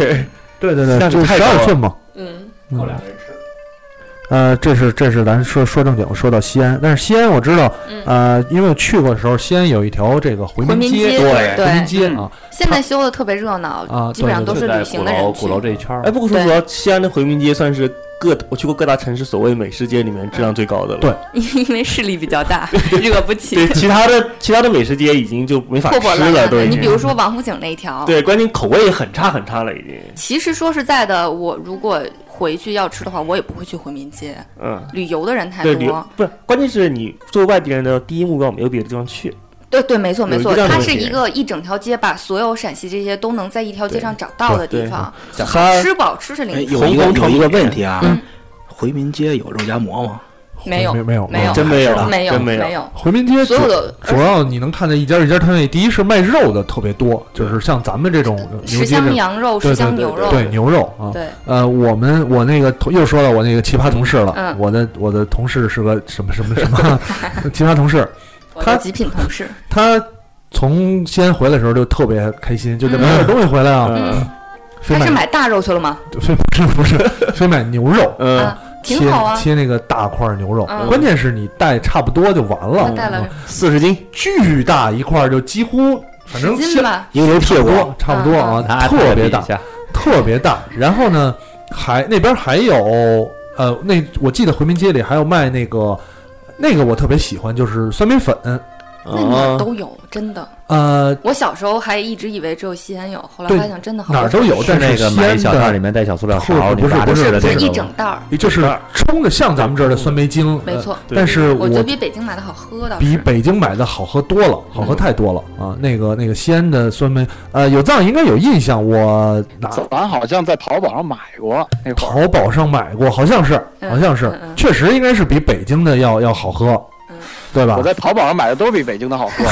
Speaker 4: 对对对，
Speaker 6: 但是
Speaker 4: 就
Speaker 6: 太
Speaker 4: 十
Speaker 6: 高
Speaker 4: 二
Speaker 6: 了
Speaker 4: 寸嘛。
Speaker 8: 嗯，
Speaker 4: 嗯
Speaker 9: 够两个人吃。
Speaker 4: 呃，这是这是咱说说正经，说到西安，但是西安我知道，
Speaker 8: 嗯
Speaker 4: 呃，因为我去过的时候，西安有一条这个回
Speaker 8: 回
Speaker 4: 民
Speaker 8: 民街
Speaker 4: 对，
Speaker 8: 对
Speaker 4: 回民街
Speaker 9: 嗯
Speaker 4: 啊，
Speaker 8: 现在修的特别热闹
Speaker 4: 啊
Speaker 8: 基本上都是旅行的
Speaker 9: 在鼓楼
Speaker 8: 人
Speaker 9: 鼓
Speaker 8: 去。
Speaker 9: 楼这一圈儿
Speaker 6: 哎，，不过说实话，西安的回民街算是各我去过各大城市所谓美食街里面质量最高的了。
Speaker 4: 对
Speaker 8: 因为势力比 较大，惹不起，
Speaker 6: 对，其他的其他的美食街已经就没法
Speaker 8: 破破
Speaker 6: 吃
Speaker 8: 烂烂
Speaker 6: 都
Speaker 8: 的。
Speaker 6: 已
Speaker 8: 你
Speaker 6: 经
Speaker 8: 比。
Speaker 4: 嗯
Speaker 8: 如说王府井那一条，
Speaker 6: 对，关键口味很差很差了，已经。
Speaker 8: 其实说实在的，我如果回去要吃的话，我也不会去回民街，
Speaker 6: 嗯，
Speaker 8: 旅游的人太
Speaker 6: 对，
Speaker 8: 多。
Speaker 6: 旅游不是，关键是你作为外地人的第一目标，没有别的地方去。
Speaker 8: 对对，没错没
Speaker 6: 有
Speaker 8: 错
Speaker 6: 一，个
Speaker 8: 它
Speaker 6: 让
Speaker 8: 是
Speaker 6: 你
Speaker 8: 一个一整条街把所有陕西这些都能在一条街上找到的
Speaker 6: 对
Speaker 8: 地方，
Speaker 6: 小哈
Speaker 8: 吃饱吃是
Speaker 7: 哎
Speaker 8: 零食。
Speaker 7: 有一个
Speaker 6: 红红
Speaker 7: 有一
Speaker 6: 炒
Speaker 8: 嗯
Speaker 7: 个
Speaker 6: 面
Speaker 7: 问题啊，回民街有肉夹馍吗？
Speaker 6: 哎
Speaker 8: 没有
Speaker 4: 没没有
Speaker 8: 没有
Speaker 7: 真没有
Speaker 8: 哦没有
Speaker 6: 真没有
Speaker 8: 没有，
Speaker 4: 回民街主
Speaker 8: 所有的
Speaker 4: 主要你能看见一家一家摊位，第一是卖肉的特别多，就是像咱们这种牛
Speaker 8: 十
Speaker 4: 街
Speaker 8: 香
Speaker 4: 这种
Speaker 8: 羊肉、
Speaker 4: 对对
Speaker 8: 十香
Speaker 4: 对
Speaker 8: 牛肉，
Speaker 4: 对牛肉啊，
Speaker 8: 对
Speaker 4: 呃，我们我那个同又说到我那个奇葩同事了，
Speaker 8: 嗯
Speaker 4: 我的我的同事是个什么什么什 么奇葩同事，
Speaker 8: 我
Speaker 4: 他
Speaker 8: 的极品同事，
Speaker 4: 他从西安回来的时候就特别开心，就得
Speaker 8: 嗯
Speaker 4: 买点东西回来啊，
Speaker 8: 嗯，
Speaker 4: 非
Speaker 8: 他是
Speaker 4: 买
Speaker 8: 买大肉去了吗？
Speaker 4: 非 不是不是非买牛肉，
Speaker 6: 嗯，
Speaker 4: 切
Speaker 8: 挺好啊，
Speaker 4: 呃切那个大块牛肉，
Speaker 8: 嗯
Speaker 4: 关键是你带差不多就完
Speaker 8: 他
Speaker 4: 了，
Speaker 8: 带了
Speaker 4: 嗯巨大一块儿就几乎反正
Speaker 8: 十斤
Speaker 4: 像
Speaker 8: 吧，
Speaker 7: 一个人屁
Speaker 4: 差不
Speaker 7: 股，
Speaker 4: 多差不多啊，
Speaker 8: 嗯
Speaker 9: 拿
Speaker 4: 特别大
Speaker 9: 一。下，
Speaker 4: 特别大。然后呢，还那边还有呃，那我记得回民街里还有卖那个那个我特别喜欢，就是酸梅粉。
Speaker 8: 那哪
Speaker 4: 啊
Speaker 8: 儿都有，真的。
Speaker 4: 呃，
Speaker 8: 我小时候还一直以为只有西安有，后来
Speaker 4: 对
Speaker 8: 发现真的好
Speaker 4: 哪儿都有，但
Speaker 9: 那
Speaker 4: 西
Speaker 9: 个买一
Speaker 4: 安
Speaker 9: 小袋儿里
Speaker 4: 的
Speaker 9: 面带小塑料
Speaker 4: 特
Speaker 9: 勺，
Speaker 4: 不是
Speaker 9: 你拿着
Speaker 4: 不是
Speaker 9: 吃的
Speaker 8: 是
Speaker 9: 这
Speaker 8: 一
Speaker 9: 个
Speaker 8: 整袋儿，
Speaker 4: 就是冲着像咱们这儿的酸梅精，
Speaker 8: 没
Speaker 4: 呃
Speaker 8: 错。
Speaker 4: 但是
Speaker 8: 我觉得
Speaker 4: 我
Speaker 8: 比北京买的好喝的，
Speaker 4: 比北京买的好喝多了，好喝太多了
Speaker 5: 嗯
Speaker 4: 啊！那个那个西安的酸梅，呃，有藏应该有印象，我拿
Speaker 5: 咱好像在淘宝上买过那会儿，
Speaker 4: 淘宝上买过，好像是，
Speaker 8: 嗯
Speaker 4: 好像是
Speaker 8: 嗯，嗯
Speaker 4: 确实应该是比北京的要要好喝
Speaker 8: 嗯，
Speaker 4: 对
Speaker 6: 啊
Speaker 4: 吧？
Speaker 5: 我在淘宝上买的都比北京的好喝。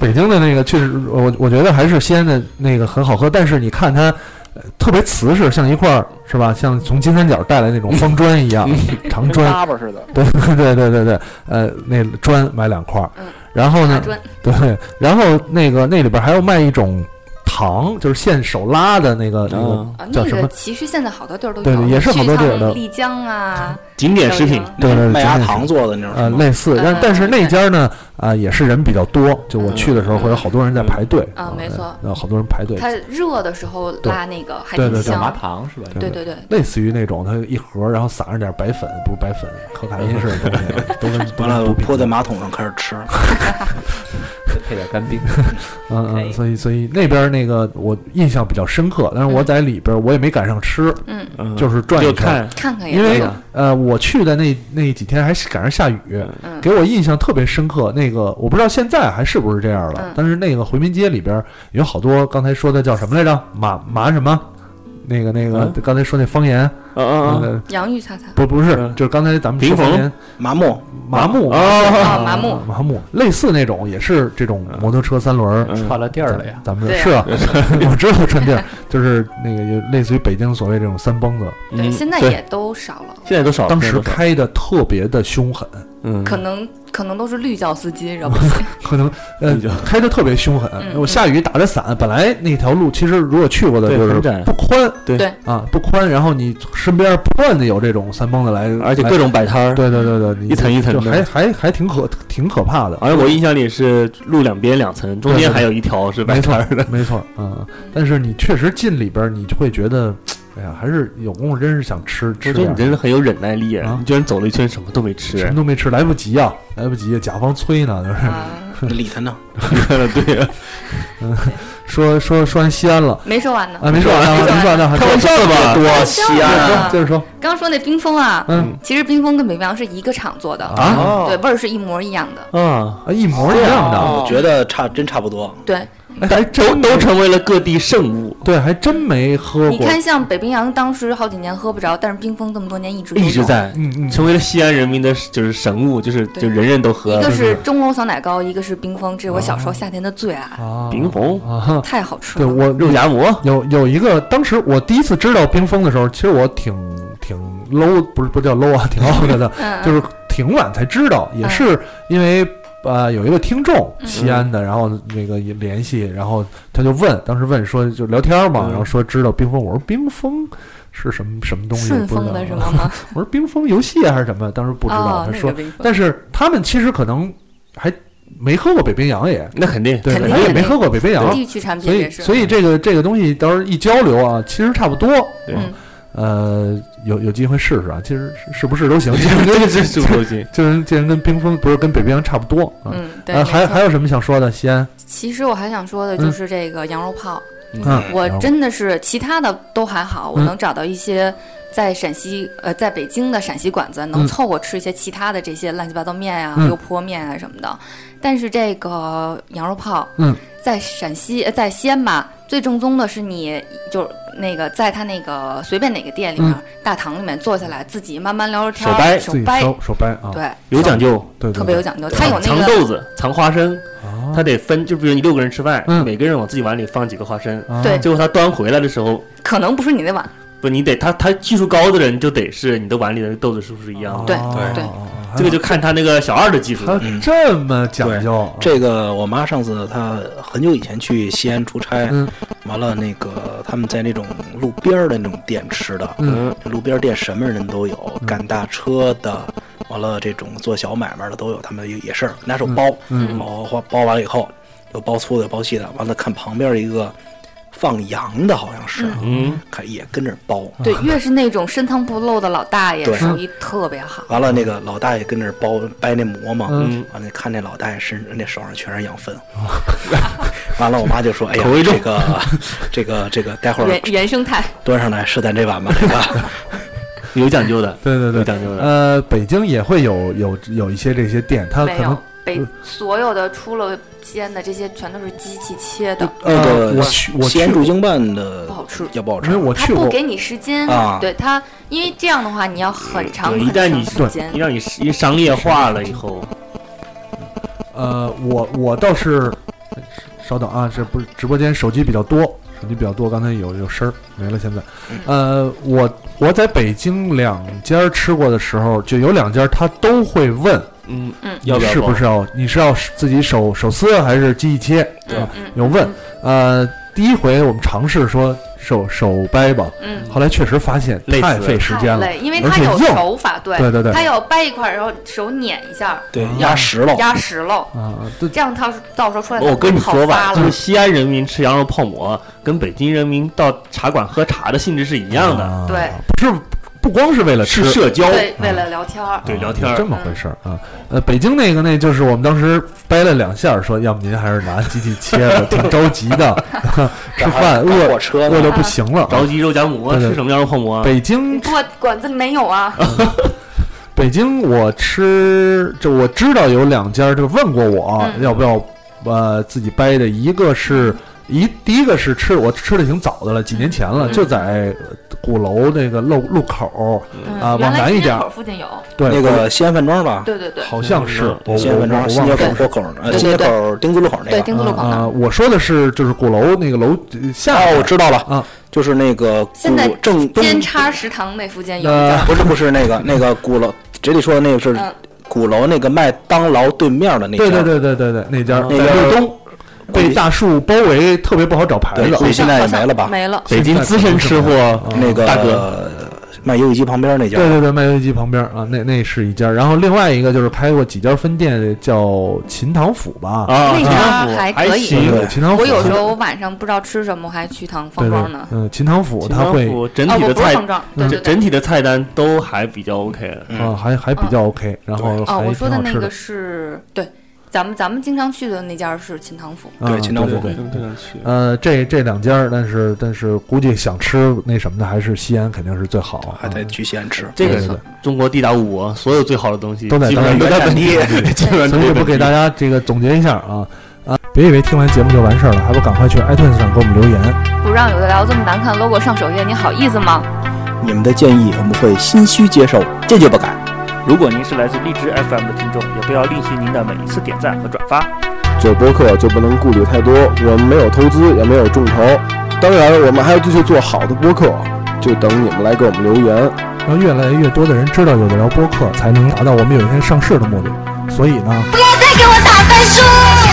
Speaker 4: 北京的那个确实，我我觉得还是西安的那个很好喝，但是你看它。呃特别瓷实，像一块儿是吧？像从金三角带来那种方砖一 样，长
Speaker 5: 跟
Speaker 4: 砖。
Speaker 5: 拉巴似的，
Speaker 4: 对对对对对，呃，那砖买两块儿
Speaker 8: 嗯，
Speaker 4: 然后
Speaker 8: 大
Speaker 4: 呢，
Speaker 8: 专啊
Speaker 4: 对，然后那个那里边还有卖一种糖，就是现手拉的那个那呃个，
Speaker 9: 嗯
Speaker 8: 啊，
Speaker 4: 叫
Speaker 8: 那
Speaker 4: 什么
Speaker 8: 个其实现在好多地儿都有，
Speaker 4: 对也是好多地儿
Speaker 8: 去
Speaker 4: 都有
Speaker 8: 趟丽江啊，
Speaker 6: 景点食品
Speaker 8: 都有
Speaker 4: 对对对，
Speaker 7: 麦芽
Speaker 4: 真的是
Speaker 7: 糖做的那种
Speaker 4: 呃
Speaker 7: 是吗，
Speaker 4: 类似，但
Speaker 8: 嗯
Speaker 4: 但是
Speaker 8: 嗯
Speaker 4: 那
Speaker 8: 嗯
Speaker 4: 家呢啊也是人比较多，就我去的时候会有好多人在排队
Speaker 8: 嗯啊没错
Speaker 4: 然后好多人排队，
Speaker 8: 它热的时候拉那个还
Speaker 4: 对
Speaker 8: 挺
Speaker 4: 对对
Speaker 9: 小麻
Speaker 8: 香，
Speaker 9: 糖是吧？
Speaker 8: 对对对，
Speaker 4: 类似于那种，它一盒，然后撒上点白粉，不是白粉，可卡因似的 东西，都跟
Speaker 7: 完了
Speaker 4: 都跟毒品
Speaker 7: 泼在马桶上开始吃，
Speaker 9: 配点干冰。
Speaker 4: 嗯
Speaker 8: 可
Speaker 4: 嗯，
Speaker 7: 哎
Speaker 8: 以
Speaker 4: 所以所以那边那个我印象比较深刻，但是我在里边我也没赶上吃，
Speaker 8: 嗯，
Speaker 4: 就是转一
Speaker 6: 就
Speaker 4: 圈。
Speaker 6: 看
Speaker 8: 看看也
Speaker 4: 因为
Speaker 8: 行
Speaker 4: 呃，我去的那那几天还是赶上下雨，
Speaker 8: 嗯
Speaker 4: 给我印象特别深刻。那个我不知道现在还是不是这样了，
Speaker 8: 嗯
Speaker 4: 但是那个回民街里边有好多刚才说的叫什么来着？麻麻什么？那个那个、刚才说那方言，
Speaker 6: 嗯嗯嗯，
Speaker 4: 呃
Speaker 8: 洋芋擦擦，
Speaker 4: 不不是，
Speaker 6: 嗯哦
Speaker 4: 就是刚才咱们说
Speaker 6: 屏
Speaker 4: 方
Speaker 6: 风
Speaker 4: 言
Speaker 7: 麻 木
Speaker 4: 麻木
Speaker 8: 啊麻木
Speaker 4: 麻木，类似那种也是这种
Speaker 6: 嗯
Speaker 4: 摩托车三轮儿。
Speaker 9: 串了地儿了呀，
Speaker 4: 咱们这
Speaker 8: 对
Speaker 4: 是啊， 我知道穿地儿，就是那个也类似于北京所谓这种三蹦子，
Speaker 8: 对，
Speaker 6: 嗯
Speaker 8: 现在
Speaker 6: 对
Speaker 8: 也都少了，
Speaker 6: 现在都少了，
Speaker 4: 当
Speaker 6: 现
Speaker 4: 时
Speaker 6: 在都少了
Speaker 4: 开的特别的凶狠，
Speaker 6: 嗯
Speaker 8: 可能可能都是绿教司机，惹不起，
Speaker 4: 可能呃
Speaker 6: 你就
Speaker 4: 开的特别凶狠。
Speaker 8: 嗯
Speaker 4: 我下雨打着伞，本来那条路其实如果去过的
Speaker 6: 对
Speaker 4: 就是
Speaker 6: 很窄
Speaker 4: 不宽，
Speaker 6: 对
Speaker 8: 对
Speaker 4: 啊不宽，然后你身边不断的有这种三蹦子来，
Speaker 6: 而且
Speaker 4: 来
Speaker 6: 各种摆摊儿，
Speaker 4: 对对对对，你
Speaker 6: 一层一层
Speaker 4: 就
Speaker 6: 的
Speaker 4: 还还还挺可挺可怕的。
Speaker 6: 而且我印象里是路两边两层，中
Speaker 4: 对对
Speaker 6: 间
Speaker 4: 对
Speaker 6: 还有一条是摆
Speaker 4: 没错
Speaker 6: 摊儿的。
Speaker 4: 没错，嗯，但是你确实进里边儿，你就会觉得，哎呀，还是有功夫真是想吃
Speaker 6: 我觉
Speaker 4: 吃
Speaker 6: 得
Speaker 4: 点
Speaker 6: 你
Speaker 4: 儿，
Speaker 6: 真的很有忍耐力，
Speaker 4: 啊
Speaker 6: 你居然走了一圈什么都没
Speaker 4: 什
Speaker 6: 吃
Speaker 4: 么。都没吃，来不及啊，来不及，甲方催呢，就是
Speaker 8: 啊，
Speaker 7: 你理他呢？
Speaker 6: 对啊呀，
Speaker 4: 说说说完西安了
Speaker 8: 没说完呢，
Speaker 4: 啊，没说完啊，没说完呢，
Speaker 6: 开玩笑的 吧？
Speaker 8: 我
Speaker 7: 西安啊
Speaker 4: 接着说，
Speaker 8: 刚说那冰峰啊，
Speaker 4: 嗯
Speaker 8: 其实冰峰跟北冰洋是一个厂做的，
Speaker 4: 啊
Speaker 8: 对，味儿是一模一样的，
Speaker 6: 啊，
Speaker 4: 啊，一模一样的，
Speaker 5: 哦
Speaker 7: 我觉得差真差不多，
Speaker 8: 对，
Speaker 4: 哎，还
Speaker 6: 都
Speaker 4: 真
Speaker 6: 都成为了各地圣物，
Speaker 4: 对，还真没喝
Speaker 8: 你
Speaker 4: 过，
Speaker 8: 看像北冰洋当时好几年喝不着，但是冰峰这么多年一直都有
Speaker 6: 一直。在
Speaker 1: Mm,
Speaker 4: 嗯嗯，
Speaker 6: 成为了西安人民的就是神物，就是
Speaker 8: 对
Speaker 6: 就人人都喝
Speaker 8: 一。个是钟楼小奶糕，一个是冰峰，这是我小时候夏天的最爱，
Speaker 4: 啊，
Speaker 6: 冰红
Speaker 4: 啊哈，
Speaker 8: 太好吃
Speaker 4: 对
Speaker 8: 了。
Speaker 4: 我
Speaker 6: 肉夹馍，
Speaker 4: 有有一个，当时我第一次知道冰封的时候，其实我挺挺 low，不是不叫 low 啊，挺 out 的，
Speaker 8: 嗯，
Speaker 4: 就是挺晚才知道，也是因为呃有一个听众
Speaker 8: 嗯
Speaker 4: 西安的，然后那个也联系，然后他就问，当时问说就聊天嘛，
Speaker 6: 嗯
Speaker 4: 然后说知道冰封，我说冰封是什么什么东西，
Speaker 8: 顺
Speaker 4: 不知
Speaker 8: 丰
Speaker 4: 道
Speaker 8: 的什么吗？
Speaker 4: 我说冰封游戏啊还是什么，当时 不知道，
Speaker 8: 哦，
Speaker 4: 他
Speaker 8: 那个
Speaker 4: 说，
Speaker 8: 冰峰，
Speaker 4: 但是他们其实可能还没喝过北冰洋也，
Speaker 6: 那肯定
Speaker 4: 对，
Speaker 8: 肯定
Speaker 4: 我也
Speaker 8: 肯
Speaker 4: 没
Speaker 8: 定
Speaker 4: 喝过北冰洋，
Speaker 8: 地区产
Speaker 4: 所
Speaker 8: 品
Speaker 4: 以
Speaker 8: 也是，
Speaker 4: 所以这个这个东西到时候一交流啊，其实差不多。
Speaker 6: 对
Speaker 8: 嗯
Speaker 4: 呃，有有机会试试啊，其实是是不是都行，既然
Speaker 6: 这
Speaker 4: 跟
Speaker 6: 个真是不行。
Speaker 4: 既然既然跟冰封不是跟北冰洋差不多啊。
Speaker 8: 嗯，对。
Speaker 4: 呃，
Speaker 8: 没
Speaker 4: 还
Speaker 8: 错
Speaker 4: 还嗯有什么想说的？西安，
Speaker 8: 其实我还想说的就是这个羊肉泡，
Speaker 4: 嗯，
Speaker 8: 我
Speaker 4: 然后
Speaker 8: 真的是其他的都还好，我
Speaker 4: 嗯
Speaker 8: 能找到一些在陕西呃在北京的陕西馆子能
Speaker 4: 嗯
Speaker 8: 凑合吃一些其他的这些乱七八糟面呀、
Speaker 4: 嗯
Speaker 8: 油泼面啊什么的，但是这个羊肉泡，
Speaker 4: 嗯，
Speaker 8: 在陕西呃在西安吧，最正宗的是你就是那个在他那个随便哪个店里面、
Speaker 2: 嗯
Speaker 8: 大堂里面坐下来，自己慢慢聊着天
Speaker 6: 手
Speaker 8: 儿，
Speaker 6: 掰
Speaker 8: 手
Speaker 4: 自己
Speaker 8: 掰，
Speaker 4: 手手掰啊，
Speaker 8: 对，
Speaker 6: 有讲究，
Speaker 4: 对对，
Speaker 8: 特别有
Speaker 4: 讲
Speaker 8: 讲究。他有那
Speaker 6: 藏
Speaker 8: 个
Speaker 6: 豆子，藏花生，
Speaker 4: 啊
Speaker 6: 他得分，就比如你六个人吃饭，
Speaker 2: 嗯
Speaker 6: 每个人往自己碗里放几个花
Speaker 4: 嗯
Speaker 6: 生，
Speaker 8: 对
Speaker 6: 最后他端回来的时候，
Speaker 8: 可能不是你那
Speaker 4: 啊
Speaker 8: 碗，
Speaker 6: 不，你得他他技术高的人就得是你的碗里的豆子是不是一样的？
Speaker 8: 对
Speaker 4: 对
Speaker 8: 对
Speaker 6: 这个就看他那个小二的技术
Speaker 4: 还。有这么讲究，
Speaker 7: 这个我妈上次她很久以前去西安出差，
Speaker 4: 嗯
Speaker 7: 完了那个他们在那种路边儿的那种店吃的，
Speaker 6: 嗯，
Speaker 7: 路边儿店什么人都有，
Speaker 4: 嗯
Speaker 7: 赶大车的，完了这种做小买卖的都有，他们也也是拿手包，
Speaker 4: 嗯
Speaker 7: 包包包完了以后，有包粗的，有包细的，完了看旁边一个放羊的，好像是，
Speaker 6: 嗯，
Speaker 7: 看也跟着
Speaker 4: 嗯
Speaker 7: 包，
Speaker 8: 对，越是那种深藏不露的老大爷，
Speaker 7: 对
Speaker 8: 手艺特别好。
Speaker 4: 啊
Speaker 7: 完了那个老大爷跟着包掰那馍嘛，
Speaker 6: 嗯
Speaker 7: 完了看那老大爷身那手上全是羊粪，
Speaker 4: 哦
Speaker 7: 完了我妈就说：“哎呀，
Speaker 6: 口味重
Speaker 7: 这个这个这个，待会
Speaker 8: 原
Speaker 7: 儿
Speaker 8: 原生态，
Speaker 7: 端上来是咱这碗吧，对吧
Speaker 6: 有讲究的，
Speaker 4: 对对
Speaker 6: 有
Speaker 4: 对。
Speaker 6: 讲究的。
Speaker 4: 呃，北京也会有有有一些这些店，它
Speaker 8: 没
Speaker 4: 可
Speaker 8: 有
Speaker 4: 能嗯
Speaker 8: 北所有的出了煎的这些全都是机器切的，？”
Speaker 7: 那个
Speaker 4: 呃我去我
Speaker 7: 西安
Speaker 4: 去
Speaker 7: 驻京办的
Speaker 8: 不好吃。
Speaker 7: 也不好
Speaker 4: 因
Speaker 7: 吃
Speaker 4: 为，我
Speaker 8: 他
Speaker 4: 去过
Speaker 8: 不，给你时间，
Speaker 7: 啊
Speaker 8: 对他，因为这样的话你要很长
Speaker 6: 对
Speaker 8: 很
Speaker 6: 一旦
Speaker 8: 长
Speaker 6: 你
Speaker 8: 时间
Speaker 6: 一。让你一商业化了以后，
Speaker 4: 呃，我我倒是，稍等啊，这不是直播间手机比较多，手机比较多，刚才有有声儿没了，现在，
Speaker 8: 嗯
Speaker 4: 呃，我我在北京两家吃过的时候，就有两家他都会问
Speaker 6: 嗯
Speaker 8: 嗯
Speaker 6: 要不要
Speaker 4: 是
Speaker 6: 包
Speaker 4: 不是要你是要自己手手撕还是机器切，对吧？
Speaker 8: 嗯
Speaker 4: 有问，呃，第一回我们尝试说手手掰吧，
Speaker 8: 嗯，
Speaker 4: 后来确实发现
Speaker 6: 累死
Speaker 4: 太
Speaker 6: 了
Speaker 4: 费时间
Speaker 8: 太
Speaker 4: 了，
Speaker 8: 累，因为
Speaker 4: 而
Speaker 8: 它
Speaker 4: 且
Speaker 8: 有
Speaker 4: 硬
Speaker 8: 手法，对
Speaker 4: 对对对
Speaker 8: 它要掰一块儿，然后手捻一下，
Speaker 7: 对，压实
Speaker 4: 哦
Speaker 7: 了，
Speaker 8: 压实喽，
Speaker 4: 啊，对
Speaker 8: 这样它到时候出来
Speaker 6: 我跟你
Speaker 8: 好
Speaker 6: 说
Speaker 8: 发
Speaker 6: 吧，
Speaker 8: 了
Speaker 6: 就是西安人民吃羊肉泡馍，跟北京人民到茶馆喝茶的性质是一样的，
Speaker 4: 啊
Speaker 8: 对
Speaker 4: 不是不光是为了吃
Speaker 6: 是。社交，
Speaker 8: 哦对，为
Speaker 4: 嗯
Speaker 8: 了聊天儿，
Speaker 6: 对聊天
Speaker 4: 有
Speaker 6: 儿
Speaker 4: 这么回事儿啊。呃，北京那个那就是我们当时掰了两下儿，说要不您还是拿机器切的，挺着急的，吃饭
Speaker 7: 赶
Speaker 4: 呃饿
Speaker 7: 火车
Speaker 4: 饿
Speaker 7: 呢
Speaker 4: 的不行了。
Speaker 6: 着急肉夹馍
Speaker 4: 对对
Speaker 6: 吃什么羊肉泡馍？
Speaker 4: 北京
Speaker 8: 不过馆子里没有啊，
Speaker 4: 呃北京我吃就我知道有两家儿就问过我、啊
Speaker 8: 嗯
Speaker 4: 要不要呃自己掰的，一个是。一第一个是吃，我吃的挺早的了，几年前了，
Speaker 6: 嗯
Speaker 4: 就在鼓楼那个路路口儿，
Speaker 8: 嗯
Speaker 4: 啊
Speaker 8: 原
Speaker 4: 往
Speaker 8: 来
Speaker 4: 南一
Speaker 8: 新街
Speaker 4: 点
Speaker 8: 口附近有，
Speaker 4: 对，
Speaker 7: 那个西安饭庄吧，
Speaker 8: 对对对，
Speaker 4: 好像是
Speaker 6: 嗯
Speaker 4: 我
Speaker 7: 西安
Speaker 4: 我
Speaker 7: 饭庄，
Speaker 4: 我
Speaker 7: 新
Speaker 4: 忘
Speaker 7: 街
Speaker 4: 了
Speaker 7: 口户口那，呃，
Speaker 8: 对
Speaker 7: 新
Speaker 8: 对
Speaker 7: 街
Speaker 8: 对
Speaker 7: 口丁字路口那
Speaker 8: 对，
Speaker 7: 个。
Speaker 8: 丁字路口那
Speaker 4: 啊
Speaker 8: 儿，
Speaker 4: 我说的是就是鼓楼那个楼呃下
Speaker 7: 哦，
Speaker 4: 边
Speaker 7: 我知道了
Speaker 4: 啊，
Speaker 7: 就是那个
Speaker 8: 现在
Speaker 7: 鼓正东，
Speaker 8: 尖叉食堂那附近有一
Speaker 4: 呃
Speaker 8: 家，
Speaker 7: 不是不是那个那个鼓楼，这里说的那个是
Speaker 8: 嗯
Speaker 7: 鼓楼那个麦当劳对面的那家，
Speaker 4: 对对对对对对，那家
Speaker 7: 那
Speaker 4: 在
Speaker 7: 家
Speaker 4: 路东被大树包围，特别不好找牌
Speaker 7: 对
Speaker 4: 子。
Speaker 7: 估计现在也
Speaker 8: 好像
Speaker 7: 没了吧？
Speaker 8: 没了，
Speaker 6: 北京资深吃货
Speaker 7: 那个
Speaker 6: 大哥
Speaker 7: 卖游戏机旁边那家，
Speaker 4: 对对对，麦乐鸡旁边啊，那那是一家。然后另外一个就是开过几家分店，叫秦堂府吧。
Speaker 6: 啊，
Speaker 8: 那家还可以
Speaker 6: 秦
Speaker 4: 对
Speaker 6: 王府
Speaker 4: 对，秦堂府。
Speaker 8: 我有时候晚上不知道吃什么，我还去趟
Speaker 4: 对对
Speaker 8: 方庄呢，。
Speaker 4: 嗯，秦堂府
Speaker 6: 秦
Speaker 4: 它
Speaker 6: 王
Speaker 4: 会
Speaker 6: 府整
Speaker 8: 啊，
Speaker 6: 体
Speaker 8: 我
Speaker 6: 的
Speaker 8: 不是
Speaker 6: 菜嗯
Speaker 8: 方庄，对对
Speaker 6: 整
Speaker 8: 对。
Speaker 6: 整体的菜单都还比较 OK 的。
Speaker 4: 啊，还还比较 OK，然后
Speaker 8: 嗯哦，
Speaker 4: 还
Speaker 8: 我说
Speaker 4: 挺好
Speaker 8: 那
Speaker 4: 吃
Speaker 8: 个是对，咱们咱们经常去的那家是秦堂府，
Speaker 4: 啊
Speaker 7: 对秦堂府
Speaker 4: 对对对
Speaker 6: 这样去
Speaker 4: 呃，这这两家，但是但是估计想吃那什么的，还是西安肯定是最好啊。
Speaker 7: 还得去西安吃。
Speaker 6: 这
Speaker 4: 对对
Speaker 6: 个中国地大物博，所有最好的东西
Speaker 4: 都在
Speaker 6: 基本上
Speaker 7: 当
Speaker 6: 都
Speaker 7: 地
Speaker 6: 在本地
Speaker 7: 原产，
Speaker 6: 基本上
Speaker 4: 所以不给大
Speaker 6: 家
Speaker 4: 家这个总结一下啊啊！别以为听完节目就完事儿了，还不赶快去 iTunes 上给我们留言。
Speaker 8: 不让有的聊这么难看 logo 上首页，你好意思吗？
Speaker 7: 你们的建议我们会心虚接受，坚决不改。
Speaker 11: 如果您是来自荔枝 FM 的听众，也不要吝惜您的每一次点赞和转发。
Speaker 12: 做播客就不能顾虑太多，我们没有投资，也没有众筹，当然我们还要继续做好的播客，就等你们来给我们留言。
Speaker 4: 让越来越多的人知道有的聊播客，才能达到我们有一天上市的目的。所以呢，
Speaker 10: 别再给我打分数！